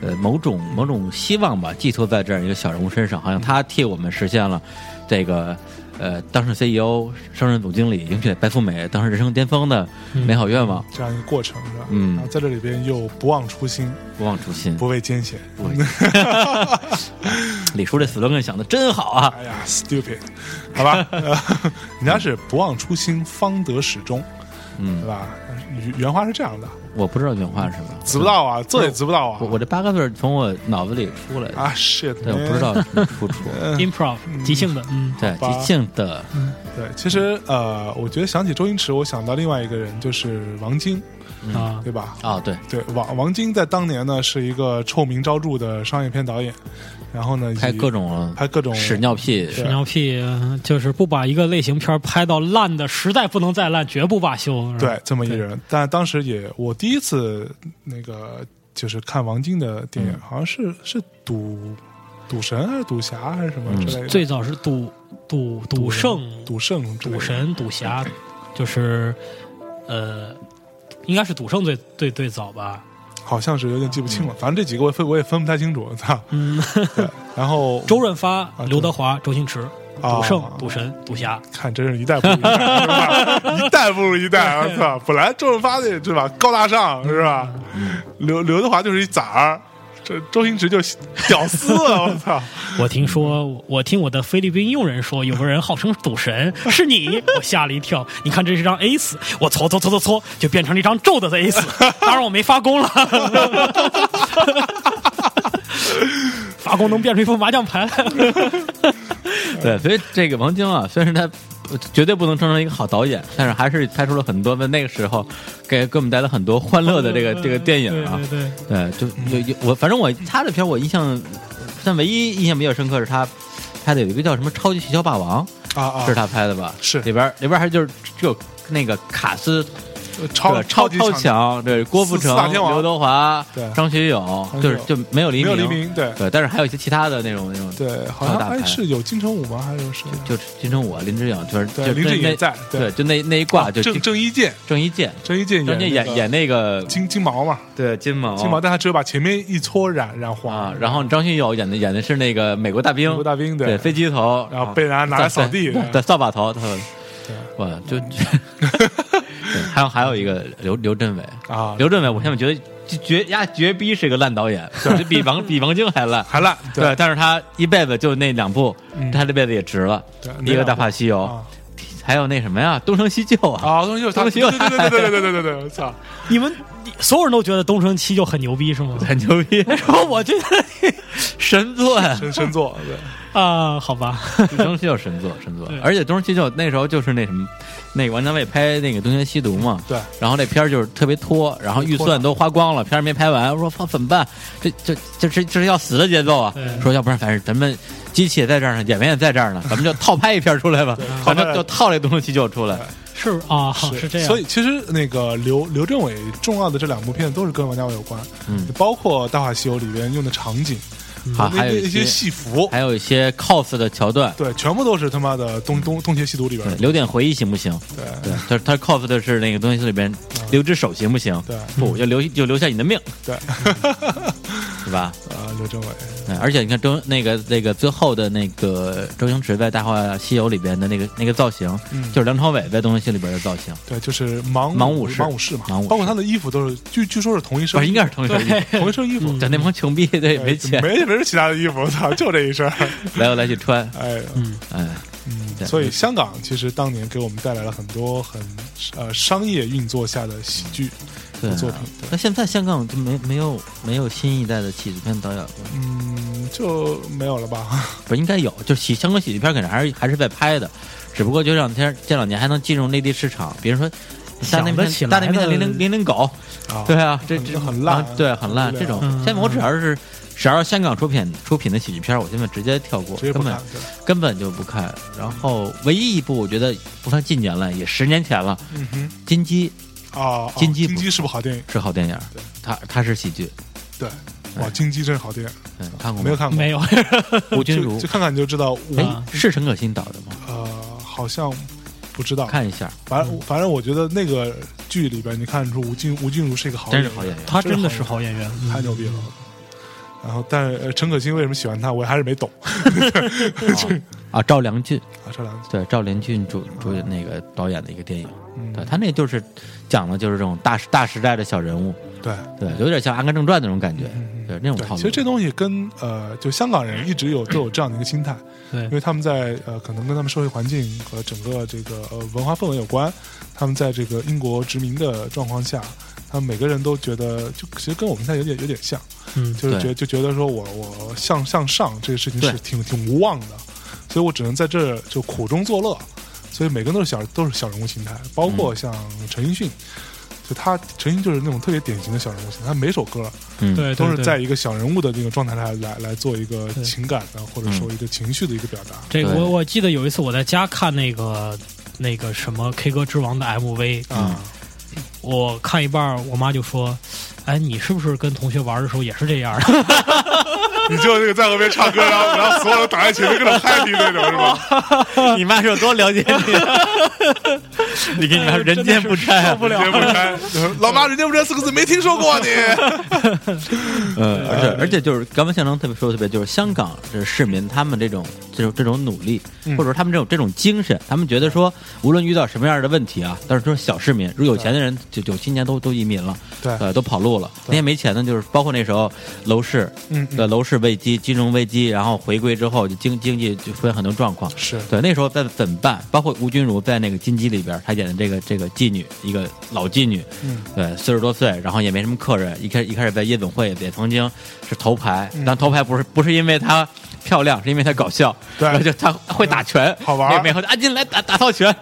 [SPEAKER 2] 呃，某种某种希望吧，寄托在这样一个小人物身上，好像他替我们实现了这个，呃，当上 CEO、升任总经理、迎娶白富美、当上人生巅峰的美好愿望，
[SPEAKER 1] 这样一个过程是吧？
[SPEAKER 2] 嗯
[SPEAKER 1] 然后在这里边又不忘初心，
[SPEAKER 2] 不忘初心。
[SPEAKER 1] 不畏艰险。
[SPEAKER 2] 不会李叔这 slogan 想的真好啊！
[SPEAKER 1] 哎呀，stupid，好吧， 呃人家是不忘初心，方得始终，
[SPEAKER 2] 嗯
[SPEAKER 1] 对吧？原原话是这样 的，
[SPEAKER 2] 我不知道原话是什么，
[SPEAKER 1] 值不到啊，这也值不到啊
[SPEAKER 2] 我我这八个字儿从我脑子里出来的，
[SPEAKER 1] 啊，shit，
[SPEAKER 2] 对，我不知道出处。
[SPEAKER 3] improv 即兴的，嗯，
[SPEAKER 2] 对，
[SPEAKER 1] 吧
[SPEAKER 2] 即兴的，
[SPEAKER 1] 对，其实呃，我觉得想起周星驰，我想到另外一个人，就是王晶，
[SPEAKER 3] 啊，
[SPEAKER 1] 对吧？
[SPEAKER 2] 哦，对，
[SPEAKER 1] 对，王王晶在当年呢是一个臭名昭著的商业片导演，然后呢
[SPEAKER 2] 拍
[SPEAKER 1] 以
[SPEAKER 2] 各种
[SPEAKER 1] 拍各种
[SPEAKER 2] 屎尿屁，
[SPEAKER 1] 对
[SPEAKER 3] 屎尿屁呃就是不把一个类型片拍到烂的，实在不能嗯再烂，绝不罢休。是吧
[SPEAKER 1] 对，这么一人。但当时也，我第一次那个就是看王晶的电
[SPEAKER 3] 嗯
[SPEAKER 1] 影，好像是是赌赌神还是赌侠还是什么之类的，
[SPEAKER 3] 嗯最早是赌赌赌圣、
[SPEAKER 1] 赌圣之类
[SPEAKER 3] 赌
[SPEAKER 1] 的
[SPEAKER 3] 神、赌侠，就是呃，应该是赌圣最最最早吧。
[SPEAKER 1] 好像是有点记不清了，反正这几个我也分我也分不太清楚， 操。
[SPEAKER 3] 嗯，
[SPEAKER 1] 对然后
[SPEAKER 3] 周润发、
[SPEAKER 1] 啊对
[SPEAKER 3] 刘德华、周星驰，
[SPEAKER 1] 啊
[SPEAKER 3] 赌圣、赌神、赌侠，
[SPEAKER 1] 看真是一代不如一代，是吧？一代不如一代，我操！本来周润发那对吧，高大上是吧？
[SPEAKER 3] 嗯
[SPEAKER 1] 刘刘德华就是一崽儿，这周星驰就是屌丝，我操！
[SPEAKER 3] 我听说，我听我的菲律宾佣人说，有个人号称赌神，是你，我吓了一跳。你看，这是张 A 四，我搓搓搓搓搓，就变成了一张皱的 A 四。当然，我没发功了，发功能变出一副麻将牌来。
[SPEAKER 2] 对，所以这个王晶啊，虽然他呃绝对不能称成一个好导演，但是还是拍出了很多在那个时候给给我们带来很多欢乐的这个这个电影啊。
[SPEAKER 3] 对对对，
[SPEAKER 2] 对，就有有我反正我他的片儿我印象，但唯一印象比较深刻是他拍的有一个叫什么《超级学校霸王》，
[SPEAKER 1] 啊啊！
[SPEAKER 2] 是他拍的吧？
[SPEAKER 1] 是
[SPEAKER 2] 里边儿里边儿还就是就有那个卡斯
[SPEAKER 1] 超
[SPEAKER 2] 对超
[SPEAKER 1] 级
[SPEAKER 2] 超强，对郭富
[SPEAKER 1] 四四大
[SPEAKER 2] 城、
[SPEAKER 1] 天王
[SPEAKER 2] 刘德华
[SPEAKER 1] 对、
[SPEAKER 2] 张学友，
[SPEAKER 1] 张学
[SPEAKER 2] 就是
[SPEAKER 1] 友
[SPEAKER 2] 就没有黎
[SPEAKER 1] 没有
[SPEAKER 2] 明，
[SPEAKER 1] 黎明，对
[SPEAKER 2] 对，但是还有一些其他的那种那种
[SPEAKER 1] 对，好
[SPEAKER 2] 超大
[SPEAKER 1] 像
[SPEAKER 2] 牌
[SPEAKER 1] 哎是有金城武吗？还是谁？
[SPEAKER 2] 就是金城武、啊林志颖，就是
[SPEAKER 1] 对
[SPEAKER 2] 就
[SPEAKER 1] 林志颖
[SPEAKER 2] 那
[SPEAKER 1] 也在对啊
[SPEAKER 2] 对，就那那一挂就
[SPEAKER 1] 郑
[SPEAKER 2] 郑
[SPEAKER 1] 郑伊健，
[SPEAKER 2] 郑伊健，
[SPEAKER 1] 郑伊健
[SPEAKER 2] 郑
[SPEAKER 1] 那
[SPEAKER 2] 伊健演
[SPEAKER 1] 个
[SPEAKER 2] 演那个
[SPEAKER 1] 金金毛嘛，
[SPEAKER 2] 对金毛
[SPEAKER 1] 金毛，但他只有把前面一撮染染黄
[SPEAKER 2] 啊，然后张学友演的演的是那个美国大兵，
[SPEAKER 1] 美国大兵对
[SPEAKER 2] 对飞机头，
[SPEAKER 1] 然后
[SPEAKER 2] 啊
[SPEAKER 1] 被人家拿来扫地
[SPEAKER 2] 对
[SPEAKER 1] 对
[SPEAKER 2] 对扫把头，他说哇就， 对还有还有一个刘刘镇伟
[SPEAKER 1] 啊
[SPEAKER 2] 刘镇伟，我现在觉得就绝呀绝逼是个烂导演，就比王比王晶还烂。
[SPEAKER 1] 还烂，
[SPEAKER 2] 对，但是他一辈子就那两部，他这辈子也值了
[SPEAKER 1] 对。那
[SPEAKER 2] 一个《
[SPEAKER 1] 两
[SPEAKER 2] 大
[SPEAKER 1] 部
[SPEAKER 2] 话西游》
[SPEAKER 1] 啊
[SPEAKER 2] 还有那什么呀，《东成西就》啊，
[SPEAKER 1] 啊，东西就是他，
[SPEAKER 2] 东西
[SPEAKER 1] 对
[SPEAKER 2] 就
[SPEAKER 1] 对对对对对对对对对，我操！
[SPEAKER 3] 你们你所有人都觉得东城七就很牛逼是吗？
[SPEAKER 2] 很牛 逼，
[SPEAKER 3] 然后我觉得
[SPEAKER 2] 神作呀！
[SPEAKER 1] 真神作，对，
[SPEAKER 3] 啊，好吧，
[SPEAKER 2] 东成西就神作，神作。而且《东成西就》那时候就是那什么，那个王家卫拍那个《东邪西毒》嘛，
[SPEAKER 1] 对
[SPEAKER 2] 然后那片儿就是特别拖，然后预算都花光了，片儿没拍完，我说操怎么办？这这这这这是要死的节奏啊！
[SPEAKER 3] 对
[SPEAKER 2] 说要不然反正咱们机器也在这儿呢，演员也在这儿呢，咱们就套拍一片儿出来吧，反正就套这《东成西就》出来。
[SPEAKER 3] 是啊，好是这样。
[SPEAKER 1] 所以其实那个刘刘镇伟重要的这两部片都是跟王家卫有关，嗯，包括《大话西游》里边用的场景，
[SPEAKER 2] 啊，
[SPEAKER 1] 那
[SPEAKER 2] 还有
[SPEAKER 1] 那
[SPEAKER 2] 一
[SPEAKER 1] 些
[SPEAKER 2] 些
[SPEAKER 1] 戏服，
[SPEAKER 2] 还有一些 cos 的桥段。
[SPEAKER 1] 对，全部都是他妈的东东东邪西毒里边
[SPEAKER 2] 对，
[SPEAKER 1] 的，
[SPEAKER 2] 留点回忆行不行？
[SPEAKER 1] 对嗯
[SPEAKER 2] 对，他他 cos 的是那个东西里边留只手行不行？
[SPEAKER 1] 对
[SPEAKER 2] 不就留就留下你的命，
[SPEAKER 1] 对，
[SPEAKER 2] 是吧？
[SPEAKER 1] 啊，刘镇伟，
[SPEAKER 2] 嗯，而且你看周那个那个最后的那个周星驰在《大话西游》里边的那个那个造型，
[SPEAKER 1] 嗯
[SPEAKER 2] 就是梁朝伟在《东西里边的造型，
[SPEAKER 1] 对，就是盲
[SPEAKER 2] 盲
[SPEAKER 1] 武
[SPEAKER 2] 武士
[SPEAKER 1] 盲武士嘛，
[SPEAKER 2] 盲武士
[SPEAKER 1] 包括他的衣服都是，据据说是同一
[SPEAKER 2] 不
[SPEAKER 1] 身，
[SPEAKER 2] 哦是应该是同一身衣服。
[SPEAKER 1] 同一身衣服，
[SPEAKER 2] 就那帮穷逼，对，
[SPEAKER 1] 对
[SPEAKER 2] 没钱，
[SPEAKER 1] 没没人其他的衣服，我操，就这一身，
[SPEAKER 2] 来回来去穿，
[SPEAKER 1] 哎，
[SPEAKER 2] 哎，
[SPEAKER 1] 嗯，
[SPEAKER 2] 对
[SPEAKER 1] 所以香港其实当年给我们带来了很多很呃商业运作下的喜剧
[SPEAKER 2] 对
[SPEAKER 1] 的
[SPEAKER 2] 啊
[SPEAKER 1] 作品，对。
[SPEAKER 2] 那现在香港就没没有没有新一代的喜剧片导演了，
[SPEAKER 1] 嗯，就没有了吧？
[SPEAKER 2] 不是应该有，就是喜香港喜剧片肯定还是还是在拍的，只不过就这两天这两年还能进入内地市场，比如说大内密
[SPEAKER 3] 想得起
[SPEAKER 2] 探大
[SPEAKER 3] 来
[SPEAKER 2] 内密探
[SPEAKER 3] 的
[SPEAKER 2] 零零零零狗，
[SPEAKER 1] 啊
[SPEAKER 2] 对啊，这
[SPEAKER 1] 很
[SPEAKER 2] 这
[SPEAKER 1] 很烂啊
[SPEAKER 2] 啊对，很烂
[SPEAKER 1] 质
[SPEAKER 2] 这
[SPEAKER 1] 量
[SPEAKER 2] 种。现在我只要是只要是香港出品出品的喜剧片，我现在直接跳过，
[SPEAKER 1] 直接不
[SPEAKER 2] 根本
[SPEAKER 1] 看。对
[SPEAKER 2] 根本就不看。然后唯一一部我觉得不算近年了，也十年前了，
[SPEAKER 1] 嗯哼，
[SPEAKER 2] 《金鸡
[SPEAKER 1] 啊，啊
[SPEAKER 2] 金鸡
[SPEAKER 1] 金鸡是部好电影，
[SPEAKER 2] 是好电影
[SPEAKER 1] 对，
[SPEAKER 2] 它它是喜剧，
[SPEAKER 1] 对，哇，金鸡真是好电影，
[SPEAKER 2] 嗯，看过吗
[SPEAKER 1] 没有看过，
[SPEAKER 3] 没有，
[SPEAKER 2] 吴君
[SPEAKER 1] 就啊
[SPEAKER 2] 如
[SPEAKER 1] 就，看看你就知道，
[SPEAKER 2] 哎
[SPEAKER 1] 我，
[SPEAKER 2] 是陈可辛导的吗？
[SPEAKER 1] 呃，好像不知道，
[SPEAKER 2] 看一下，
[SPEAKER 1] 反正反正我觉得那个剧里边，你看出吴静吴静如是一嗯个好
[SPEAKER 2] 真
[SPEAKER 1] 演
[SPEAKER 2] 是
[SPEAKER 1] 员，
[SPEAKER 2] 好演员。嗯
[SPEAKER 3] 他真的是好演员。嗯
[SPEAKER 1] 太牛逼了。然后，但是呃陈可辛为什么喜欢他，我还是没懂
[SPEAKER 2] 啊，赵良俊，
[SPEAKER 1] 啊。这两
[SPEAKER 2] 对，赵连俊主主演那个导演的一个电影，
[SPEAKER 1] 嗯
[SPEAKER 2] 对他那就是讲的就是这种大时大时代的小人物，
[SPEAKER 1] 对，
[SPEAKER 2] 对，有点像《阿甘正传》那种感觉，对，那种
[SPEAKER 1] 嗯对
[SPEAKER 2] 套，路。
[SPEAKER 1] 其实这东西跟呃，就香港人一直有都有这样的一个心态，
[SPEAKER 3] 对
[SPEAKER 1] 因为他们在呃，可能跟他们社会环境和整个这个呃文化氛围有关。他们在这个英国殖民的状况下，他们每个人都觉得，就其实跟我们现在有点有点像，
[SPEAKER 3] 嗯
[SPEAKER 1] 就是
[SPEAKER 2] 对
[SPEAKER 1] 觉就觉得说我我向向上这个事情
[SPEAKER 2] 对
[SPEAKER 1] 是挺挺无望的，所以我只能在这儿就苦中作乐。所以每个人都是小都是小人物心态，包
[SPEAKER 2] 嗯
[SPEAKER 1] 括像陈奕迅，就他陈奕迅就是那种特别典型的小人物心态，他每首歌
[SPEAKER 2] 嗯，
[SPEAKER 3] 对，
[SPEAKER 1] 都是
[SPEAKER 3] 哎对
[SPEAKER 1] 在一个小人物的这个状态来来来做一个
[SPEAKER 3] 对
[SPEAKER 1] 情感的，或者说一个情绪的一个表达。
[SPEAKER 3] 这个
[SPEAKER 2] 对
[SPEAKER 3] 我我记得有一次我在家看那个那
[SPEAKER 2] 嗯
[SPEAKER 3] 个什么 K 歌之王的 MV
[SPEAKER 1] 啊，
[SPEAKER 3] 我看一半儿，我妈就说：“哎，你是不是跟同学玩的时候也是这样的？
[SPEAKER 1] 嗯 你就那个在后面唱歌，然后然后所有人打在前面跟着 happy 那种是 吧？
[SPEAKER 2] 你妈是有多了解 你？你跟
[SPEAKER 1] 哎
[SPEAKER 2] 你妈人间不拆啊，
[SPEAKER 1] 不不拆， 老妈，人家不这四个字没听说过 啊你。
[SPEAKER 2] 嗯，而且而且就是刚才向征特别说的特别，就是香港的市民他们这种这种这种努力，
[SPEAKER 1] 嗯
[SPEAKER 2] 或者说他们这种这种精神，他们觉得说无论遇到什么样的问题啊，但是说小市民，如果有钱的人九九七年都都移民了，
[SPEAKER 1] 对
[SPEAKER 2] 呃，都跑路了。那些没钱的，就是包括那时候楼市，
[SPEAKER 1] 嗯嗯
[SPEAKER 2] 对，楼市危机、金融危机，然后回归之后就经经济就出现很多状况。
[SPEAKER 1] 是
[SPEAKER 2] 对，那时候在怎么办？包括吴君如在那个《金鸡》里边，她演的这个这个妓女，一个老妓女，
[SPEAKER 1] 嗯，
[SPEAKER 2] 对，四十多岁，然后也没什么客人。一开一开始在夜总会也曾经是头牌，
[SPEAKER 1] 嗯
[SPEAKER 2] 但头牌不是不是因为她漂亮，是因为她搞笑，
[SPEAKER 1] 对
[SPEAKER 2] 然后就她会打拳，
[SPEAKER 1] 好玩儿
[SPEAKER 2] 每每回阿金啊来打打套 拳，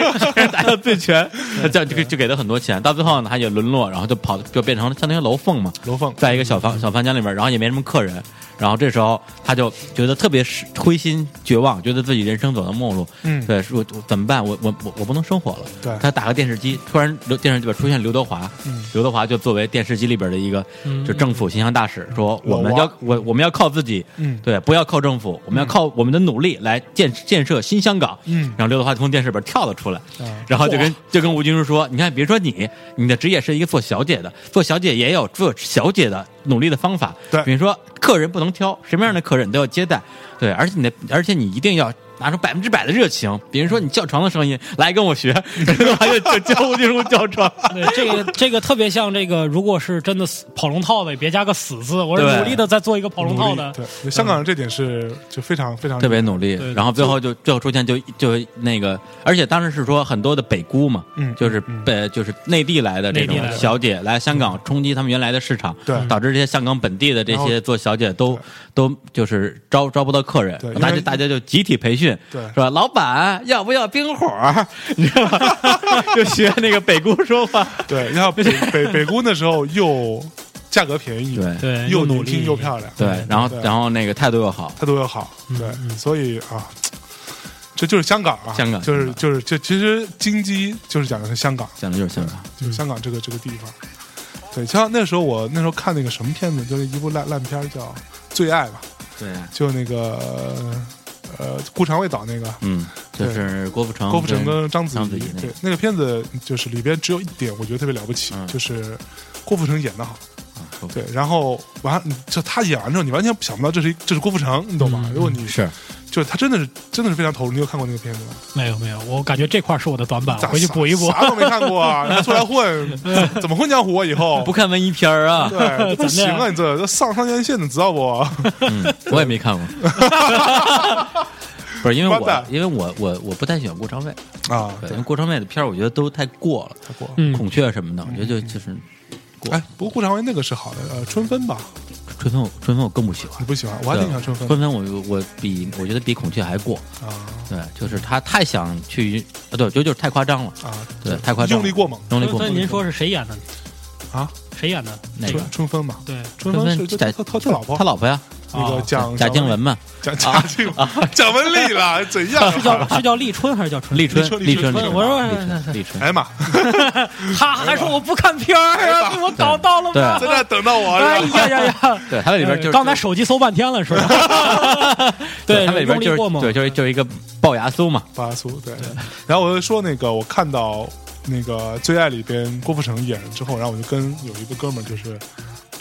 [SPEAKER 2] 打到醉拳，这样就给就给了很多钱。到最后呢，她也沦落，然后就跑就变成了相当于楼凤嘛，
[SPEAKER 1] 楼凤
[SPEAKER 2] 在一个小房小房间里面，然后也没什么客人，然后这时候他就觉得特别是灰心绝望，觉得自己人生走到末路，
[SPEAKER 1] 嗯
[SPEAKER 2] 对，是我我怎么办？我我我我不能生活了。
[SPEAKER 1] 对
[SPEAKER 2] 他打开电视机，突然刘电视里边出现刘德华，
[SPEAKER 1] 嗯
[SPEAKER 2] 刘德华就作为电视机里边的一个
[SPEAKER 3] 嗯
[SPEAKER 2] 就政府形象大使，说我们
[SPEAKER 1] 老王
[SPEAKER 2] 要我我们要靠自己，
[SPEAKER 1] 嗯
[SPEAKER 2] 对，不要靠政府，我们要靠我们的努力来建建设新香港，
[SPEAKER 1] 嗯
[SPEAKER 2] 然后刘德华从电视里边跳了出来，
[SPEAKER 1] 嗯
[SPEAKER 2] 然后就跟就跟吴君如说：“你看，别说你，你的职业是一个做小姐的，做小姐也有做小姐的努力的方法。
[SPEAKER 1] 对
[SPEAKER 2] 比如说客人不能挑，什么样的客人都要接待。对，而且你的，而且你一定要。”拿出百分之百的热情，比如说你叫床的声音，来跟我学， 然后就就教吴君如叫床，
[SPEAKER 3] 对，这个这个特别像这个，如果是真的死跑龙套的，也别加个死字，我是
[SPEAKER 2] 对
[SPEAKER 3] 努力的在做一个跑龙套
[SPEAKER 1] 努力
[SPEAKER 3] 的。
[SPEAKER 1] 对，香港人这点是就非常非常
[SPEAKER 2] 特别努力
[SPEAKER 3] 对，
[SPEAKER 2] 然后最后就最后出现就就那个，而且当时是说很多的北姑嘛，
[SPEAKER 1] 嗯
[SPEAKER 2] 就是
[SPEAKER 1] 嗯
[SPEAKER 2] 北就是内地来的这种
[SPEAKER 3] 内地来的
[SPEAKER 2] 小姐来香港冲击他们原来的市场，
[SPEAKER 1] 对
[SPEAKER 2] 导致这些香港本地的这
[SPEAKER 1] 然后
[SPEAKER 2] 些做小姐都都就是招招不到客人
[SPEAKER 1] 对，
[SPEAKER 2] 大
[SPEAKER 1] 因
[SPEAKER 2] 家
[SPEAKER 1] 为
[SPEAKER 2] 大家就集体培训，
[SPEAKER 1] 对
[SPEAKER 2] 是吧？老板要不要冰火 儿？你知道吗？就学那个北姑说话，
[SPEAKER 1] 对。 然后北北北姑那时候又价格便宜，
[SPEAKER 2] 对
[SPEAKER 3] 对，
[SPEAKER 1] 又
[SPEAKER 3] 努
[SPEAKER 1] 年
[SPEAKER 3] 力
[SPEAKER 1] 轻又漂亮，
[SPEAKER 2] 对，然 后
[SPEAKER 1] 对
[SPEAKER 2] 然后那个态度又好，
[SPEAKER 1] 态度又好，
[SPEAKER 3] 嗯
[SPEAKER 1] 对，所以啊，这就是香港啊，
[SPEAKER 2] 香港
[SPEAKER 1] 就是就是这其实金鸡就是讲的是香港，啊
[SPEAKER 2] 讲的就是香港，
[SPEAKER 1] 就是香港这个这个地方。对，像那时候我那时候看那个什么片子，就是一部烂烂片儿叫《最爱》吧，
[SPEAKER 2] 对，
[SPEAKER 1] 就那个呃顾长卫导那个，
[SPEAKER 2] 嗯，就是郭富城，
[SPEAKER 1] 郭富城跟章
[SPEAKER 2] 章子怡那个
[SPEAKER 1] 对，那个片子就是里边只有一点，我觉得特别了不起，
[SPEAKER 2] 嗯
[SPEAKER 1] 就是郭富城演的好。
[SPEAKER 2] 啊郭富
[SPEAKER 1] 对，然后完，就他演完之后，你完全想不到这是一这是郭富城，你懂吗？如果你
[SPEAKER 2] 嗯是
[SPEAKER 1] 就是他真的是真的是非常投入。你有看过那个片子吗？
[SPEAKER 3] 没有没有，我感觉这块是我的短板，我
[SPEAKER 2] 啊
[SPEAKER 1] 咋
[SPEAKER 3] 回去补一补。
[SPEAKER 1] 啥都没看过啊，你还出来混， 怎么混江湖啊？以后
[SPEAKER 2] 不看文艺片儿啊，
[SPEAKER 1] 对，不行
[SPEAKER 3] 咱
[SPEAKER 1] 啊！
[SPEAKER 3] 俩
[SPEAKER 1] 你这这上上院线的，你知道 不？
[SPEAKER 2] 嗯，我也没看 过。不是因为
[SPEAKER 1] 完
[SPEAKER 2] 我
[SPEAKER 1] 蛋，
[SPEAKER 2] 因为我我我不太喜欢郭长卫，
[SPEAKER 1] 啊，
[SPEAKER 2] 对因为郭长卫的片儿我觉得都太过了，
[SPEAKER 1] 太过了。
[SPEAKER 3] 嗯，
[SPEAKER 2] 孔雀什么的，我觉得
[SPEAKER 1] 嗯
[SPEAKER 2] 就就是过。
[SPEAKER 1] 哎，不过顾长卫那个是好的，呃，春分吧，
[SPEAKER 2] 春分我春分我更不喜欢
[SPEAKER 1] 你，不喜欢？我还挺喜欢春分
[SPEAKER 2] 春分我我比我觉得比孔雀还过，
[SPEAKER 1] 啊
[SPEAKER 2] 对，就是他太想去，啊对，就就是太夸张了，
[SPEAKER 1] 啊，
[SPEAKER 2] 对，太夸张了，
[SPEAKER 1] 用力过猛，
[SPEAKER 2] 用力过
[SPEAKER 3] 所以
[SPEAKER 2] 猛。
[SPEAKER 3] 您说是谁演的
[SPEAKER 1] 啊？
[SPEAKER 3] 谁演的？
[SPEAKER 2] 哪个
[SPEAKER 1] 春？春分嘛，
[SPEAKER 3] 对，
[SPEAKER 1] 春
[SPEAKER 2] 春
[SPEAKER 1] 分
[SPEAKER 2] 分
[SPEAKER 1] 是就
[SPEAKER 2] 在
[SPEAKER 1] 他他他哦老婆
[SPEAKER 2] 他，老婆呀，
[SPEAKER 1] 那个
[SPEAKER 3] 啊
[SPEAKER 1] 蒋嗯
[SPEAKER 2] 贾静雯嘛，
[SPEAKER 1] 蒋贾静蒋雯丽了，怎样
[SPEAKER 3] 呃
[SPEAKER 1] 啊
[SPEAKER 3] 是？叫是叫立春还是叫春？
[SPEAKER 2] 立春
[SPEAKER 1] 立，春
[SPEAKER 2] 立春，
[SPEAKER 3] 立春我说
[SPEAKER 2] 立春，立春
[SPEAKER 1] 哎，呀妈，
[SPEAKER 3] 他还说我不看片儿啊，被我搞到了吗？
[SPEAKER 1] 在这儿等到我，
[SPEAKER 3] 哎
[SPEAKER 1] 是吧
[SPEAKER 3] 呀呀呀！
[SPEAKER 2] 对，他在里
[SPEAKER 1] 哎
[SPEAKER 2] 边就是
[SPEAKER 3] 呃刚才手机搜半天了 是吧？对
[SPEAKER 2] 他在里，边
[SPEAKER 3] 用力
[SPEAKER 2] 就
[SPEAKER 3] 过
[SPEAKER 2] 是
[SPEAKER 3] 猛。
[SPEAKER 2] 对，就是就是一个龅牙苏嘛，
[SPEAKER 1] 巴苏对。然后我就说那个，我看到那个《最爱》里边郭富城演了之后，然后我就跟有一个哥们儿就是。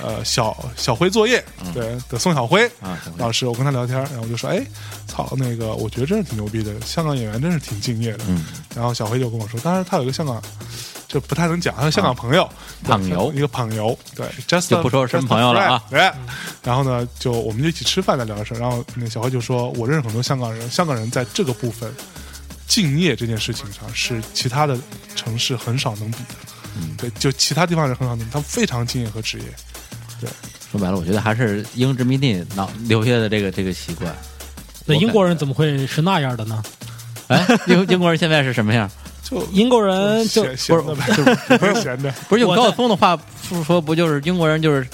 [SPEAKER 1] 呃，小小辉作业，对的，宋小辉
[SPEAKER 2] 啊小辉
[SPEAKER 1] 老师，我跟他聊天，然后我就说，哎，操，那个，我觉得真是挺牛逼的，香港演员真是挺敬业的。
[SPEAKER 2] 嗯
[SPEAKER 1] 然后小辉就跟我说，当然他有一个香港，就不太能讲，他是香港朋友，对
[SPEAKER 2] 啊朋友
[SPEAKER 1] 一个朋友，对，just
[SPEAKER 2] 就不说是什么朋友了啊
[SPEAKER 1] just a friend，对，然后呢，就我们就一起吃饭在聊这事儿，然后那小辉就说，我认识很多香港人，香港人在这个部分敬业这件事情上是其他的城市很少能比的，
[SPEAKER 2] 嗯
[SPEAKER 1] 对，就其他地方人很少能比，他们非常敬业和职业，
[SPEAKER 2] 说白了，我觉得还是英殖民地老留下的这个这个习惯。
[SPEAKER 3] 那
[SPEAKER 2] 我
[SPEAKER 3] 英国
[SPEAKER 2] 感
[SPEAKER 3] 人怎么会是那样的呢？
[SPEAKER 2] 哎，英英国人现在是什么样？
[SPEAKER 1] 就
[SPEAKER 3] 英国人就
[SPEAKER 1] 闲闲着呗， 不是闲着，
[SPEAKER 2] 不是用
[SPEAKER 3] 我
[SPEAKER 2] 高晓
[SPEAKER 3] 在
[SPEAKER 2] 松的话说说，不就是英国人就是，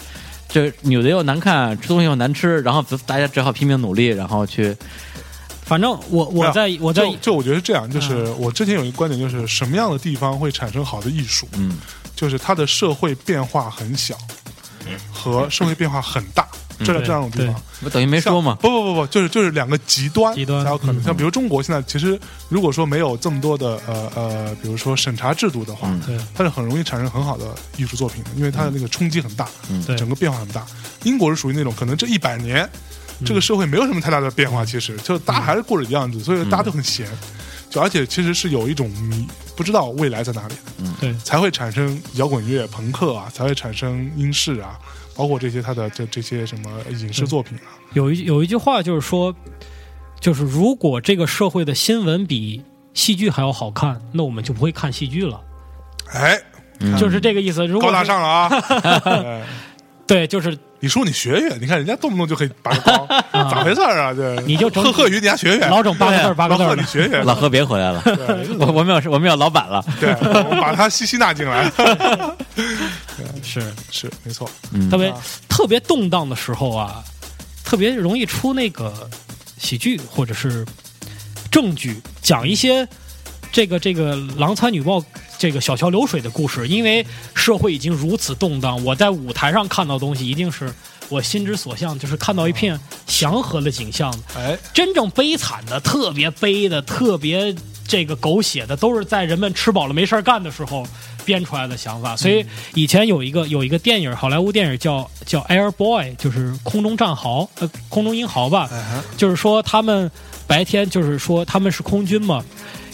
[SPEAKER 2] 这女的又难看，吃东西又难吃，然后大家只好拼命努力，然后去
[SPEAKER 3] 反正我我在我在
[SPEAKER 1] 啊
[SPEAKER 3] 嗯
[SPEAKER 1] 就就我觉得是这样，就是我之前有一个观点，就是什么样的地方会产生好的艺术？
[SPEAKER 2] 嗯，
[SPEAKER 1] 就是它的社会变化很小，和社会变化很大，这两
[SPEAKER 3] 对
[SPEAKER 1] 这两种地
[SPEAKER 3] 嗯对
[SPEAKER 1] 方。
[SPEAKER 2] 我等于没说嘛
[SPEAKER 1] 像，不不不不，就是就是两个极端
[SPEAKER 3] 极端
[SPEAKER 1] 才有可能。
[SPEAKER 3] 嗯
[SPEAKER 1] 像比如中国现在，其实如果说没有这么多的呃呃，比如说审查制度的话，
[SPEAKER 3] 对
[SPEAKER 1] 它是很容易产生很好的艺术作品的，因为
[SPEAKER 3] 嗯
[SPEAKER 1] 它的那个冲击很大，
[SPEAKER 3] 对
[SPEAKER 1] 整个变化很大。英国是属于那种可能这一百年，
[SPEAKER 3] 嗯
[SPEAKER 1] 这个社会没有什么太大的变化，其实就大家还是过着一样子，
[SPEAKER 3] 嗯
[SPEAKER 1] 所以大家都很闲。就而且其实是有一种迷，不知道未来在哪里，
[SPEAKER 3] 对
[SPEAKER 1] 才会产生摇滚乐、朋克啊，才会产生英式啊，包括这些它的这这些什么影视
[SPEAKER 3] 对
[SPEAKER 1] 作品啊，
[SPEAKER 3] 有一有一句话就是说，就是如果这个社会的新闻比戏剧还要好看，那我们就不会看戏剧了，
[SPEAKER 1] 哎。
[SPEAKER 2] 嗯
[SPEAKER 3] 就是这个意思。如果
[SPEAKER 1] 高大
[SPEAKER 3] 是
[SPEAKER 1] 上了啊！哎
[SPEAKER 3] 对，就是
[SPEAKER 1] 你说你学学，你看人家动不动就可以拔高，咋回事儿啊？这
[SPEAKER 3] 你就整
[SPEAKER 1] 赫赫于人家学学，
[SPEAKER 3] 老整八个字儿八个字
[SPEAKER 1] 老
[SPEAKER 3] 儿
[SPEAKER 1] 贺你
[SPEAKER 3] 的，
[SPEAKER 1] 学 学，
[SPEAKER 2] 老何别回来了，我我们要是我们要老板了，
[SPEAKER 1] 对，我们把他吸吸纳进 来，
[SPEAKER 3] 是
[SPEAKER 1] 是没错，
[SPEAKER 2] 嗯
[SPEAKER 3] 特别特别动荡的时候啊，特别容易出那个喜剧或者是正剧，讲一些这个这个郎才女貌、这个小桥流水的故事。因为社会已经如此动荡，我在舞台上看到的东西一定是。我心之所向就是看到一片祥和的景象，
[SPEAKER 1] 哎，
[SPEAKER 3] 真正悲惨的、特别悲的、特别这个狗血的，都是在人们吃饱了没事儿干的时候编出来的想法。所以以前有一个 有一个电影，好莱坞电影叫叫《Air Boy》，就是空中战壕，呃，空中英豪吧。就是说他们白天就是说他们是空军嘛，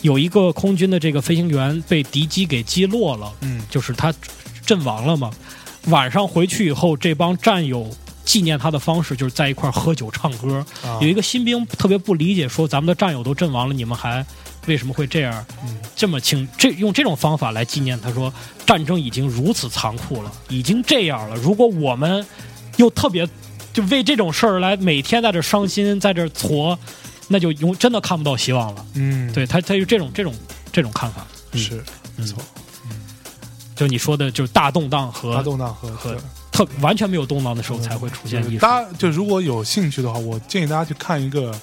[SPEAKER 3] 有一个空军的这个飞行员被敌机给击落了，
[SPEAKER 1] 嗯，
[SPEAKER 3] 就是他阵亡了嘛。晚上回去以后，这帮战友纪念他的方式就是在一块儿喝酒唱歌，
[SPEAKER 1] 啊
[SPEAKER 3] 有一个新兵特别不理解，说咱们的战友都阵亡了，你们还为什么会这样？
[SPEAKER 1] 嗯
[SPEAKER 3] 这么轻，这用这种方法来纪念，他说战争已经如此残酷了，已经这样了。如果我们又特别就为这种事儿来每天在这伤心，在这挫，那就永真的看不到希望了。
[SPEAKER 1] 嗯，
[SPEAKER 3] 对他，嗯他有这种这种这种看法，
[SPEAKER 1] 是没错，
[SPEAKER 3] 就你说的，就是大动荡
[SPEAKER 1] 大
[SPEAKER 3] 和
[SPEAKER 1] 动荡和
[SPEAKER 3] 嗯和
[SPEAKER 1] 和
[SPEAKER 3] 特完全没有动荡的时候才会出现艺术。
[SPEAKER 1] 大家就如果有兴趣的话，我建议大家去看一个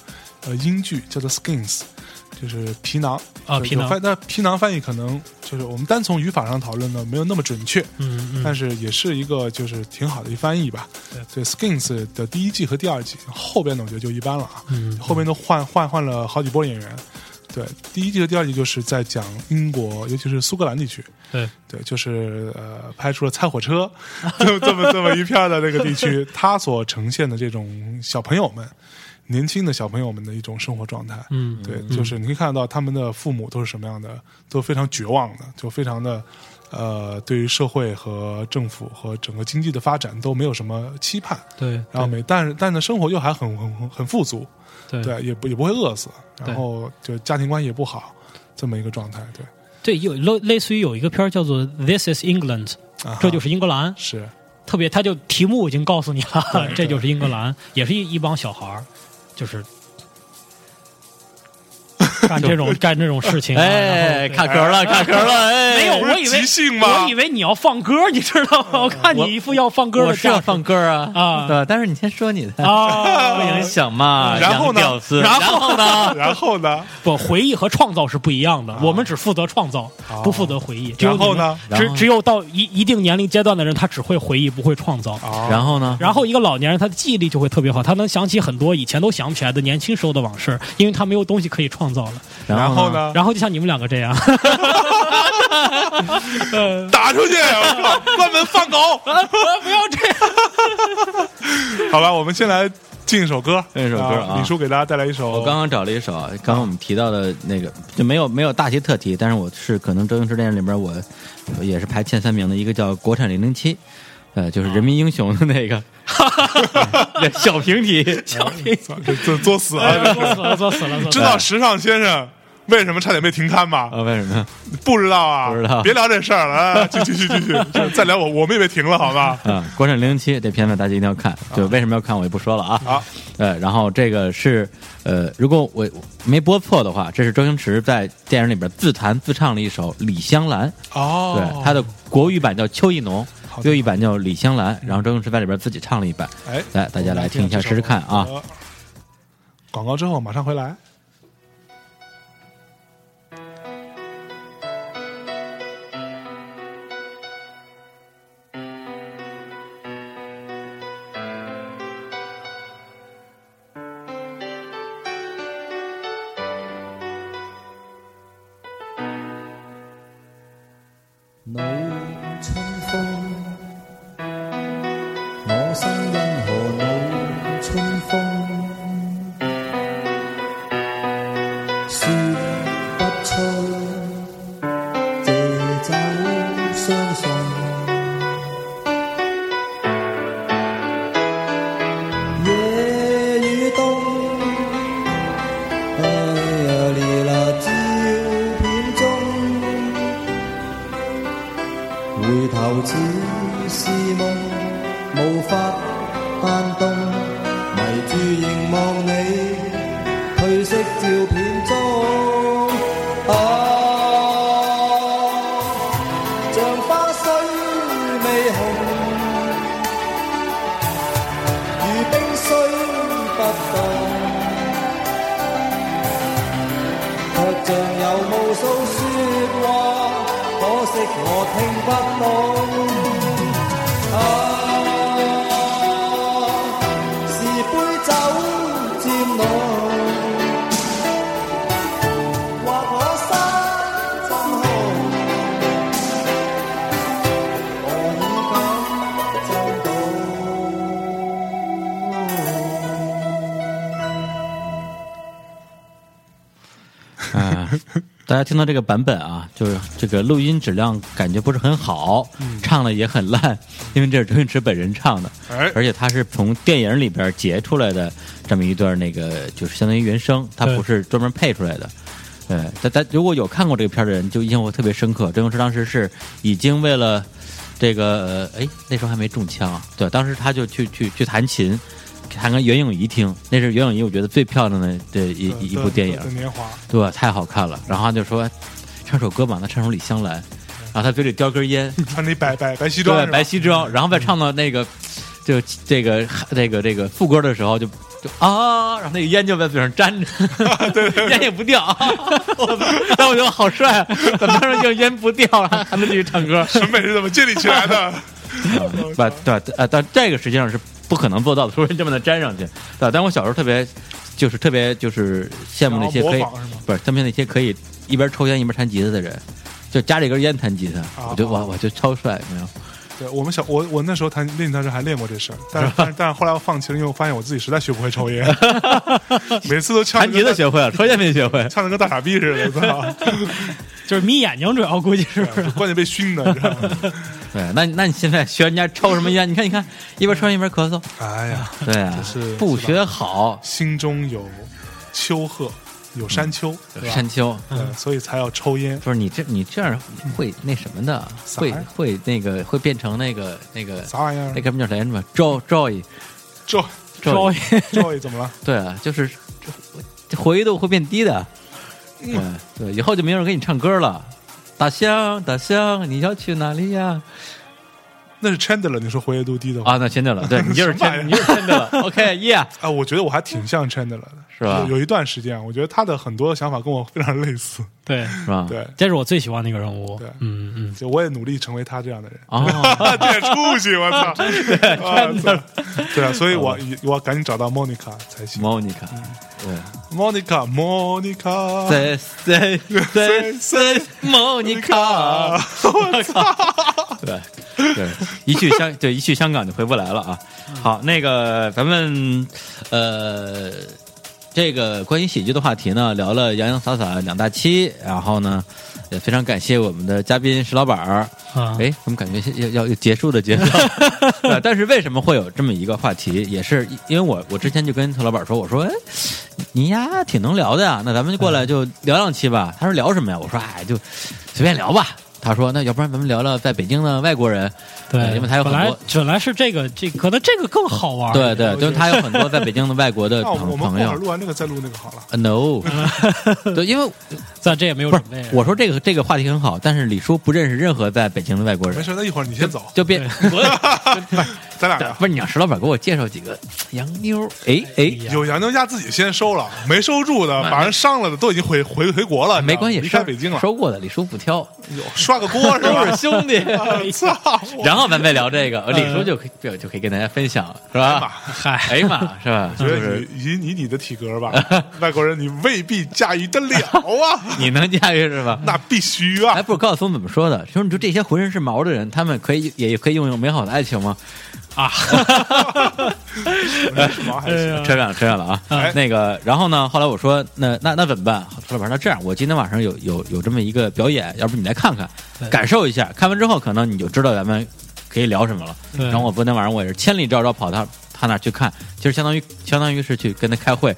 [SPEAKER 1] 呃英剧，叫做《Skins》，就是皮囊
[SPEAKER 3] 啊
[SPEAKER 1] 就
[SPEAKER 3] 皮囊
[SPEAKER 1] 有翻但皮囊翻译可能就是我们单从语法上讨论呢，没有那么准确，
[SPEAKER 3] 嗯嗯
[SPEAKER 1] 但是也是一个就是挺好的一翻译吧。对，《Skins》的第一季和第二季，后边的我觉得就一般了啊。
[SPEAKER 3] 嗯，
[SPEAKER 1] 后面都换换换了好几波演员。对，第一季和第二季就是在讲英国，尤其是苏格兰地区。
[SPEAKER 3] 对
[SPEAKER 1] 对，就是呃，拍出了《猜火车》这这么这么一片儿的那个地区，它所呈现的这种小朋友们，年轻的小朋友们的一种生活状态。
[SPEAKER 3] 嗯
[SPEAKER 1] 对，就是你可以看到他们的父母都是什么样的，都非常绝望的，就非常的呃，对于社会和政府和整个经济的发展都没有什么期盼。
[SPEAKER 3] 对，
[SPEAKER 1] 然后没，但是但是生活又还很很很富足，
[SPEAKER 3] 对
[SPEAKER 1] 对，也不也不会饿死，然
[SPEAKER 3] 对
[SPEAKER 1] 后就家庭关系也不好，这么一个状态，对，
[SPEAKER 3] 对，有类类似于有一个片儿叫做《This Is England》，
[SPEAKER 1] 啊哈，
[SPEAKER 3] 这就是英格兰，
[SPEAKER 1] 是
[SPEAKER 3] 特别，他就题目已经告诉你了，这就是英格兰，也是一一帮小孩儿，就是干这种干这种事情啊。
[SPEAKER 2] 哎，
[SPEAKER 3] 然后
[SPEAKER 2] 卡壳了，卡壳了，哎，
[SPEAKER 3] 没有，
[SPEAKER 1] 不是
[SPEAKER 3] 我以为
[SPEAKER 1] 即兴吗
[SPEAKER 3] 我以为你要放歌，你知道吗？我看你一副要放歌
[SPEAKER 2] 我
[SPEAKER 3] 的
[SPEAKER 2] 是要
[SPEAKER 3] 架势
[SPEAKER 2] 放歌啊
[SPEAKER 3] 啊
[SPEAKER 2] 对，但是你先说你的，不
[SPEAKER 3] 啊
[SPEAKER 2] 影。 响嘛，
[SPEAKER 1] 呃然后呢
[SPEAKER 2] 洋屌丝，
[SPEAKER 3] 然后
[SPEAKER 2] 后呢，
[SPEAKER 1] 然后呢，
[SPEAKER 3] 不，回忆和创造是不一样的。我们只负责创造，不负责回忆。只有
[SPEAKER 1] 然后
[SPEAKER 3] 你们
[SPEAKER 1] 呢
[SPEAKER 2] 然后
[SPEAKER 3] 只只有到一一定年龄阶段的人，他只会回忆，不会创造。
[SPEAKER 1] 啊，
[SPEAKER 2] 然后呢，
[SPEAKER 3] 然后一个老年人，他的记忆力就会特别好，他能想起很多以前都想不起来的年轻时候的往事儿，因为他没有东西可以创造了。
[SPEAKER 1] 然后？呢，
[SPEAKER 3] 然后就像你们两个这样，
[SPEAKER 1] 打出去，我靠关门放狗，
[SPEAKER 3] 不要这样。
[SPEAKER 1] 好吧，我们先来进一首歌，
[SPEAKER 2] 进一首歌啊
[SPEAKER 1] 李叔给大家带来一首，
[SPEAKER 2] 我刚刚找了一首，刚刚我们提到的那个就没有没有大题特题，但是我是可能周星驰电影里边我我也是排前三名的一个叫《国产零零七》，呃，就是人民英雄的那个
[SPEAKER 1] 啊
[SPEAKER 2] 小平题， 小平
[SPEAKER 1] 操这这作死啊！
[SPEAKER 3] 作死了，作死了，作死了
[SPEAKER 1] 知道时尚先生为什么差点被停刊吗？
[SPEAKER 2] 啊？为什么？
[SPEAKER 1] 不知道啊，
[SPEAKER 2] 不知道
[SPEAKER 1] 别聊这事儿了， 啊继续继续继续，这再聊我我们也被停了，好吧？
[SPEAKER 2] 啊，《国产零零七》这片子大家一定要看，就为什么要看我也不说了啊。
[SPEAKER 1] 好，
[SPEAKER 2] 呃，然后这个是呃，如果我我没播错的话，这是周星驰在电影里边自弹自唱了一首《李香兰》，
[SPEAKER 1] 哦
[SPEAKER 2] 对，他的国语版叫邱意浓
[SPEAKER 1] 好，的
[SPEAKER 2] 粤语版叫李香兰，然后周星驰在里边自己唱了一版，
[SPEAKER 1] 哎，
[SPEAKER 2] 来大家来听一下试试看啊
[SPEAKER 1] 我们来听这首歌。广告之后马上回来。
[SPEAKER 8] 啊
[SPEAKER 9] 動，卻像有無數説話，可惜我聽不懂。啊，是杯酒漸濃，或我心怎紅。我已感震動。
[SPEAKER 2] 啊，大家听到这个版本啊，就是这个录音质量感觉不是很好，唱的也很烂，因为这是周星驰本人唱的，
[SPEAKER 1] 哎
[SPEAKER 2] 而且他是从电影里边截出来的这么一段那个，就是相当于原声，他
[SPEAKER 3] 对
[SPEAKER 2] 不是专门配出来的。对，但但如果有看过这个片儿的人，就印象会特别深刻。周星驰当时是已经为了这个，呃哎，那时候还没中枪啊，对，当时他就去去去弹琴，弹个袁咏仪听，那是袁咏仪我觉得最漂亮的的一一一部电影
[SPEAKER 1] 的。年华，
[SPEAKER 2] 对吧？太好看了。然后他就说唱首歌吧，那唱首李香兰。然后他嘴里叼 根烟，
[SPEAKER 1] 穿着一白白白西装
[SPEAKER 2] 对
[SPEAKER 1] 是，吧，
[SPEAKER 2] 白西装，然后再唱到那个就这个这个这个副歌的时候就。就啊，然后那个烟就在嘴上 粘着， 烟也不掉。啊我操！但我觉得好帅啊，怎么着就烟不掉了，然后还能继续唱 歌？
[SPEAKER 1] 审美是怎么建立起来 的？我
[SPEAKER 2] 不
[SPEAKER 1] 操
[SPEAKER 2] 对呃，但这个实际上是不可能做到的，除非这么的粘上去。对，但我小时候特别，就是特别就是羡慕那些
[SPEAKER 1] 想要
[SPEAKER 2] 可以
[SPEAKER 1] 模仿是吗，
[SPEAKER 2] 不是羡慕那些可以一边抽烟一边弹吉他的人，就夹着一根烟弹吉他，我就
[SPEAKER 1] 啊
[SPEAKER 2] 我我就超帅，你知道吗？
[SPEAKER 1] 对我们小我我那时候弹练吉他时还练过这事儿，但是但是但是后来我放弃了，因为我发现我自己实在学不会 抽烟，每次都呛 得
[SPEAKER 2] 弹吉
[SPEAKER 1] 跟
[SPEAKER 2] 他
[SPEAKER 1] 大
[SPEAKER 2] 学会了，抽烟没学会。
[SPEAKER 1] 呛得跟大傻逼似的， 操！
[SPEAKER 3] 就是眯眼睛，主要估计是不是？
[SPEAKER 1] 关键被熏的，你知道吗？
[SPEAKER 2] 对，那那你现在学人家抽什么烟？你看你看，一边抽烟一边咳嗽。
[SPEAKER 1] 哎呀，
[SPEAKER 2] 对啊
[SPEAKER 1] 这是，
[SPEAKER 2] 不
[SPEAKER 1] 是吧
[SPEAKER 2] 学好
[SPEAKER 1] 心中有丘壑，有山丘，对吧
[SPEAKER 2] 嗯山丘。
[SPEAKER 1] 对，所以才要抽烟。
[SPEAKER 2] 不是你这你这样会那什么的，
[SPEAKER 1] 啥
[SPEAKER 2] 会
[SPEAKER 1] 呀
[SPEAKER 2] 会那个会变成那个那个
[SPEAKER 1] 啥玩意儿
[SPEAKER 2] 那？哥们叫谁什么 Joy Joy
[SPEAKER 1] 周
[SPEAKER 2] Joy
[SPEAKER 1] 周易怎么了？
[SPEAKER 2] 对啊，就是这这活跃度会变低的。对
[SPEAKER 1] 嗯
[SPEAKER 2] 对，以后就没有人给你唱歌了。大象，大象，你要去哪里呀？
[SPEAKER 1] 那是 Chandler，你说活跃度低的话
[SPEAKER 2] 啊，那签的了，对你就是
[SPEAKER 1] 什么玩意儿
[SPEAKER 2] 签，你就是签的了。OK，Yeah，
[SPEAKER 1] 啊，我觉得我还挺像 Chandler 的，
[SPEAKER 2] 是吧
[SPEAKER 1] 有有一段时间啊，我觉得他的很多想法跟我非常类似，
[SPEAKER 3] 对，
[SPEAKER 2] 是吧？
[SPEAKER 1] 对，
[SPEAKER 3] 这是我最喜欢的一个人物
[SPEAKER 1] 对。
[SPEAKER 3] 嗯嗯，
[SPEAKER 1] 就我也努力成为他这样的 人。
[SPEAKER 2] 哦，
[SPEAKER 1] 啊，这点出息，我 操！啊操对啊，所以我
[SPEAKER 2] 嗯
[SPEAKER 1] 我要赶紧找到 Monica 才行。
[SPEAKER 2] 莫妮卡，对，
[SPEAKER 1] Monica，Monica，
[SPEAKER 2] 谁谁谁谁，莫妮卡，我靠， 对对，一去香对一去香港就回不来了啊。好，那个咱们呃，这个关于喜剧的话题呢，聊了洋洋洒洒两大期，然后呢，也非常感谢我们的嘉宾石老板儿。
[SPEAKER 3] 啊，
[SPEAKER 2] 哎，怎么感觉要要要结束的节 奏？呃但是为什么会有这么一个话题？也是因为我我之前就跟特老板说，我说，哎，你呀挺能聊的呀，那咱们就过来就
[SPEAKER 3] 嗯
[SPEAKER 2] 聊两期吧。他说聊什么呀？我说哎，就随便聊吧。他说那要不然咱们聊聊在北京的外国人，
[SPEAKER 3] 对，
[SPEAKER 2] 呃因为他有很
[SPEAKER 3] 本来
[SPEAKER 2] 多。
[SPEAKER 3] 本来是这个这可能这个更好玩。
[SPEAKER 2] 对对，
[SPEAKER 1] 我
[SPEAKER 2] 就是
[SPEAKER 1] 觉得
[SPEAKER 2] 他有很多在北京的外国 的
[SPEAKER 1] 那我
[SPEAKER 2] 朋
[SPEAKER 1] 们我们
[SPEAKER 2] 朋
[SPEAKER 1] 过会儿
[SPEAKER 2] 友。
[SPEAKER 1] 录完这个再录那个好了。
[SPEAKER 2] 呃 no，对， 因 为
[SPEAKER 3] 咱这也没有
[SPEAKER 2] 不是
[SPEAKER 3] 准备。
[SPEAKER 2] 我说这个这个话题很好，但是李叔不认识任何在北京的外国
[SPEAKER 1] 没
[SPEAKER 2] 人，
[SPEAKER 1] 事，那一会儿你先走，
[SPEAKER 2] 就变
[SPEAKER 1] 咱 俩聊。
[SPEAKER 2] 不是你让石老板给我介绍几个洋妞儿？哎哎，
[SPEAKER 3] 呀
[SPEAKER 1] 有洋妞家自己先收了，没收住的，把人伤了的都已经回回回国了，
[SPEAKER 2] 哎没关系，
[SPEAKER 1] 离
[SPEAKER 2] 事
[SPEAKER 1] 开
[SPEAKER 2] 儿
[SPEAKER 1] 北京了，
[SPEAKER 2] 收过的，李叔不挑，
[SPEAKER 1] 有刷个锅是
[SPEAKER 2] 都是
[SPEAKER 1] 吧？
[SPEAKER 2] 兄 弟。
[SPEAKER 1] 操！
[SPEAKER 2] 然后咱再聊这
[SPEAKER 1] 嗯
[SPEAKER 2] 个，李叔就可以就就可以跟大家分享，是吧？
[SPEAKER 3] 嗨，
[SPEAKER 2] 哎呀妈，是吧？
[SPEAKER 1] 我
[SPEAKER 2] 就
[SPEAKER 1] 觉得
[SPEAKER 2] 是
[SPEAKER 1] 你以你你的体格 吧，外国人你未必驾驭得了 啊，
[SPEAKER 2] 你能驾驭是吧？
[SPEAKER 1] 那必须
[SPEAKER 2] 还
[SPEAKER 1] 啊！
[SPEAKER 2] 不如高晓松怎么说的？说你说这些浑身是毛的人，他们可以也可以拥有美好的爱情吗？
[SPEAKER 3] 啊，
[SPEAKER 1] 没什么还
[SPEAKER 3] 哎
[SPEAKER 1] 行。
[SPEAKER 3] 呀
[SPEAKER 2] 扯远了，扯远了啊。
[SPEAKER 1] 哎
[SPEAKER 2] 那个，然后呢？后来我说，那那那怎么办？石老板，那这样，我今天晚上有有有这么一个表演，要不你来看看，感受一下。看完之后，可能你就知道咱们可以聊什么了。
[SPEAKER 3] 对
[SPEAKER 2] 然后我昨天晚上我也是千里迢迢跑他他那儿去看，其实相当于相当于是去跟他开会，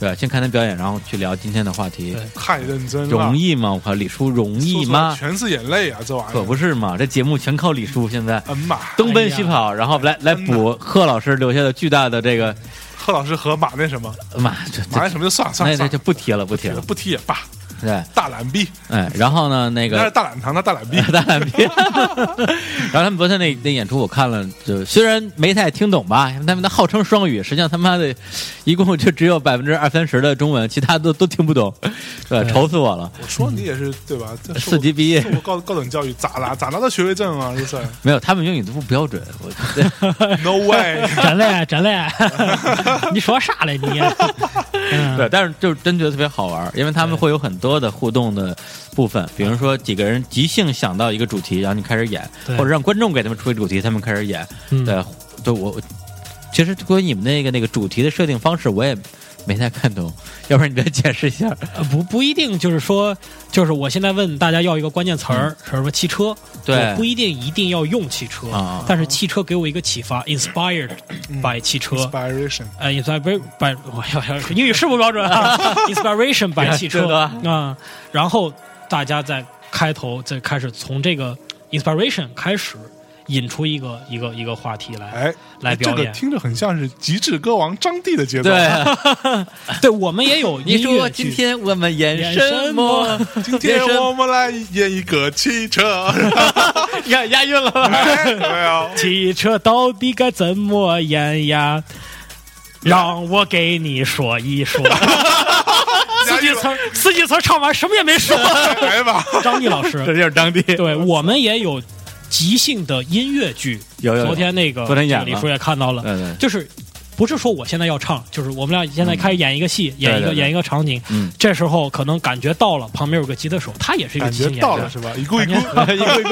[SPEAKER 2] 对吧？先看他表演，然后去聊今天的话题，
[SPEAKER 3] 对
[SPEAKER 1] 太认真了，
[SPEAKER 2] 容易吗？我靠，李叔容易吗？
[SPEAKER 1] 全是眼泪啊，这玩意
[SPEAKER 2] 可
[SPEAKER 1] 儿。
[SPEAKER 2] 不是嘛，这节目全靠李叔现在。
[SPEAKER 1] 嗯马
[SPEAKER 2] 东奔西跑，然后来来补贺老师留下的巨大的这个，
[SPEAKER 1] 贺老师和马那什么，
[SPEAKER 2] 妈，这
[SPEAKER 1] 马
[SPEAKER 2] 这
[SPEAKER 1] 那什么就算了算
[SPEAKER 2] 那
[SPEAKER 1] 了
[SPEAKER 2] 那
[SPEAKER 1] 算
[SPEAKER 2] 就
[SPEAKER 1] 了，
[SPEAKER 2] 不提了，不提了。
[SPEAKER 1] 不提也罢。
[SPEAKER 2] 对，
[SPEAKER 1] 大懒逼，
[SPEAKER 2] 哎，然后呢，那
[SPEAKER 1] 那是
[SPEAKER 2] 个，
[SPEAKER 1] 大懒堂的大懒逼
[SPEAKER 2] 大懒逼，然后他们昨天那那演出我看了，就虽然没太听懂吧，他们的号称双语，实际上他妈的，一共就只有百分之二三十的中文，其他都都听不懂，对，
[SPEAKER 3] 对
[SPEAKER 2] 愁死我了。
[SPEAKER 1] 我说你也是对吧？这受
[SPEAKER 2] 四级毕业
[SPEAKER 1] 受过高高等教育，咋拿咋拿到学位证啊？这是
[SPEAKER 2] 没有，他们英语都不标准，我
[SPEAKER 1] No way！
[SPEAKER 3] 真嘞，真嘞， 你说啥嘞 你？嗯，
[SPEAKER 2] 对，但是就是真觉得特别好玩儿，因为他们会有很多的互动的部分，比如说几个人即兴想到一个主题，然后你开始演，
[SPEAKER 3] 对
[SPEAKER 2] 或者让观众给他们出一个主题，他们开始演。
[SPEAKER 3] 嗯
[SPEAKER 2] 对，呃对我我其实关于你们那个那个主题的设定方式，我也没太看懂，要不然你再解释一下？
[SPEAKER 3] 呃不不一定，就是说，就是我现在问大家要一个关键词儿，
[SPEAKER 2] 嗯
[SPEAKER 3] 是什么汽车？
[SPEAKER 2] 对
[SPEAKER 3] 我不一定一定要用汽车
[SPEAKER 2] 啊，嗯
[SPEAKER 3] 但是汽车给我一个启发，inspired by 汽车。
[SPEAKER 1] Inspiration，
[SPEAKER 3] 呃，inspired by 我要要英语是不标准 啊，inspiration by 汽
[SPEAKER 2] 对
[SPEAKER 3] 车
[SPEAKER 2] 的
[SPEAKER 3] 啊、然后大家在开头再开始从这个 inspiration 开始引出一个一个一个话题来，
[SPEAKER 1] 哎，
[SPEAKER 3] 来表
[SPEAKER 1] 这
[SPEAKER 3] 演
[SPEAKER 1] 个听着很像是极致歌王张帝的节奏。
[SPEAKER 2] 对，，
[SPEAKER 3] 对我们也有
[SPEAKER 2] 你
[SPEAKER 3] 音
[SPEAKER 2] 说
[SPEAKER 3] 乐
[SPEAKER 2] 今
[SPEAKER 3] 剧，
[SPEAKER 2] 天我们演
[SPEAKER 3] 演
[SPEAKER 2] 什
[SPEAKER 3] 什么
[SPEAKER 2] 么？
[SPEAKER 1] 今天我们来演一个汽车。
[SPEAKER 2] 押押韵了吧？
[SPEAKER 1] 哎没有，
[SPEAKER 3] 汽车到底该怎么 演呀？让我给你说 一说。司机词儿，司机词儿唱完什么也 没说。
[SPEAKER 1] 来吧，
[SPEAKER 3] 张毅老师，
[SPEAKER 2] 这就是张帝，
[SPEAKER 3] 对我们也有即兴的音乐剧。
[SPEAKER 2] 有有有
[SPEAKER 3] 昨天那个
[SPEAKER 2] 昨天演
[SPEAKER 3] 这个
[SPEAKER 2] 了
[SPEAKER 3] 李叔也看到了，
[SPEAKER 2] 对对
[SPEAKER 3] 就是不是说我现在要唱，就是我们俩现在开始演一个戏，演一个
[SPEAKER 2] 嗯对对对
[SPEAKER 3] 演一个场景。
[SPEAKER 2] 嗯
[SPEAKER 3] 这时候可能感觉到了，旁边有个吉他手，他也是一个
[SPEAKER 1] 感
[SPEAKER 3] 即
[SPEAKER 1] 觉
[SPEAKER 3] 兴演
[SPEAKER 1] 到
[SPEAKER 3] 员
[SPEAKER 1] 了。是吧？一咕一咕，
[SPEAKER 2] 一个一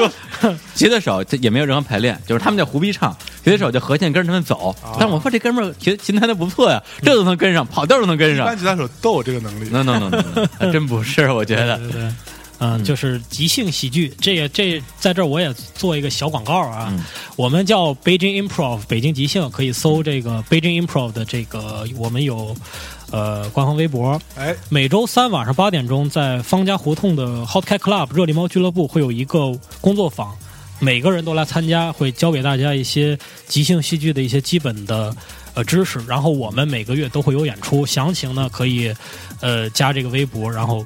[SPEAKER 2] 个，吉他手这也没有任何排练，就是他们叫胡逼唱，吉他手就和弦跟着他们走。但是我说这哥们儿琴琴弹的不错呀，这都能跟上，跑调都能跟
[SPEAKER 1] 一
[SPEAKER 2] 上
[SPEAKER 1] 般。吉他手都有这个能力。
[SPEAKER 2] No no no，, no, no 还真不是，我觉得
[SPEAKER 3] 对对对，嗯，就是即兴喜剧，这也这在这儿我也做一个小广告啊，
[SPEAKER 2] 嗯
[SPEAKER 3] 我们叫北京 improv 北京即兴，可以搜这个北京 improv 的这个，我们有呃官方微博，
[SPEAKER 1] 哎，
[SPEAKER 3] 每周三晚上八点钟在方家胡同的 Hot Cat Club 热力猫俱乐部会有一个工作坊。每个人都来参加，会教给大家一些即兴戏剧的一些基本的呃知识。然后我们每个月都会有演出，详情呢可以呃加这个微博，然后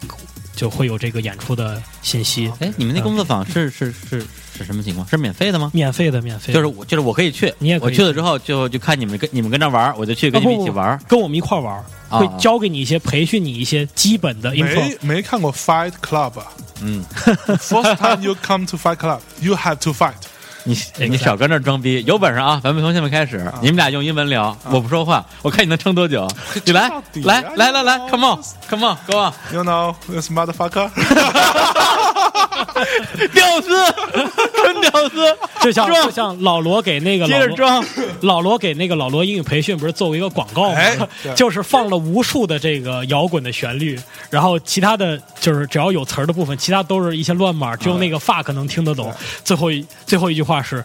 [SPEAKER 3] 就会有这个演出的信息。嗯
[SPEAKER 2] 哎，你们那工作坊是是是是什么情况？是免费的吗？
[SPEAKER 3] 免费的，免费的
[SPEAKER 2] 就是我就是我可以去，
[SPEAKER 3] 你也可以
[SPEAKER 2] 我去了之后就就看你们跟你们跟那玩儿，我就去跟你们一起玩儿
[SPEAKER 3] 啊不不不跟我们一块儿玩儿，
[SPEAKER 2] 啊
[SPEAKER 3] 会教给你一些，培训你一些基本的 info
[SPEAKER 1] 没。没看过 Fight Club 啊
[SPEAKER 2] 嗯，
[SPEAKER 1] ？First time you come to Fight Club, you have to fight。
[SPEAKER 2] 你你少跟那儿装逼，有本事啊！咱们从现在开始，你们俩用英文
[SPEAKER 3] 啊
[SPEAKER 2] 聊，我不说话，我看你能撑多 久。你来
[SPEAKER 1] 到底
[SPEAKER 2] 来
[SPEAKER 1] 啊
[SPEAKER 2] 来来来
[SPEAKER 1] 你
[SPEAKER 2] ，come on，come on，go on。
[SPEAKER 1] You know this motherfucker？
[SPEAKER 2] 屌丝，纯屌丝，
[SPEAKER 3] 就像
[SPEAKER 2] 装
[SPEAKER 3] 就像老罗给那个
[SPEAKER 2] 接
[SPEAKER 3] 老
[SPEAKER 2] 着
[SPEAKER 3] 罗
[SPEAKER 2] 装。
[SPEAKER 3] 老罗给那个老罗英语培训不是做过一个广告吗？
[SPEAKER 1] 哎对
[SPEAKER 3] 就是放了无数的这个摇滚的旋律，然后其他的就是只要有词儿的部分，其他都是一些乱码，只有那个 fuck 能听得
[SPEAKER 1] 哎
[SPEAKER 3] 懂。最后一最后一句话是。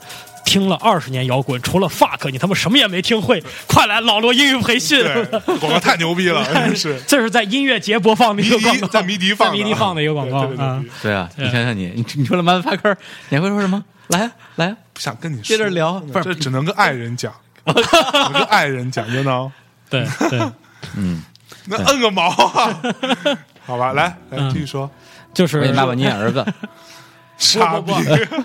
[SPEAKER 3] 听了二十年摇滚，除了 fuck，你他妈什么也没听会。快来老罗英语培训，
[SPEAKER 1] 对，广告太牛逼了，真是。
[SPEAKER 3] 这是在音乐节播放的一个广告，
[SPEAKER 1] 在迷笛放的
[SPEAKER 3] 在迷笛放的一个广告
[SPEAKER 1] 对对对
[SPEAKER 3] 啊
[SPEAKER 1] 对。
[SPEAKER 2] 对啊，你想想你，你你除了麻烦发科，你还会说什么？来啊，来啊，
[SPEAKER 1] 不想跟你说
[SPEAKER 2] 接着聊
[SPEAKER 1] 真
[SPEAKER 2] 不
[SPEAKER 1] 的
[SPEAKER 2] 是
[SPEAKER 1] 这只能跟爱人 讲，我跟爱人讲，you know，
[SPEAKER 3] 对对，
[SPEAKER 1] 那摁个毛 啊！好吧，来
[SPEAKER 2] 嗯
[SPEAKER 1] 来继续说，
[SPEAKER 3] 就是
[SPEAKER 2] 我给你爸爸，你演儿子，
[SPEAKER 1] 傻逼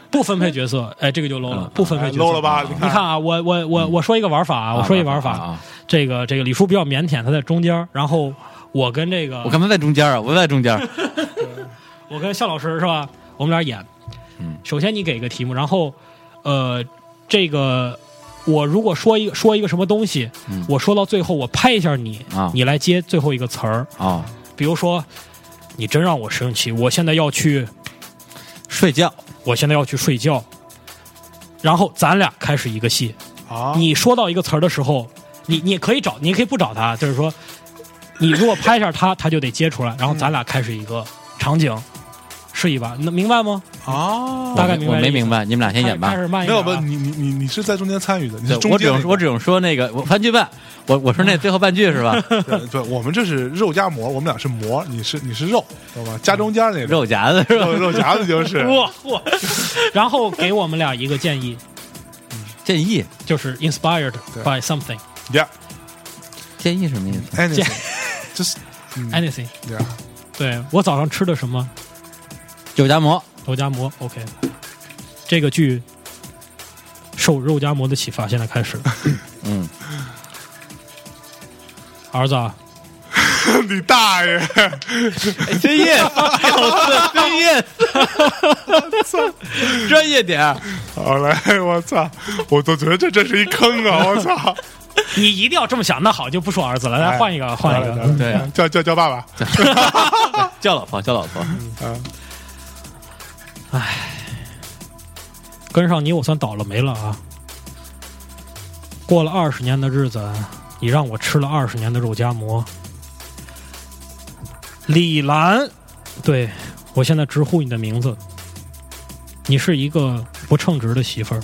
[SPEAKER 3] 不分配角色，哎，这个就 low 了，不分 配角
[SPEAKER 1] 嗯
[SPEAKER 3] 色
[SPEAKER 1] 哎，low 了吧？你
[SPEAKER 3] 你看啊，我我我我说一个玩法啊，我说一个玩
[SPEAKER 2] 啊啊
[SPEAKER 3] 法
[SPEAKER 2] 啊，
[SPEAKER 3] 这个这个李叔比较腼腆，他在中间儿，然后我跟这个
[SPEAKER 2] 我干嘛在中间啊？我在中间。
[SPEAKER 3] 我跟向老师是吧？我们俩演，
[SPEAKER 2] 嗯
[SPEAKER 3] 首先你给一个题目，然后呃，这个我如果说一个说一个什么东西，我说到最后我拍一下你
[SPEAKER 2] 嗯啊，
[SPEAKER 3] 你来接最后一个词儿，
[SPEAKER 2] 哦，
[SPEAKER 3] 比如说你真让我生气，我现在要去
[SPEAKER 2] 睡觉，
[SPEAKER 3] 我现在要去睡觉，然后咱俩开始一个戏。
[SPEAKER 1] 啊，
[SPEAKER 3] 你说到一个词儿的时候，你你也可以找，你也可以不找他，就是说，你如果拍一下他，他就得接出来，然后咱俩开始一个场景，试一把，能明白吗？
[SPEAKER 1] 啊，
[SPEAKER 3] 大概
[SPEAKER 2] 我没我没
[SPEAKER 3] 明白意思
[SPEAKER 2] 明白，你们俩先演吧
[SPEAKER 3] 开。始慢一
[SPEAKER 1] 没有
[SPEAKER 3] 点
[SPEAKER 1] 不，
[SPEAKER 3] 啊。
[SPEAKER 1] 你你你你是在中间参与的，你
[SPEAKER 2] 对
[SPEAKER 1] 是中
[SPEAKER 2] 哎我只
[SPEAKER 1] 间
[SPEAKER 2] 能
[SPEAKER 1] 那个
[SPEAKER 2] 我只能说那个我半句半，我我说那最后半句是吧？
[SPEAKER 1] 对对，我们这是肉夹馍，我们俩是馍，你是你是肉，懂吧？夹中间那个
[SPEAKER 2] 肉夹子是吧
[SPEAKER 1] 肉？肉夹子就是
[SPEAKER 3] 哇哇！然后给我们俩一个建议，
[SPEAKER 2] 建议
[SPEAKER 3] 就是 inspired
[SPEAKER 1] 对
[SPEAKER 3] by something
[SPEAKER 1] yeah
[SPEAKER 2] 建议什么意思？
[SPEAKER 1] anything，just 嗯
[SPEAKER 3] anything，
[SPEAKER 1] yeah
[SPEAKER 3] 对我早上吃的什么
[SPEAKER 2] 肉夹馍，
[SPEAKER 3] 肉夹馍，OK，这个剧受肉夹馍的启发，现在开始。
[SPEAKER 2] 嗯，
[SPEAKER 3] 儿子啊，
[SPEAKER 1] 你大爷！
[SPEAKER 2] 真 yes，好真 yes，专业点儿，
[SPEAKER 1] 好嘞，我操！我都觉得这真是一坑啊！我 操！
[SPEAKER 3] 你一定要这么想，那好，就不说儿子了，来换一个，换一
[SPEAKER 1] 哎来
[SPEAKER 3] 个。
[SPEAKER 1] 来
[SPEAKER 2] 对啊
[SPEAKER 1] 叫叫叫爸爸。
[SPEAKER 2] 叫老婆，叫老婆，
[SPEAKER 1] 嗯，
[SPEAKER 3] 跟上你，我算倒了霉了啊！过了二十年的日子，你让我吃了二十年的肉夹馍。李兰，对我现在直呼你的名字。你是一个不称职的媳妇儿，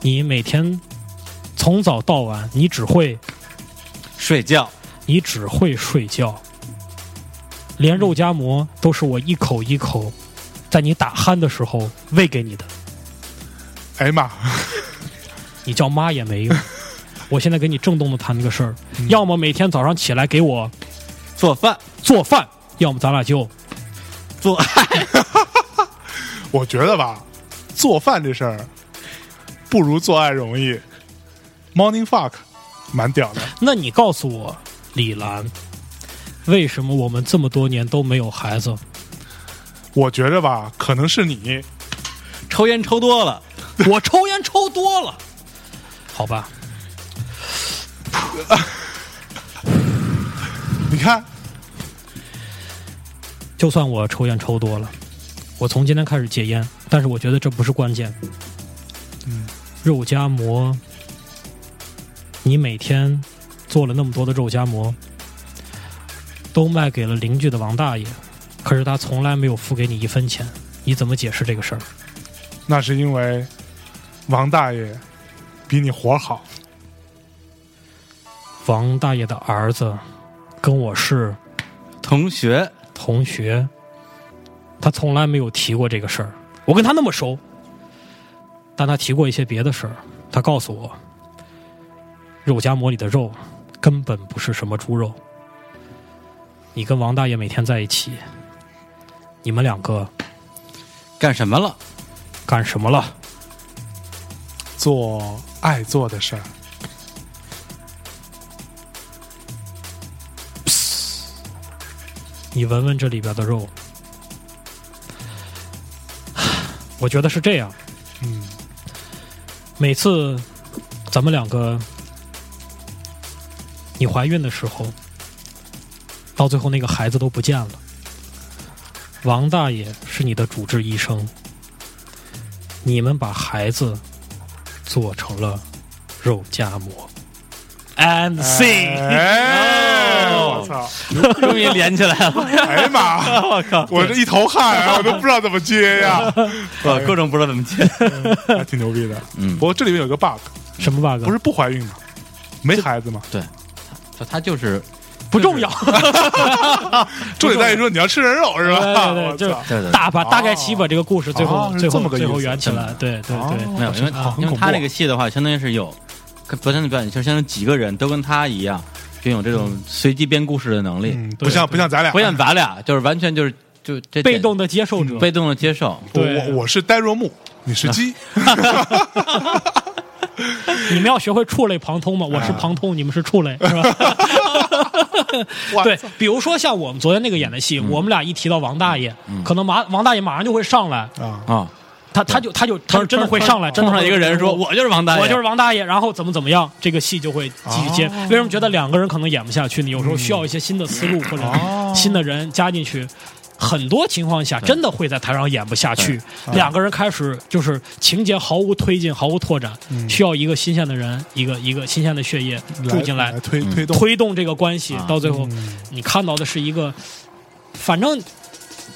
[SPEAKER 3] 你每天从早到晚，你只会
[SPEAKER 2] 睡觉，
[SPEAKER 3] 你只会睡觉，连肉夹馍都是我一口一口，在你打鼾的时候喂给你的，
[SPEAKER 1] 哎呀妈，
[SPEAKER 3] 你叫妈也没用。 我现在给你郑重的谈这个事儿，
[SPEAKER 2] 嗯
[SPEAKER 3] 要么每天早上起来给我
[SPEAKER 2] 做饭，
[SPEAKER 3] 做饭，要么咱俩就
[SPEAKER 2] 做爱，
[SPEAKER 1] 我觉得吧，做饭这事儿不如做爱容易。Morning fuck，蛮屌的。
[SPEAKER 3] 那你告诉我，李兰，为什么我们这么多年都没有孩子？
[SPEAKER 1] 我觉着吧，可能是你
[SPEAKER 2] 抽烟抽多了，
[SPEAKER 3] 我抽烟抽多了，好吧，
[SPEAKER 1] 你看，
[SPEAKER 3] 就算我抽烟抽多了，我从今天开始戒烟，但是我觉得这不是关键。嗯，肉夹馍，你每天做了那么多的肉夹馍，都卖给了邻居的王大爷，可是他从来没有付给你一分钱，你怎么解释这个事儿？
[SPEAKER 1] 那是因为王大爷比你活儿好。
[SPEAKER 3] 王大爷的儿子跟我是
[SPEAKER 2] 同学，
[SPEAKER 3] 同学，他从来没有提过这个事儿。我跟他那么熟，但他提过一些别的事儿。他告诉我，肉夹馍里的肉根本不是什么猪肉。你跟王大爷每天在一起，你们两个
[SPEAKER 2] 干什么了？
[SPEAKER 3] 干什么了？
[SPEAKER 1] 做爱做的事儿。
[SPEAKER 3] 你闻闻这里边的肉。我觉得是这样，
[SPEAKER 1] 嗯，
[SPEAKER 3] 每次咱们两个，你怀孕的时候，到最后那个孩子都不见了。王大爷是你的主治医生，你们把孩子做成了肉夹馍。And sing，、
[SPEAKER 1] 哎，
[SPEAKER 2] 哦
[SPEAKER 1] 我操！
[SPEAKER 2] 终于连起来了，
[SPEAKER 1] 哎呀 妈，
[SPEAKER 2] 我靠，
[SPEAKER 1] 我这一头汗啊，我都不知道怎么接呀，
[SPEAKER 2] 我各种不知道怎么接，
[SPEAKER 1] 还挺牛逼的。
[SPEAKER 2] 嗯
[SPEAKER 1] 不过这里面有个 bug，
[SPEAKER 3] 什么 bug？
[SPEAKER 1] 不是不怀孕吗？没孩子吗？
[SPEAKER 2] 就他就是
[SPEAKER 3] 不重要，
[SPEAKER 1] 重点在于说你要吃人肉是吧？
[SPEAKER 3] 对对对
[SPEAKER 1] 我
[SPEAKER 3] 就是
[SPEAKER 1] 操！
[SPEAKER 2] 对对
[SPEAKER 3] 大把大概齐把这个故事最后
[SPEAKER 1] 哦是
[SPEAKER 3] 最
[SPEAKER 1] 这
[SPEAKER 3] 后
[SPEAKER 1] 么个意
[SPEAKER 3] 最
[SPEAKER 1] 思嗯
[SPEAKER 3] 后圆起来。对对对，
[SPEAKER 2] 没有，因为
[SPEAKER 1] 啊
[SPEAKER 2] 因
[SPEAKER 1] 很
[SPEAKER 2] 为他
[SPEAKER 1] 恐怖
[SPEAKER 2] 那个戏的话，相当于是有跟昨天的表演，就相当于几个人都跟他一样，拥有这种随机编故事的能力，
[SPEAKER 1] 嗯，
[SPEAKER 3] 对
[SPEAKER 1] 不像不像 咱俩，
[SPEAKER 2] 不像咱俩，啊就是完全就是就这
[SPEAKER 3] 被动的接受者。
[SPEAKER 2] 被动的接受，
[SPEAKER 1] 我
[SPEAKER 3] 对
[SPEAKER 1] 我我是呆若木，你是 鸡，
[SPEAKER 3] 你们要学会触类旁通嘛，我是旁通，你们是触类，是 吧？
[SPEAKER 1] 嗯 哇
[SPEAKER 3] 对，比如说像我们昨天那个演的戏，我们俩一提到王大爷，
[SPEAKER 2] 嗯
[SPEAKER 3] 可能马王大爷马上就会上来，
[SPEAKER 1] 啊，
[SPEAKER 2] 啊，
[SPEAKER 3] 他他就他就他就 真的会上来，真
[SPEAKER 2] 碰
[SPEAKER 3] 的
[SPEAKER 2] 上
[SPEAKER 3] 会
[SPEAKER 2] 一个人说：“我就是王大爷，
[SPEAKER 3] 我就是王大爷，然后怎么怎么样，这个戏就会继续接。为什么觉得两个人可能演不下去呢？有时候需要一些新的思路或者新的人加进去。很多情况下，真的会在台上演不下去，两个人开始就是情节毫无推进、毫无拓展，
[SPEAKER 1] 嗯
[SPEAKER 3] 需要一个新鲜的人，一个一个新鲜的血液注进来，
[SPEAKER 1] 推嗯推动，
[SPEAKER 3] 推动这个关系
[SPEAKER 2] 啊，
[SPEAKER 3] 到最后
[SPEAKER 1] 嗯
[SPEAKER 3] 你看到的是一个，反正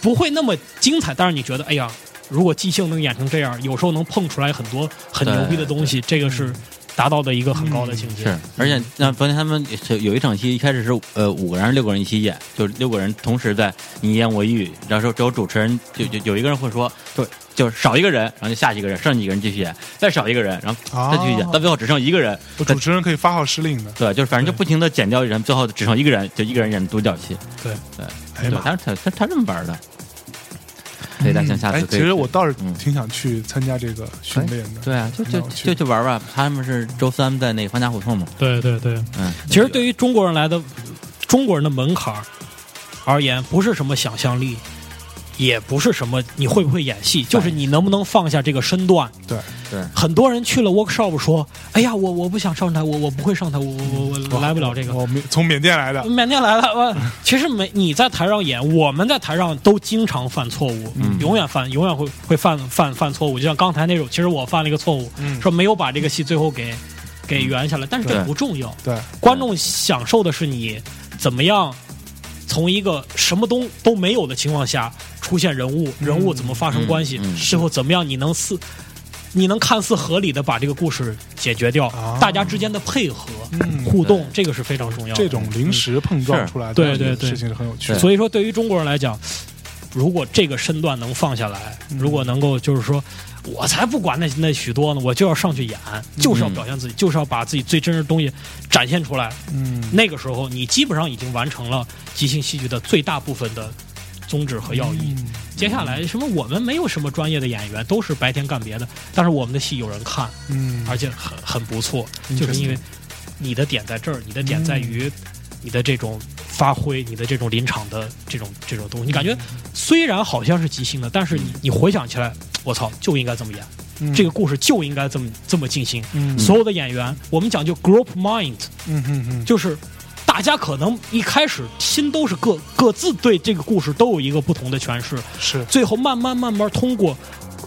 [SPEAKER 3] 不会那么精彩，但是你觉得，哎呀，如果即兴能演成这样，有时候能碰出来很多很牛逼的东西，这个是达到的一个很高的境界。
[SPEAKER 2] 嗯是，而且那昨天他们有有一场戏，一开始是呃五个人还是六个人一起演，就是六个人同时在你一言我一语，然后说只有主持人就有有一个人会说，就就是少一个人，然后就下一个人，剩几个人继续演，再少一个人，然后再继续演，
[SPEAKER 1] 哦
[SPEAKER 2] 到最后只剩一个人，
[SPEAKER 1] 主持人可以发号施令的。
[SPEAKER 2] 对，就是反正就不停的减掉人，最后只剩一个人，就一个人演独角戏。
[SPEAKER 3] 对
[SPEAKER 2] 对，
[SPEAKER 1] 哎呀
[SPEAKER 2] 对
[SPEAKER 1] 妈
[SPEAKER 2] 他他他他这么玩的，所
[SPEAKER 3] 嗯
[SPEAKER 2] 以大家下
[SPEAKER 1] 哎
[SPEAKER 2] 次，可
[SPEAKER 1] 其
[SPEAKER 2] 以。
[SPEAKER 1] 实我倒是
[SPEAKER 2] 嗯
[SPEAKER 1] 挺想去参加这个训练的。
[SPEAKER 2] 对啊，就就
[SPEAKER 1] 挺有趣
[SPEAKER 2] 就去玩吧。他们是周三在那个方家胡同嘛，
[SPEAKER 3] 对对对，
[SPEAKER 2] 嗯，
[SPEAKER 3] 其实对于中国人来的中国人的门槛儿而言，不是什么想象力，也不是什么你会不会演戏，就是你能不能放下这个身段。
[SPEAKER 1] 对
[SPEAKER 2] 对
[SPEAKER 3] 很多人去了 workshop 说：“哎呀，我我不想上台，我我不会上台，我我我我来不了这个。
[SPEAKER 1] 我缅从缅甸来”的，
[SPEAKER 3] 缅甸来了，我其实没你在台上演，我们在台上都经常犯错误，
[SPEAKER 2] 嗯
[SPEAKER 3] 永远犯，永远会会犯犯犯错误。就像刚才那种，其实我犯了一个错误，
[SPEAKER 1] 嗯
[SPEAKER 3] 说没有把这个戏最后给给圆下来，但是这
[SPEAKER 2] 嗯对
[SPEAKER 3] 不重要，
[SPEAKER 1] 对，
[SPEAKER 3] 观众享受的是你怎么样从一个什么东都没有的情况下出现人物，人物怎么发生关系
[SPEAKER 2] 嗯嗯嗯，
[SPEAKER 3] 最后怎么样你能似你能看似合理的把这个故事解决掉
[SPEAKER 1] 啊，
[SPEAKER 3] 大家之间的配合
[SPEAKER 1] 嗯
[SPEAKER 3] 互动，这个是非常重要的。
[SPEAKER 1] 这种临时碰撞
[SPEAKER 2] 是
[SPEAKER 1] 出来
[SPEAKER 3] 对
[SPEAKER 1] 的
[SPEAKER 3] 对对
[SPEAKER 1] 事情是很有趣
[SPEAKER 2] 对
[SPEAKER 1] 的。
[SPEAKER 3] 所以说，对于中国人来讲，如果这个身段能放下来，如果能够就是说，我才不管那那许多呢，我就要上去演，就是要表现自己，就是要把自己最真实的东西展现出来。
[SPEAKER 1] 嗯，
[SPEAKER 3] 那个时候，你基本上已经完成了即兴戏剧的最大部分的宗旨和要
[SPEAKER 1] 嗯
[SPEAKER 3] 义。接下来，什么我们没有什么专业的演员，都是白天干别的，但是我们的戏有人看，
[SPEAKER 1] 嗯，
[SPEAKER 3] 而且很很不错，就是因为你的点在这儿，你的点在于
[SPEAKER 1] 嗯
[SPEAKER 3] 你的这种发挥，你的这种临场的这种这种东西。你
[SPEAKER 1] 嗯
[SPEAKER 3] 感觉虽然好像是即兴的，但是你你回想起来，我操，就应该这么演，
[SPEAKER 1] 嗯
[SPEAKER 3] 这个，故事就应该这么这么进行。
[SPEAKER 1] 嗯
[SPEAKER 3] 所有的演员，我们讲究 group mind，
[SPEAKER 1] 嗯嗯嗯，
[SPEAKER 3] 就是大家可能一开始心都是各各自对这个故事都有一个不同的诠释，
[SPEAKER 1] 是
[SPEAKER 3] 最后慢慢慢慢通过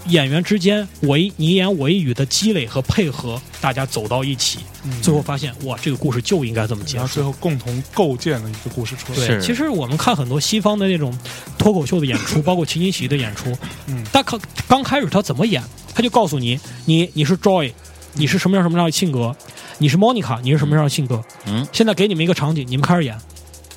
[SPEAKER 3] 演员之间我一你一言我一语的积累和配合，大家走到一起，最后发现哇，这个故事就应该这么
[SPEAKER 1] 嗯
[SPEAKER 3] 结
[SPEAKER 1] 然后
[SPEAKER 3] 束
[SPEAKER 1] 最。后共同构建了一个故事出来。
[SPEAKER 2] 是
[SPEAKER 3] 对，其实我们看很多西方的那种脱口秀的演 出，包括秦金奇的演出，
[SPEAKER 1] 嗯
[SPEAKER 3] 他可刚开始他怎么演，他就告诉你，你你是 Joy，你是什么样什么样的性格，你是 Monica，你是什么样的性格，
[SPEAKER 2] 嗯，
[SPEAKER 3] 现在给你们一个场景，你们开始演，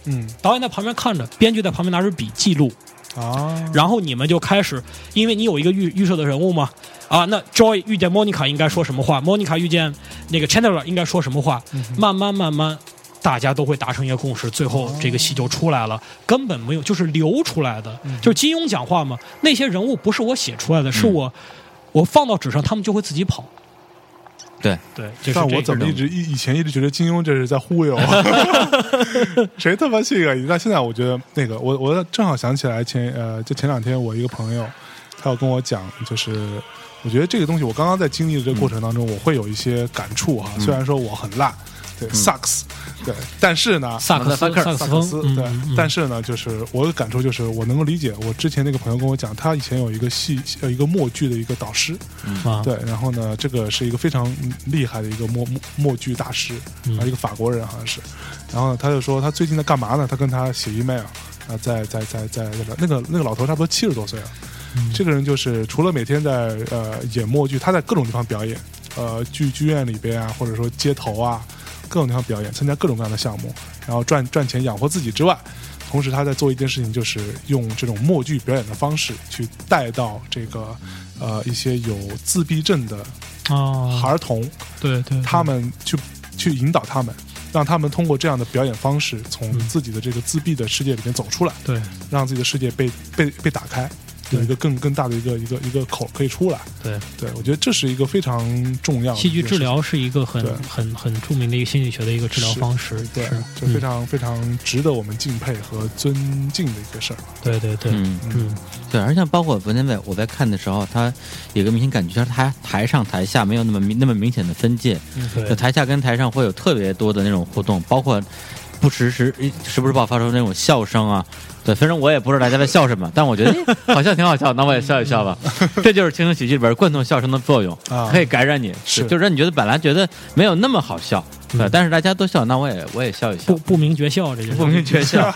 [SPEAKER 1] 嗯
[SPEAKER 3] 导演在旁边看着，编剧在旁边拿着笔记录，
[SPEAKER 1] 啊，
[SPEAKER 3] 然后你们就开始，因为你有一个预预设的人物嘛，啊，那 Joy 遇见 Monica 应该说什么话，Monica 遇见那个 Chandler 应该说什么话，
[SPEAKER 1] 嗯
[SPEAKER 3] 慢慢慢慢，大家都会达成一个共识，最后这个戏就出来了，根本没有就是流出来的，
[SPEAKER 1] 嗯
[SPEAKER 3] 就是金庸讲话嘛，那些人物不是我写出来的，是我
[SPEAKER 1] 嗯
[SPEAKER 3] 我放到纸上，他们就会自己跑。
[SPEAKER 2] 对
[SPEAKER 3] 对，就是
[SPEAKER 1] 但
[SPEAKER 3] 这
[SPEAKER 1] 我
[SPEAKER 3] 个
[SPEAKER 1] 怎么一直以以前一直觉得金庸这是在忽悠，啊 谁他妈信啊？但现在我觉得那个，我我正好想起来前呃，就前两天我一个朋友，他有跟我讲，就是我觉得这个东西，我刚刚在经历的这个过程当
[SPEAKER 3] 嗯
[SPEAKER 1] 中，我会有一些感触哈、虽然说我很烂，对、sucks，对，但是呢，
[SPEAKER 3] 萨克斯
[SPEAKER 2] 萨
[SPEAKER 3] 萨
[SPEAKER 2] 克斯
[SPEAKER 3] 克斯
[SPEAKER 1] 萨克斯
[SPEAKER 3] 风，嗯
[SPEAKER 1] 对
[SPEAKER 3] 嗯嗯，
[SPEAKER 1] 但是呢，就是我的感受就是，我能够理解我之前那个朋友跟我讲，他以前有一个戏呃一个默剧的一个导师，
[SPEAKER 3] 啊，
[SPEAKER 1] 对，然后呢，这个是一个非常嗯厉害的一个默默默剧大师，啊，一个法国人好像是。然后呢他就说他最近在干嘛呢？他跟他写 email 啊，在在在在在那个那个老头差不多七十多岁了。这个人就是除了每天在呃演默剧，他在各种地方表演，呃剧剧院里边啊，或者说街头啊，各种地方表演，参加各种各样的项目，然后赚赚钱养活自己之外，同时他在做一件事情，就是用这种默剧表演的方式去带到这个呃一些有自闭症的
[SPEAKER 3] 啊，
[SPEAKER 1] 儿童，
[SPEAKER 3] 对对，
[SPEAKER 1] 他们去去引导他们，让他们通过这样的表演方式，从自己的这个自闭的世界里面走出来，
[SPEAKER 3] 对
[SPEAKER 1] 让自己的世界被被被打开，有一个更更大的一个一个一个口可以出来。
[SPEAKER 3] 对。
[SPEAKER 1] 对我觉得这是一个非常重要的
[SPEAKER 3] 戏剧
[SPEAKER 1] 一个事
[SPEAKER 3] 治
[SPEAKER 1] 情
[SPEAKER 3] 疗是一个很
[SPEAKER 1] 哦对
[SPEAKER 3] 很很著名的一个心理学的一个治疗方式，
[SPEAKER 1] 对
[SPEAKER 3] 是，嗯
[SPEAKER 1] 就非常非常值得我们敬佩和尊敬的一个事儿。
[SPEAKER 3] 对对对，
[SPEAKER 2] 嗯，
[SPEAKER 3] 嗯
[SPEAKER 2] 对，而且包括昨天在我在看的时候，他有个明显感觉，就是他台上台下没有那么明那么明显的分界，
[SPEAKER 1] 嗯
[SPEAKER 2] 就
[SPEAKER 3] 对
[SPEAKER 2] 台下跟台上会有特别多的那种互动，包括不时时时不时爆发出那种笑声啊。对，虽然我也不知道大家在笑什么，但我觉得哎好像挺好笑，那我也笑一笑 吧。这就是情景喜剧里边贯通笑声的作用，
[SPEAKER 1] 啊
[SPEAKER 2] 可以感染你，
[SPEAKER 1] 是嗯
[SPEAKER 2] 就让你觉得本来觉得没有那么好笑，对，但是大家都笑，那我也我也笑一笑
[SPEAKER 3] 不。不明觉晓这就是
[SPEAKER 2] 不明觉晓。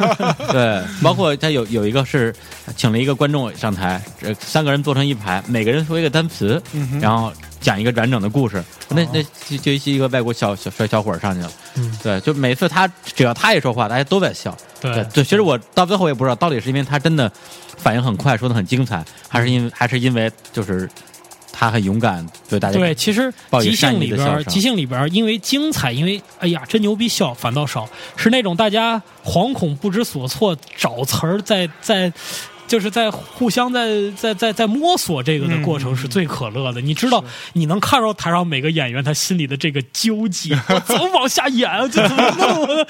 [SPEAKER 2] 对，包括他有有一个是
[SPEAKER 3] 嗯
[SPEAKER 2] 请了一个观众上台，这三个人坐成一排，每个人说一个单词，然后讲一个完整的故事。那那就就一个外国小小小小伙儿上去了，
[SPEAKER 3] 嗯
[SPEAKER 2] 对，就每次他只要他一说话，大家都在笑。
[SPEAKER 3] 对
[SPEAKER 2] 对，其实我到最后也不知道到底是因为他真的反应很快，说的很精彩，还是因为还是因为就是他很勇敢，对大家
[SPEAKER 3] 对，其实
[SPEAKER 2] 抱以
[SPEAKER 3] 即
[SPEAKER 2] 善
[SPEAKER 3] 兴
[SPEAKER 2] 意
[SPEAKER 3] 里
[SPEAKER 2] 的
[SPEAKER 3] 边
[SPEAKER 2] 笑
[SPEAKER 3] 儿，
[SPEAKER 2] 声
[SPEAKER 3] 即兴里边儿，因为精彩，因为哎呀真牛逼笑反倒少，是那种大家惶恐不知所措，找词儿在在。就是在互相在在在在摸索这个的过程是最可乐的，你知道，你能看到台上每个演员他心里的这个纠结，我怎么往下演啊？这怎么弄啊？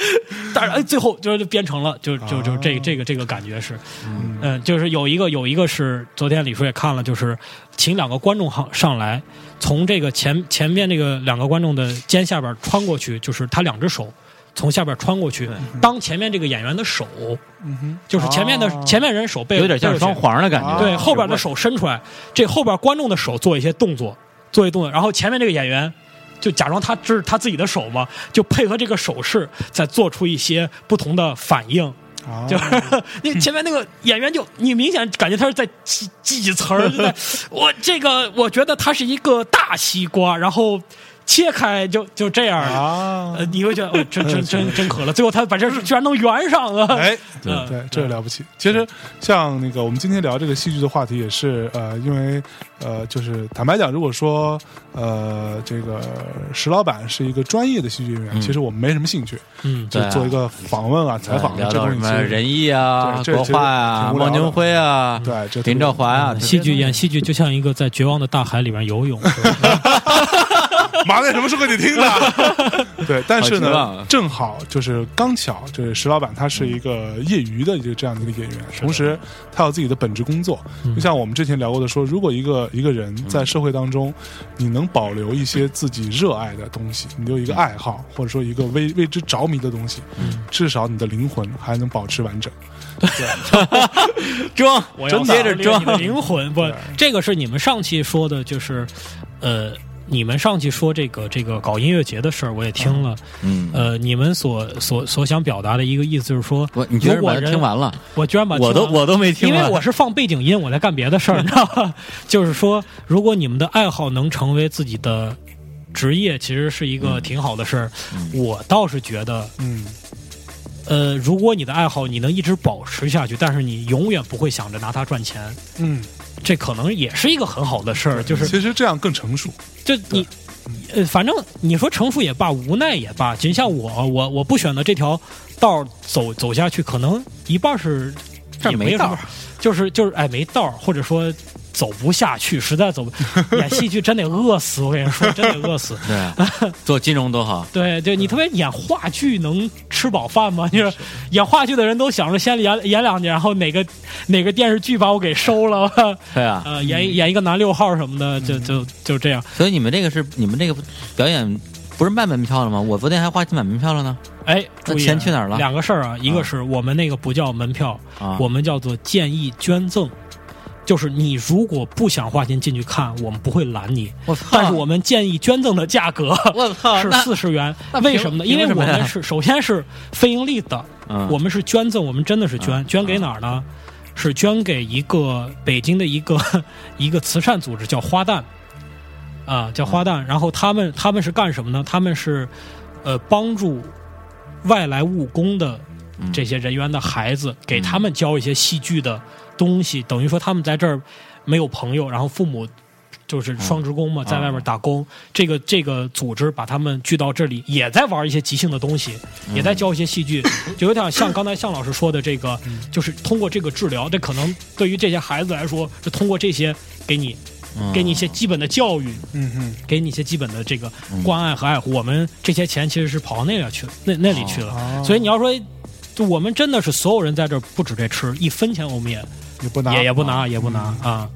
[SPEAKER 3] 但是哎，最后就是编成了，就就就这这个这个感觉是，嗯，就是有一个有一个是昨天李叔也看了，就是请两个观众上上来，从这个前前面这个两个观众的肩下边穿过去，就是他两只手从下边穿过去，当前面这个演员的手，就是前面的、
[SPEAKER 1] 哦
[SPEAKER 3] 前面人手背
[SPEAKER 2] 有点像双，簧的感觉。
[SPEAKER 3] 背过去对，
[SPEAKER 1] 啊
[SPEAKER 3] 后边的手伸出来，这后边观众的手做一些动作，做一些动作，然后前面这个演员。就假装他这是他自己的手嘛，就配合这个手势，再做出一些不同的反应，
[SPEAKER 2] 哦
[SPEAKER 1] 啊
[SPEAKER 3] 就是 那前面那个演员就你明显感觉他是在记记词儿，就在我这个我觉得它是一个大西瓜，然后切开就就这样。
[SPEAKER 1] 啊
[SPEAKER 3] 呃，，你会觉得、哦、真真真真可乐，最后他把这事居然能圆 上了。
[SPEAKER 1] 哎，
[SPEAKER 2] 对
[SPEAKER 1] 对，这了不起。其实像那个我们今天聊这个戏剧的话题，也是呃，因为呃，就是坦白讲，如果说呃，这个石老板是一个专业的戏剧演员，其实我们没什么兴趣，
[SPEAKER 3] 嗯，
[SPEAKER 1] 就
[SPEAKER 2] 嗯对啊嗯
[SPEAKER 1] 做一个访问啊、采访啊
[SPEAKER 2] 聊
[SPEAKER 1] 这
[SPEAKER 2] 到
[SPEAKER 1] 东
[SPEAKER 2] 什
[SPEAKER 1] 西其
[SPEAKER 2] 么
[SPEAKER 1] 实。
[SPEAKER 2] 仁义啊、
[SPEAKER 1] 对这
[SPEAKER 2] 国画啊、
[SPEAKER 1] 挺无聊
[SPEAKER 2] 汪
[SPEAKER 1] 的
[SPEAKER 2] 精辉啊、
[SPEAKER 1] 对这
[SPEAKER 2] 林兆华
[SPEAKER 1] 嗯
[SPEAKER 2] 啊，
[SPEAKER 3] 戏剧演戏剧就像一个在绝望的大海里面游泳。
[SPEAKER 1] 妈那什么时候给你听的？对，但是
[SPEAKER 2] 好绝望
[SPEAKER 1] 呢
[SPEAKER 2] 啊，
[SPEAKER 1] 正好就是刚巧，就是石老板他是一个业余的一个这样的一个演员，同时他有自己的本职工作。就像我们之前聊过的说，如果一个一个人在社会当中，你能保留一些自己热爱的东西，你有一个爱好，或者说一个为为之着迷的东西，至少你的灵魂还能保持完整。
[SPEAKER 2] 装，
[SPEAKER 3] 我要
[SPEAKER 2] 真接着
[SPEAKER 3] 撕裂你的
[SPEAKER 2] 装，
[SPEAKER 3] 灵魂不
[SPEAKER 1] 对，
[SPEAKER 3] 这个是你们上期说的，就是，呃，你们上期说这个这个搞音乐节的事儿，我也听了。
[SPEAKER 2] 嗯。
[SPEAKER 3] 呃，你们所所所想表达的一个意思就是说，
[SPEAKER 2] 我你居然
[SPEAKER 3] 如果
[SPEAKER 2] 把它
[SPEAKER 3] 人
[SPEAKER 2] 听，完了，
[SPEAKER 3] 我居然把它
[SPEAKER 2] 我都
[SPEAKER 3] 听完了
[SPEAKER 2] 我都没听
[SPEAKER 3] 因
[SPEAKER 2] 完
[SPEAKER 3] 为我是放背景音，我在干别的事儿，你知道吧？ 就是说，如果你们的爱好能成为自己的职业，其实是一个
[SPEAKER 2] 嗯
[SPEAKER 3] 挺好的事儿。我倒是觉得，
[SPEAKER 1] 嗯，
[SPEAKER 3] 呃，如果你的爱好你能一直保持下去，但是你永远不会想着拿它赚钱，
[SPEAKER 1] 嗯，
[SPEAKER 3] 这可能也是一个很好的事儿。
[SPEAKER 2] 嗯
[SPEAKER 3] 就是
[SPEAKER 1] 其实这样更成熟。
[SPEAKER 3] 就你，呃，反正你说成熟也罢，无奈也罢，就像我，我我不选择这条道儿走走下去，可能一半儿是
[SPEAKER 2] 这儿
[SPEAKER 3] 也
[SPEAKER 2] 没
[SPEAKER 3] 没
[SPEAKER 2] 道
[SPEAKER 3] 什么
[SPEAKER 2] 儿，
[SPEAKER 3] 就是就是哎没道儿，或者说走不下去，实在走不 演戏剧真得饿死，我跟你说，真得饿死。
[SPEAKER 2] 对，啊做金融多好，
[SPEAKER 3] 对对，你特别演话剧能吃饱饭吗？就是演话剧的人都想着先演演两年，然后哪个哪个电视剧把我给收了，
[SPEAKER 2] 对啊。
[SPEAKER 3] 呃，演演一个男六号什么的，
[SPEAKER 2] 嗯
[SPEAKER 3] 就就就这样。
[SPEAKER 2] 所以你们这个是你们这个表演不是卖门票了吗？我昨天还花钱买门票了呢。
[SPEAKER 3] 哎，
[SPEAKER 2] 那
[SPEAKER 3] 注意啊
[SPEAKER 2] 钱去哪儿了
[SPEAKER 3] 两个事儿啊，一个是我们那个不叫门票，
[SPEAKER 2] 啊
[SPEAKER 3] 我们叫做建议捐赠，就是你如果不想花钱进去看，我们不会拦你，
[SPEAKER 2] 我操！
[SPEAKER 3] 但是我们建议捐赠的价格
[SPEAKER 2] 我操，
[SPEAKER 3] 是
[SPEAKER 2] 哦那
[SPEAKER 3] 四十元
[SPEAKER 2] 那，凭
[SPEAKER 3] 为什么呢？
[SPEAKER 2] 凭
[SPEAKER 3] 因为
[SPEAKER 2] 什
[SPEAKER 3] 我
[SPEAKER 2] 么呀
[SPEAKER 3] 们是首先是非盈利的，
[SPEAKER 2] 嗯
[SPEAKER 3] 我们是捐赠，我们真的是捐，
[SPEAKER 2] 嗯
[SPEAKER 3] 捐给哪儿呢？是捐给一个北京的一个 一个慈善组织，叫花旦，啊、叫花
[SPEAKER 2] 嗯
[SPEAKER 3] 旦。然后他们他们是干什么呢？他们是呃帮助外来务工的
[SPEAKER 2] 嗯
[SPEAKER 3] 这些人员的孩子，给他们教一些戏剧的东西，等于说他们在这儿没有朋友，然后父母。
[SPEAKER 2] 嗯
[SPEAKER 3] 就是双职工嘛，在外面打工，这个这个组织把他们聚到这里，也在玩一些即兴的东西，也在教一些戏剧，就有点像刚才向老师说的这个，就是通过这个治疗，这可能对于这些孩子来说，是通过这些给你给你一些基本的教育，
[SPEAKER 1] 嗯哼，
[SPEAKER 3] 给你一些基本的这个关爱和爱护。我们这些钱其实是跑到那里去了，那那里去了。
[SPEAKER 1] 哦
[SPEAKER 3] 所以你要说，就我们真的是所有人在这儿不止这吃，一分钱我们也
[SPEAKER 1] 你不拿
[SPEAKER 3] 也也不拿，也不拿啊。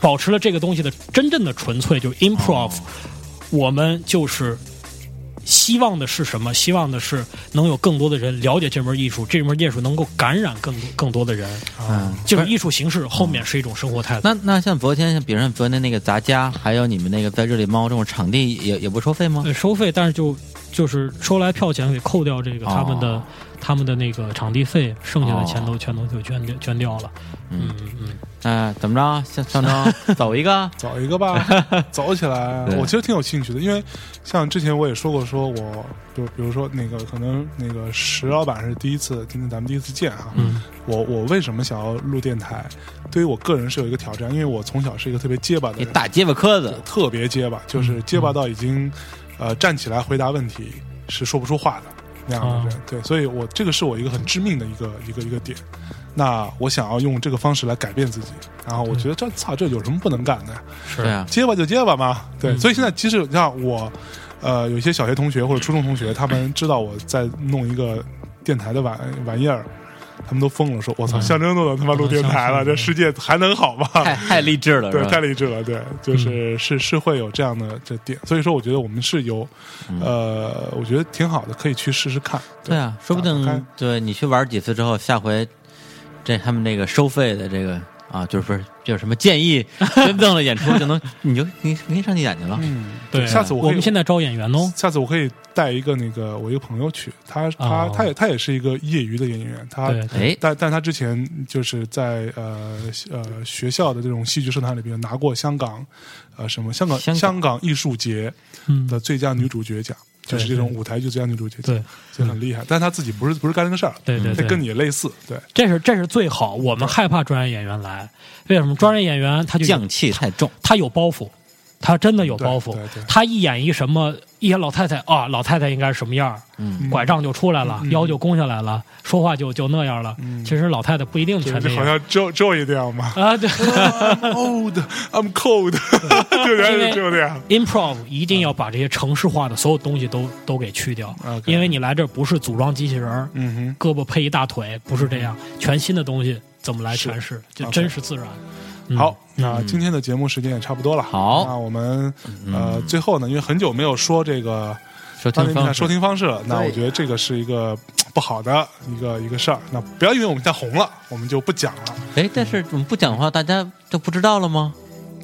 [SPEAKER 3] 保持了这个东西的真正的纯粹，就是 improv、我们就是希望的是什么？希望的是能有更多的人了解这门艺术，这门艺术能够感染更多更多的人。啊
[SPEAKER 2] 嗯，
[SPEAKER 3] 就是艺术形式后面是一种生活态度。
[SPEAKER 2] 那那像昨天，像比如像昨天那个杂家，还有你们那个在这里猫这种场地也也不收费吗？
[SPEAKER 3] 呃收费，但是就就是收来票钱给扣掉这个他们的、
[SPEAKER 2] 哦
[SPEAKER 3] 他们的那个场地费，剩下的钱
[SPEAKER 2] 哦
[SPEAKER 3] 都全都就捐掉捐掉了。嗯嗯，
[SPEAKER 2] 哎，怎么着，向向 征走一个，
[SPEAKER 1] 找一个 吧，走起来
[SPEAKER 2] 对。
[SPEAKER 1] 我其实挺有兴趣的，因为像之前我也说过，说我就比如说那个可能那个石老板是第一次，今天咱们第一次见哈。
[SPEAKER 3] 嗯，
[SPEAKER 1] 我我为什么想要录电台？对于我个人是有一个挑战，因为我从小是一个特别结巴的
[SPEAKER 2] 你
[SPEAKER 1] 人，
[SPEAKER 2] 大嗯结巴磕子，
[SPEAKER 1] 特别结巴，就是结巴到已经呃站起来回答问题是说不出话的那样
[SPEAKER 2] 哦
[SPEAKER 1] 的人。对，所以我这个是我一个很致命的一个一个一个点。那我想要用这个方式来改变自己，然后我
[SPEAKER 2] 嗯
[SPEAKER 1] 觉得这操这有什么不能干的呀？
[SPEAKER 3] 是
[SPEAKER 2] 对啊，
[SPEAKER 1] 结巴就结巴嘛。对，
[SPEAKER 3] 嗯
[SPEAKER 1] 所以现在即使像我，呃，有一些小学同学或者初中同学，他们知道我在弄一个电台的玩玩意儿，他们都疯了，说：“我操，
[SPEAKER 3] 嗯
[SPEAKER 1] 象征都能他妈录电台了，
[SPEAKER 3] 嗯相信
[SPEAKER 1] 这世界还能好 吗？”
[SPEAKER 2] 太太励志了，
[SPEAKER 1] 对
[SPEAKER 2] 是，吧
[SPEAKER 1] 太励志了，对，
[SPEAKER 3] 嗯
[SPEAKER 1] 就是是是会有这样的这点，所以说我觉得我们是有，
[SPEAKER 3] 嗯
[SPEAKER 1] 呃，我觉得挺好的，可以去试试看。
[SPEAKER 2] 对啊，说不
[SPEAKER 1] 打开
[SPEAKER 2] 定对你去玩几次之后，下回这他们那个收费的这个啊，就是不是就有什么 建议捐赠的演出，就能你就你你可以上去演去了。
[SPEAKER 1] 嗯，
[SPEAKER 3] 对啊。
[SPEAKER 1] 下次我
[SPEAKER 3] 我
[SPEAKER 1] 可以
[SPEAKER 3] 们现在招演员哦，
[SPEAKER 1] 下次我可以带一个那个我一个朋友去，他他
[SPEAKER 3] 哦
[SPEAKER 1] 他也他也是一个业余的演员，他
[SPEAKER 3] 对，
[SPEAKER 2] 哎，
[SPEAKER 1] 但但他之前就是在呃呃学校的这种戏剧社团里边拿过香港呃什么香港
[SPEAKER 2] 香港
[SPEAKER 1] 港艺术节
[SPEAKER 3] 嗯，
[SPEAKER 1] 的最佳女主角奖，就是这种舞台剧最佳女主角奖，
[SPEAKER 3] 对，
[SPEAKER 1] 就很厉害。但他自己不是不是干这个事儿，
[SPEAKER 3] 对对
[SPEAKER 1] 这
[SPEAKER 3] 对，
[SPEAKER 1] 跟你也类似，对
[SPEAKER 3] 这是这是最好。我们害怕专业演员来，为什么？专业演员他就有
[SPEAKER 2] 犟气太重，
[SPEAKER 3] 他有包袱，他真的有
[SPEAKER 1] 对
[SPEAKER 3] 包袱
[SPEAKER 1] 对对。
[SPEAKER 3] 他一演一什么，一演老太太啊，老太太应该是什么样儿，
[SPEAKER 2] 嗯，
[SPEAKER 3] 拐杖就出来了，
[SPEAKER 1] 嗯
[SPEAKER 3] 腰就弓下来了，说话就就那样了。
[SPEAKER 1] 嗯
[SPEAKER 3] 其实老太太不一定
[SPEAKER 1] 就
[SPEAKER 3] 全
[SPEAKER 1] 是
[SPEAKER 3] 那
[SPEAKER 1] 好
[SPEAKER 3] 样
[SPEAKER 1] 像 Joe Joe 这样 嘛
[SPEAKER 3] 啊。对
[SPEAKER 1] ，I'm old, I'm cold，就 原来是就这样。
[SPEAKER 3] ，improv 一定要把这些城市化的所有东西都都给去掉，
[SPEAKER 1] 啊 OK
[SPEAKER 3] 因为你来这儿不是组装机器人儿，
[SPEAKER 1] 嗯哼，嗯
[SPEAKER 3] 胳膊配一大腿，不是这样，全新的东西怎么来
[SPEAKER 1] 是
[SPEAKER 3] 诠释，就
[SPEAKER 1] OK
[SPEAKER 3] 真实自然。嗯嗯
[SPEAKER 1] 好，，那今天的节目时间也差不多了。
[SPEAKER 2] 好
[SPEAKER 1] 那我们呃最后呢，因为很久没有说这个
[SPEAKER 2] 收
[SPEAKER 1] 当年
[SPEAKER 2] 听
[SPEAKER 1] 看
[SPEAKER 2] 方
[SPEAKER 1] 收
[SPEAKER 2] 式
[SPEAKER 1] 听方式了，那
[SPEAKER 2] 对
[SPEAKER 1] 我觉得这个是一个不好的一个一个事儿。那不要因为我们现在红了，我们就不讲了。
[SPEAKER 2] 哎，但是我们不讲话，大家就不知道了吗？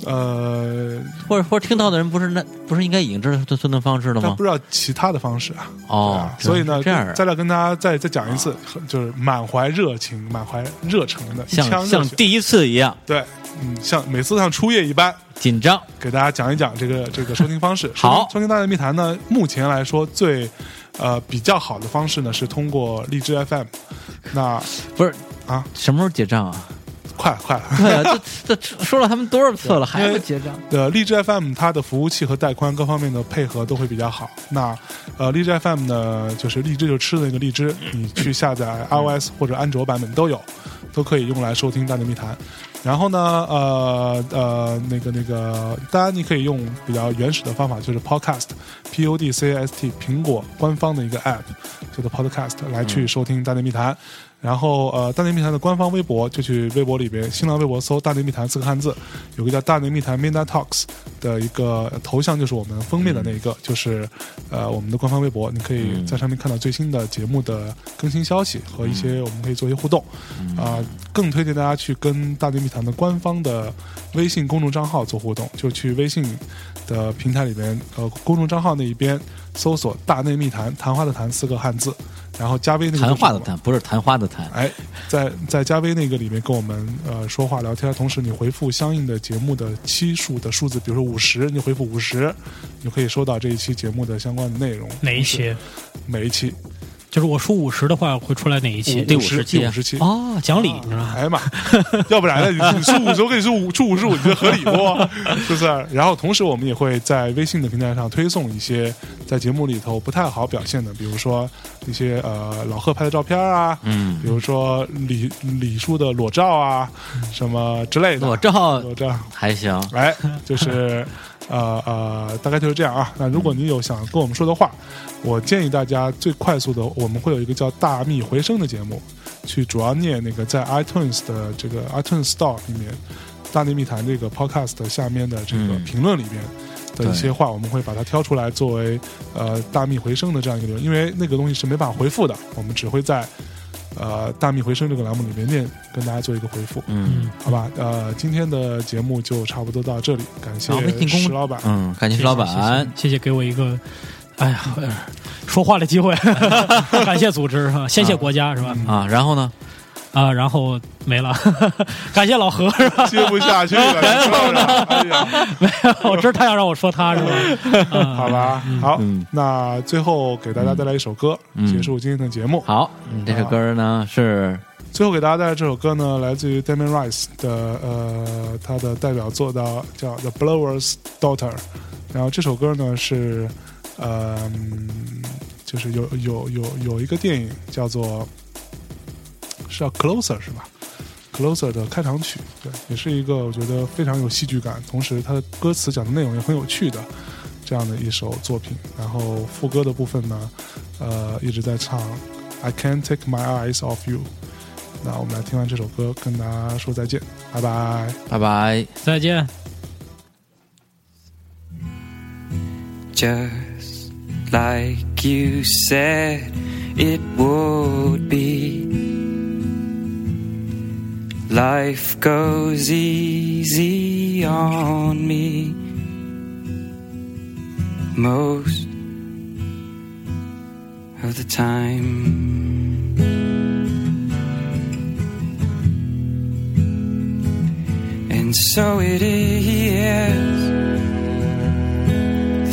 [SPEAKER 1] 呃，
[SPEAKER 2] 或者或者听到的人不是那不是应该已经知道收听方式了
[SPEAKER 1] 但
[SPEAKER 2] 吗
[SPEAKER 1] 不？知道其他的方式啊。对
[SPEAKER 2] 哦
[SPEAKER 1] 啊，所以呢，
[SPEAKER 2] 这样啊
[SPEAKER 1] 在这跟大家再再讲一次，就是满怀热情、满怀热诚的一腔
[SPEAKER 2] 像
[SPEAKER 1] 热
[SPEAKER 2] 像
[SPEAKER 1] 血，
[SPEAKER 2] 第一次一样
[SPEAKER 1] 对，嗯，像每次像初夜一般，
[SPEAKER 2] 紧张，
[SPEAKER 1] 给大家讲一讲这个这个收听方式。
[SPEAKER 2] 好
[SPEAKER 1] 收听收听《大内密谈》呢，目前来说最呃比较好的方式呢是通过荔枝 FM。那
[SPEAKER 2] 不是
[SPEAKER 1] 啊，
[SPEAKER 2] 什么时候结账啊？
[SPEAKER 1] 快快，
[SPEAKER 2] 对啊，这这说了他们多 少次了，还不结账？
[SPEAKER 1] 呃，荔枝 FM 它的服务器和带宽各方面的配合都会比较好。那呃，荔枝 FM 呢，就是荔枝就吃的那个荔枝，你去下载 iOS 或者安卓版本都有，都可以用来收听《大内密谈》。然后呢，呃呃，那个那个，当然你可以用比较原始的方法，就是 Podcast，P O D C A S T，苹果官方的一个 App，叫做 Podcast 来去收听《大内密谈》。然后呃，大内密谈的官方微博就去微博里边，新浪微博搜“大内密谈”四个汉字，有个叫“大内密谈 ”（Midnight Talks） 的一个呃头像，就是我们封面的那一
[SPEAKER 2] 嗯
[SPEAKER 1] 个，就是呃我们的官方微博，你可以在上面看到最新的节目的更新消息和一
[SPEAKER 2] 嗯
[SPEAKER 1] 些我们可以做一些互动。啊、更推荐大家去跟大内密谈的官方的微信公众账号做互动，就去微信的平台里边，呃，公众账号那一边搜索“大内密谈”，谈话的谈四个汉字，然后加微那个
[SPEAKER 2] 谈话的
[SPEAKER 1] 就是我们
[SPEAKER 2] 谈，不是昙花的谈。
[SPEAKER 1] 哎，在在加微那个里面跟我们呃说话聊天，同时你回复相应的节目的期数的数字，比如说五十，你回复五十，你就可以收到这一期节目的相关的内容。
[SPEAKER 3] 哪一
[SPEAKER 1] 同时？
[SPEAKER 3] 期？
[SPEAKER 1] 每一期。
[SPEAKER 3] 就是我输五十的话会出来哪一期？
[SPEAKER 2] 第
[SPEAKER 1] 五
[SPEAKER 2] 五十
[SPEAKER 1] 第
[SPEAKER 2] 期
[SPEAKER 1] 五
[SPEAKER 2] 啊
[SPEAKER 1] 十期。
[SPEAKER 3] 哦，讲理，你知道吧？
[SPEAKER 1] 哎呀妈，要不然呢？你你出五十，我给你出五出五十五，你觉得合理不？是不是？然后同时我们也会在微信的平台上推送一些在节目里头不太好表现的，比如说一些呃老贺拍的照片啊，
[SPEAKER 2] 嗯，
[SPEAKER 1] 比如说李李叔的裸照啊，什么之类的
[SPEAKER 2] 裸照
[SPEAKER 1] 裸照。
[SPEAKER 2] 还行，
[SPEAKER 1] 哎，就是，呃呃，大概就是这样啊。那如果你有想跟我们说的话，我建议大家最快速的，我们会有一个叫“大秘回声”的节目，去主要念那个在 iTunes 的这个 iTunes Store 里面，《大内密谈》这个 Podcast 下面的这个
[SPEAKER 2] 嗯
[SPEAKER 1] 评论里边。的一
[SPEAKER 2] 对
[SPEAKER 1] 些话，我们会把它挑出来作为呃大秘回声的这样一个留言，因为那个东西是没法回复的，我们只会在呃大秘回声这个栏目里面念跟大家做一个回复。
[SPEAKER 2] 嗯
[SPEAKER 1] 好吧，呃，今天的节目就差不多到这里，感谢
[SPEAKER 2] 啊微信公
[SPEAKER 1] 石老板。
[SPEAKER 2] 嗯，感谢石老板，
[SPEAKER 3] 谢谢给我一个，哎呀，说话的机会，感谢组织是吧？先谢国家是吧？
[SPEAKER 2] 啊，然后呢？
[SPEAKER 3] 啊，然后没了，感谢老何是吧？
[SPEAKER 1] 接不下去了，这事儿哎 呀，
[SPEAKER 3] 没有，我知道他要让我说他是吧？啊
[SPEAKER 1] 好，吧，好
[SPEAKER 2] 嗯，
[SPEAKER 1] 那最后给大家带来一首歌，
[SPEAKER 2] 嗯
[SPEAKER 1] 结束今天的节目。
[SPEAKER 2] 好，嗯这首歌呢是
[SPEAKER 1] 最后给大家带来这首歌呢，来自于 Damien Rice 的呃，他的代表作到叫《The Blower's Daughter》，然后这首歌呢是呃，嗯就是有有有有一个电影叫做是叫 Closer 是吧？Closer 的开场曲，对，也是一个我觉得非常有戏剧感，同时它的歌词讲的内容也很有趣的这样的一首作品。然后副歌的部分呢，呃，一直在唱 I can't take my eyes off you。那我们来听完这首歌，跟大家说再见，拜拜。
[SPEAKER 2] 拜拜。
[SPEAKER 3] 再见。
[SPEAKER 8] just like you said it would be. Life goes easy on me most of the time. And so it is the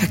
[SPEAKER 8] I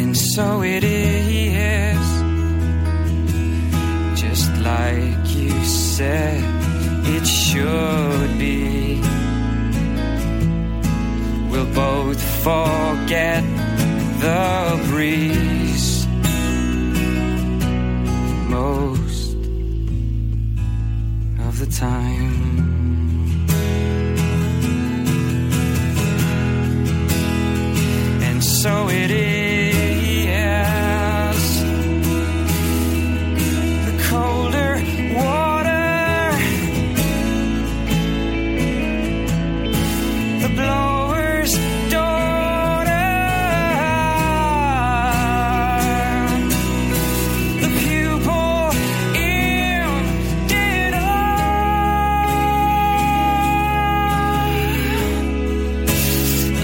[SPEAKER 8] And so it is, just like you said, it should be. We'll both forget the breeze. Most of the time. And so it is. The colder water, the blower's daughter. The pupil in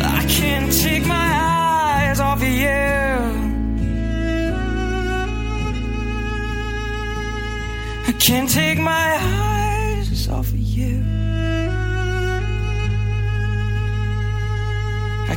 [SPEAKER 8] I can't take my eyes off of you. I can't take my eyes off of you. I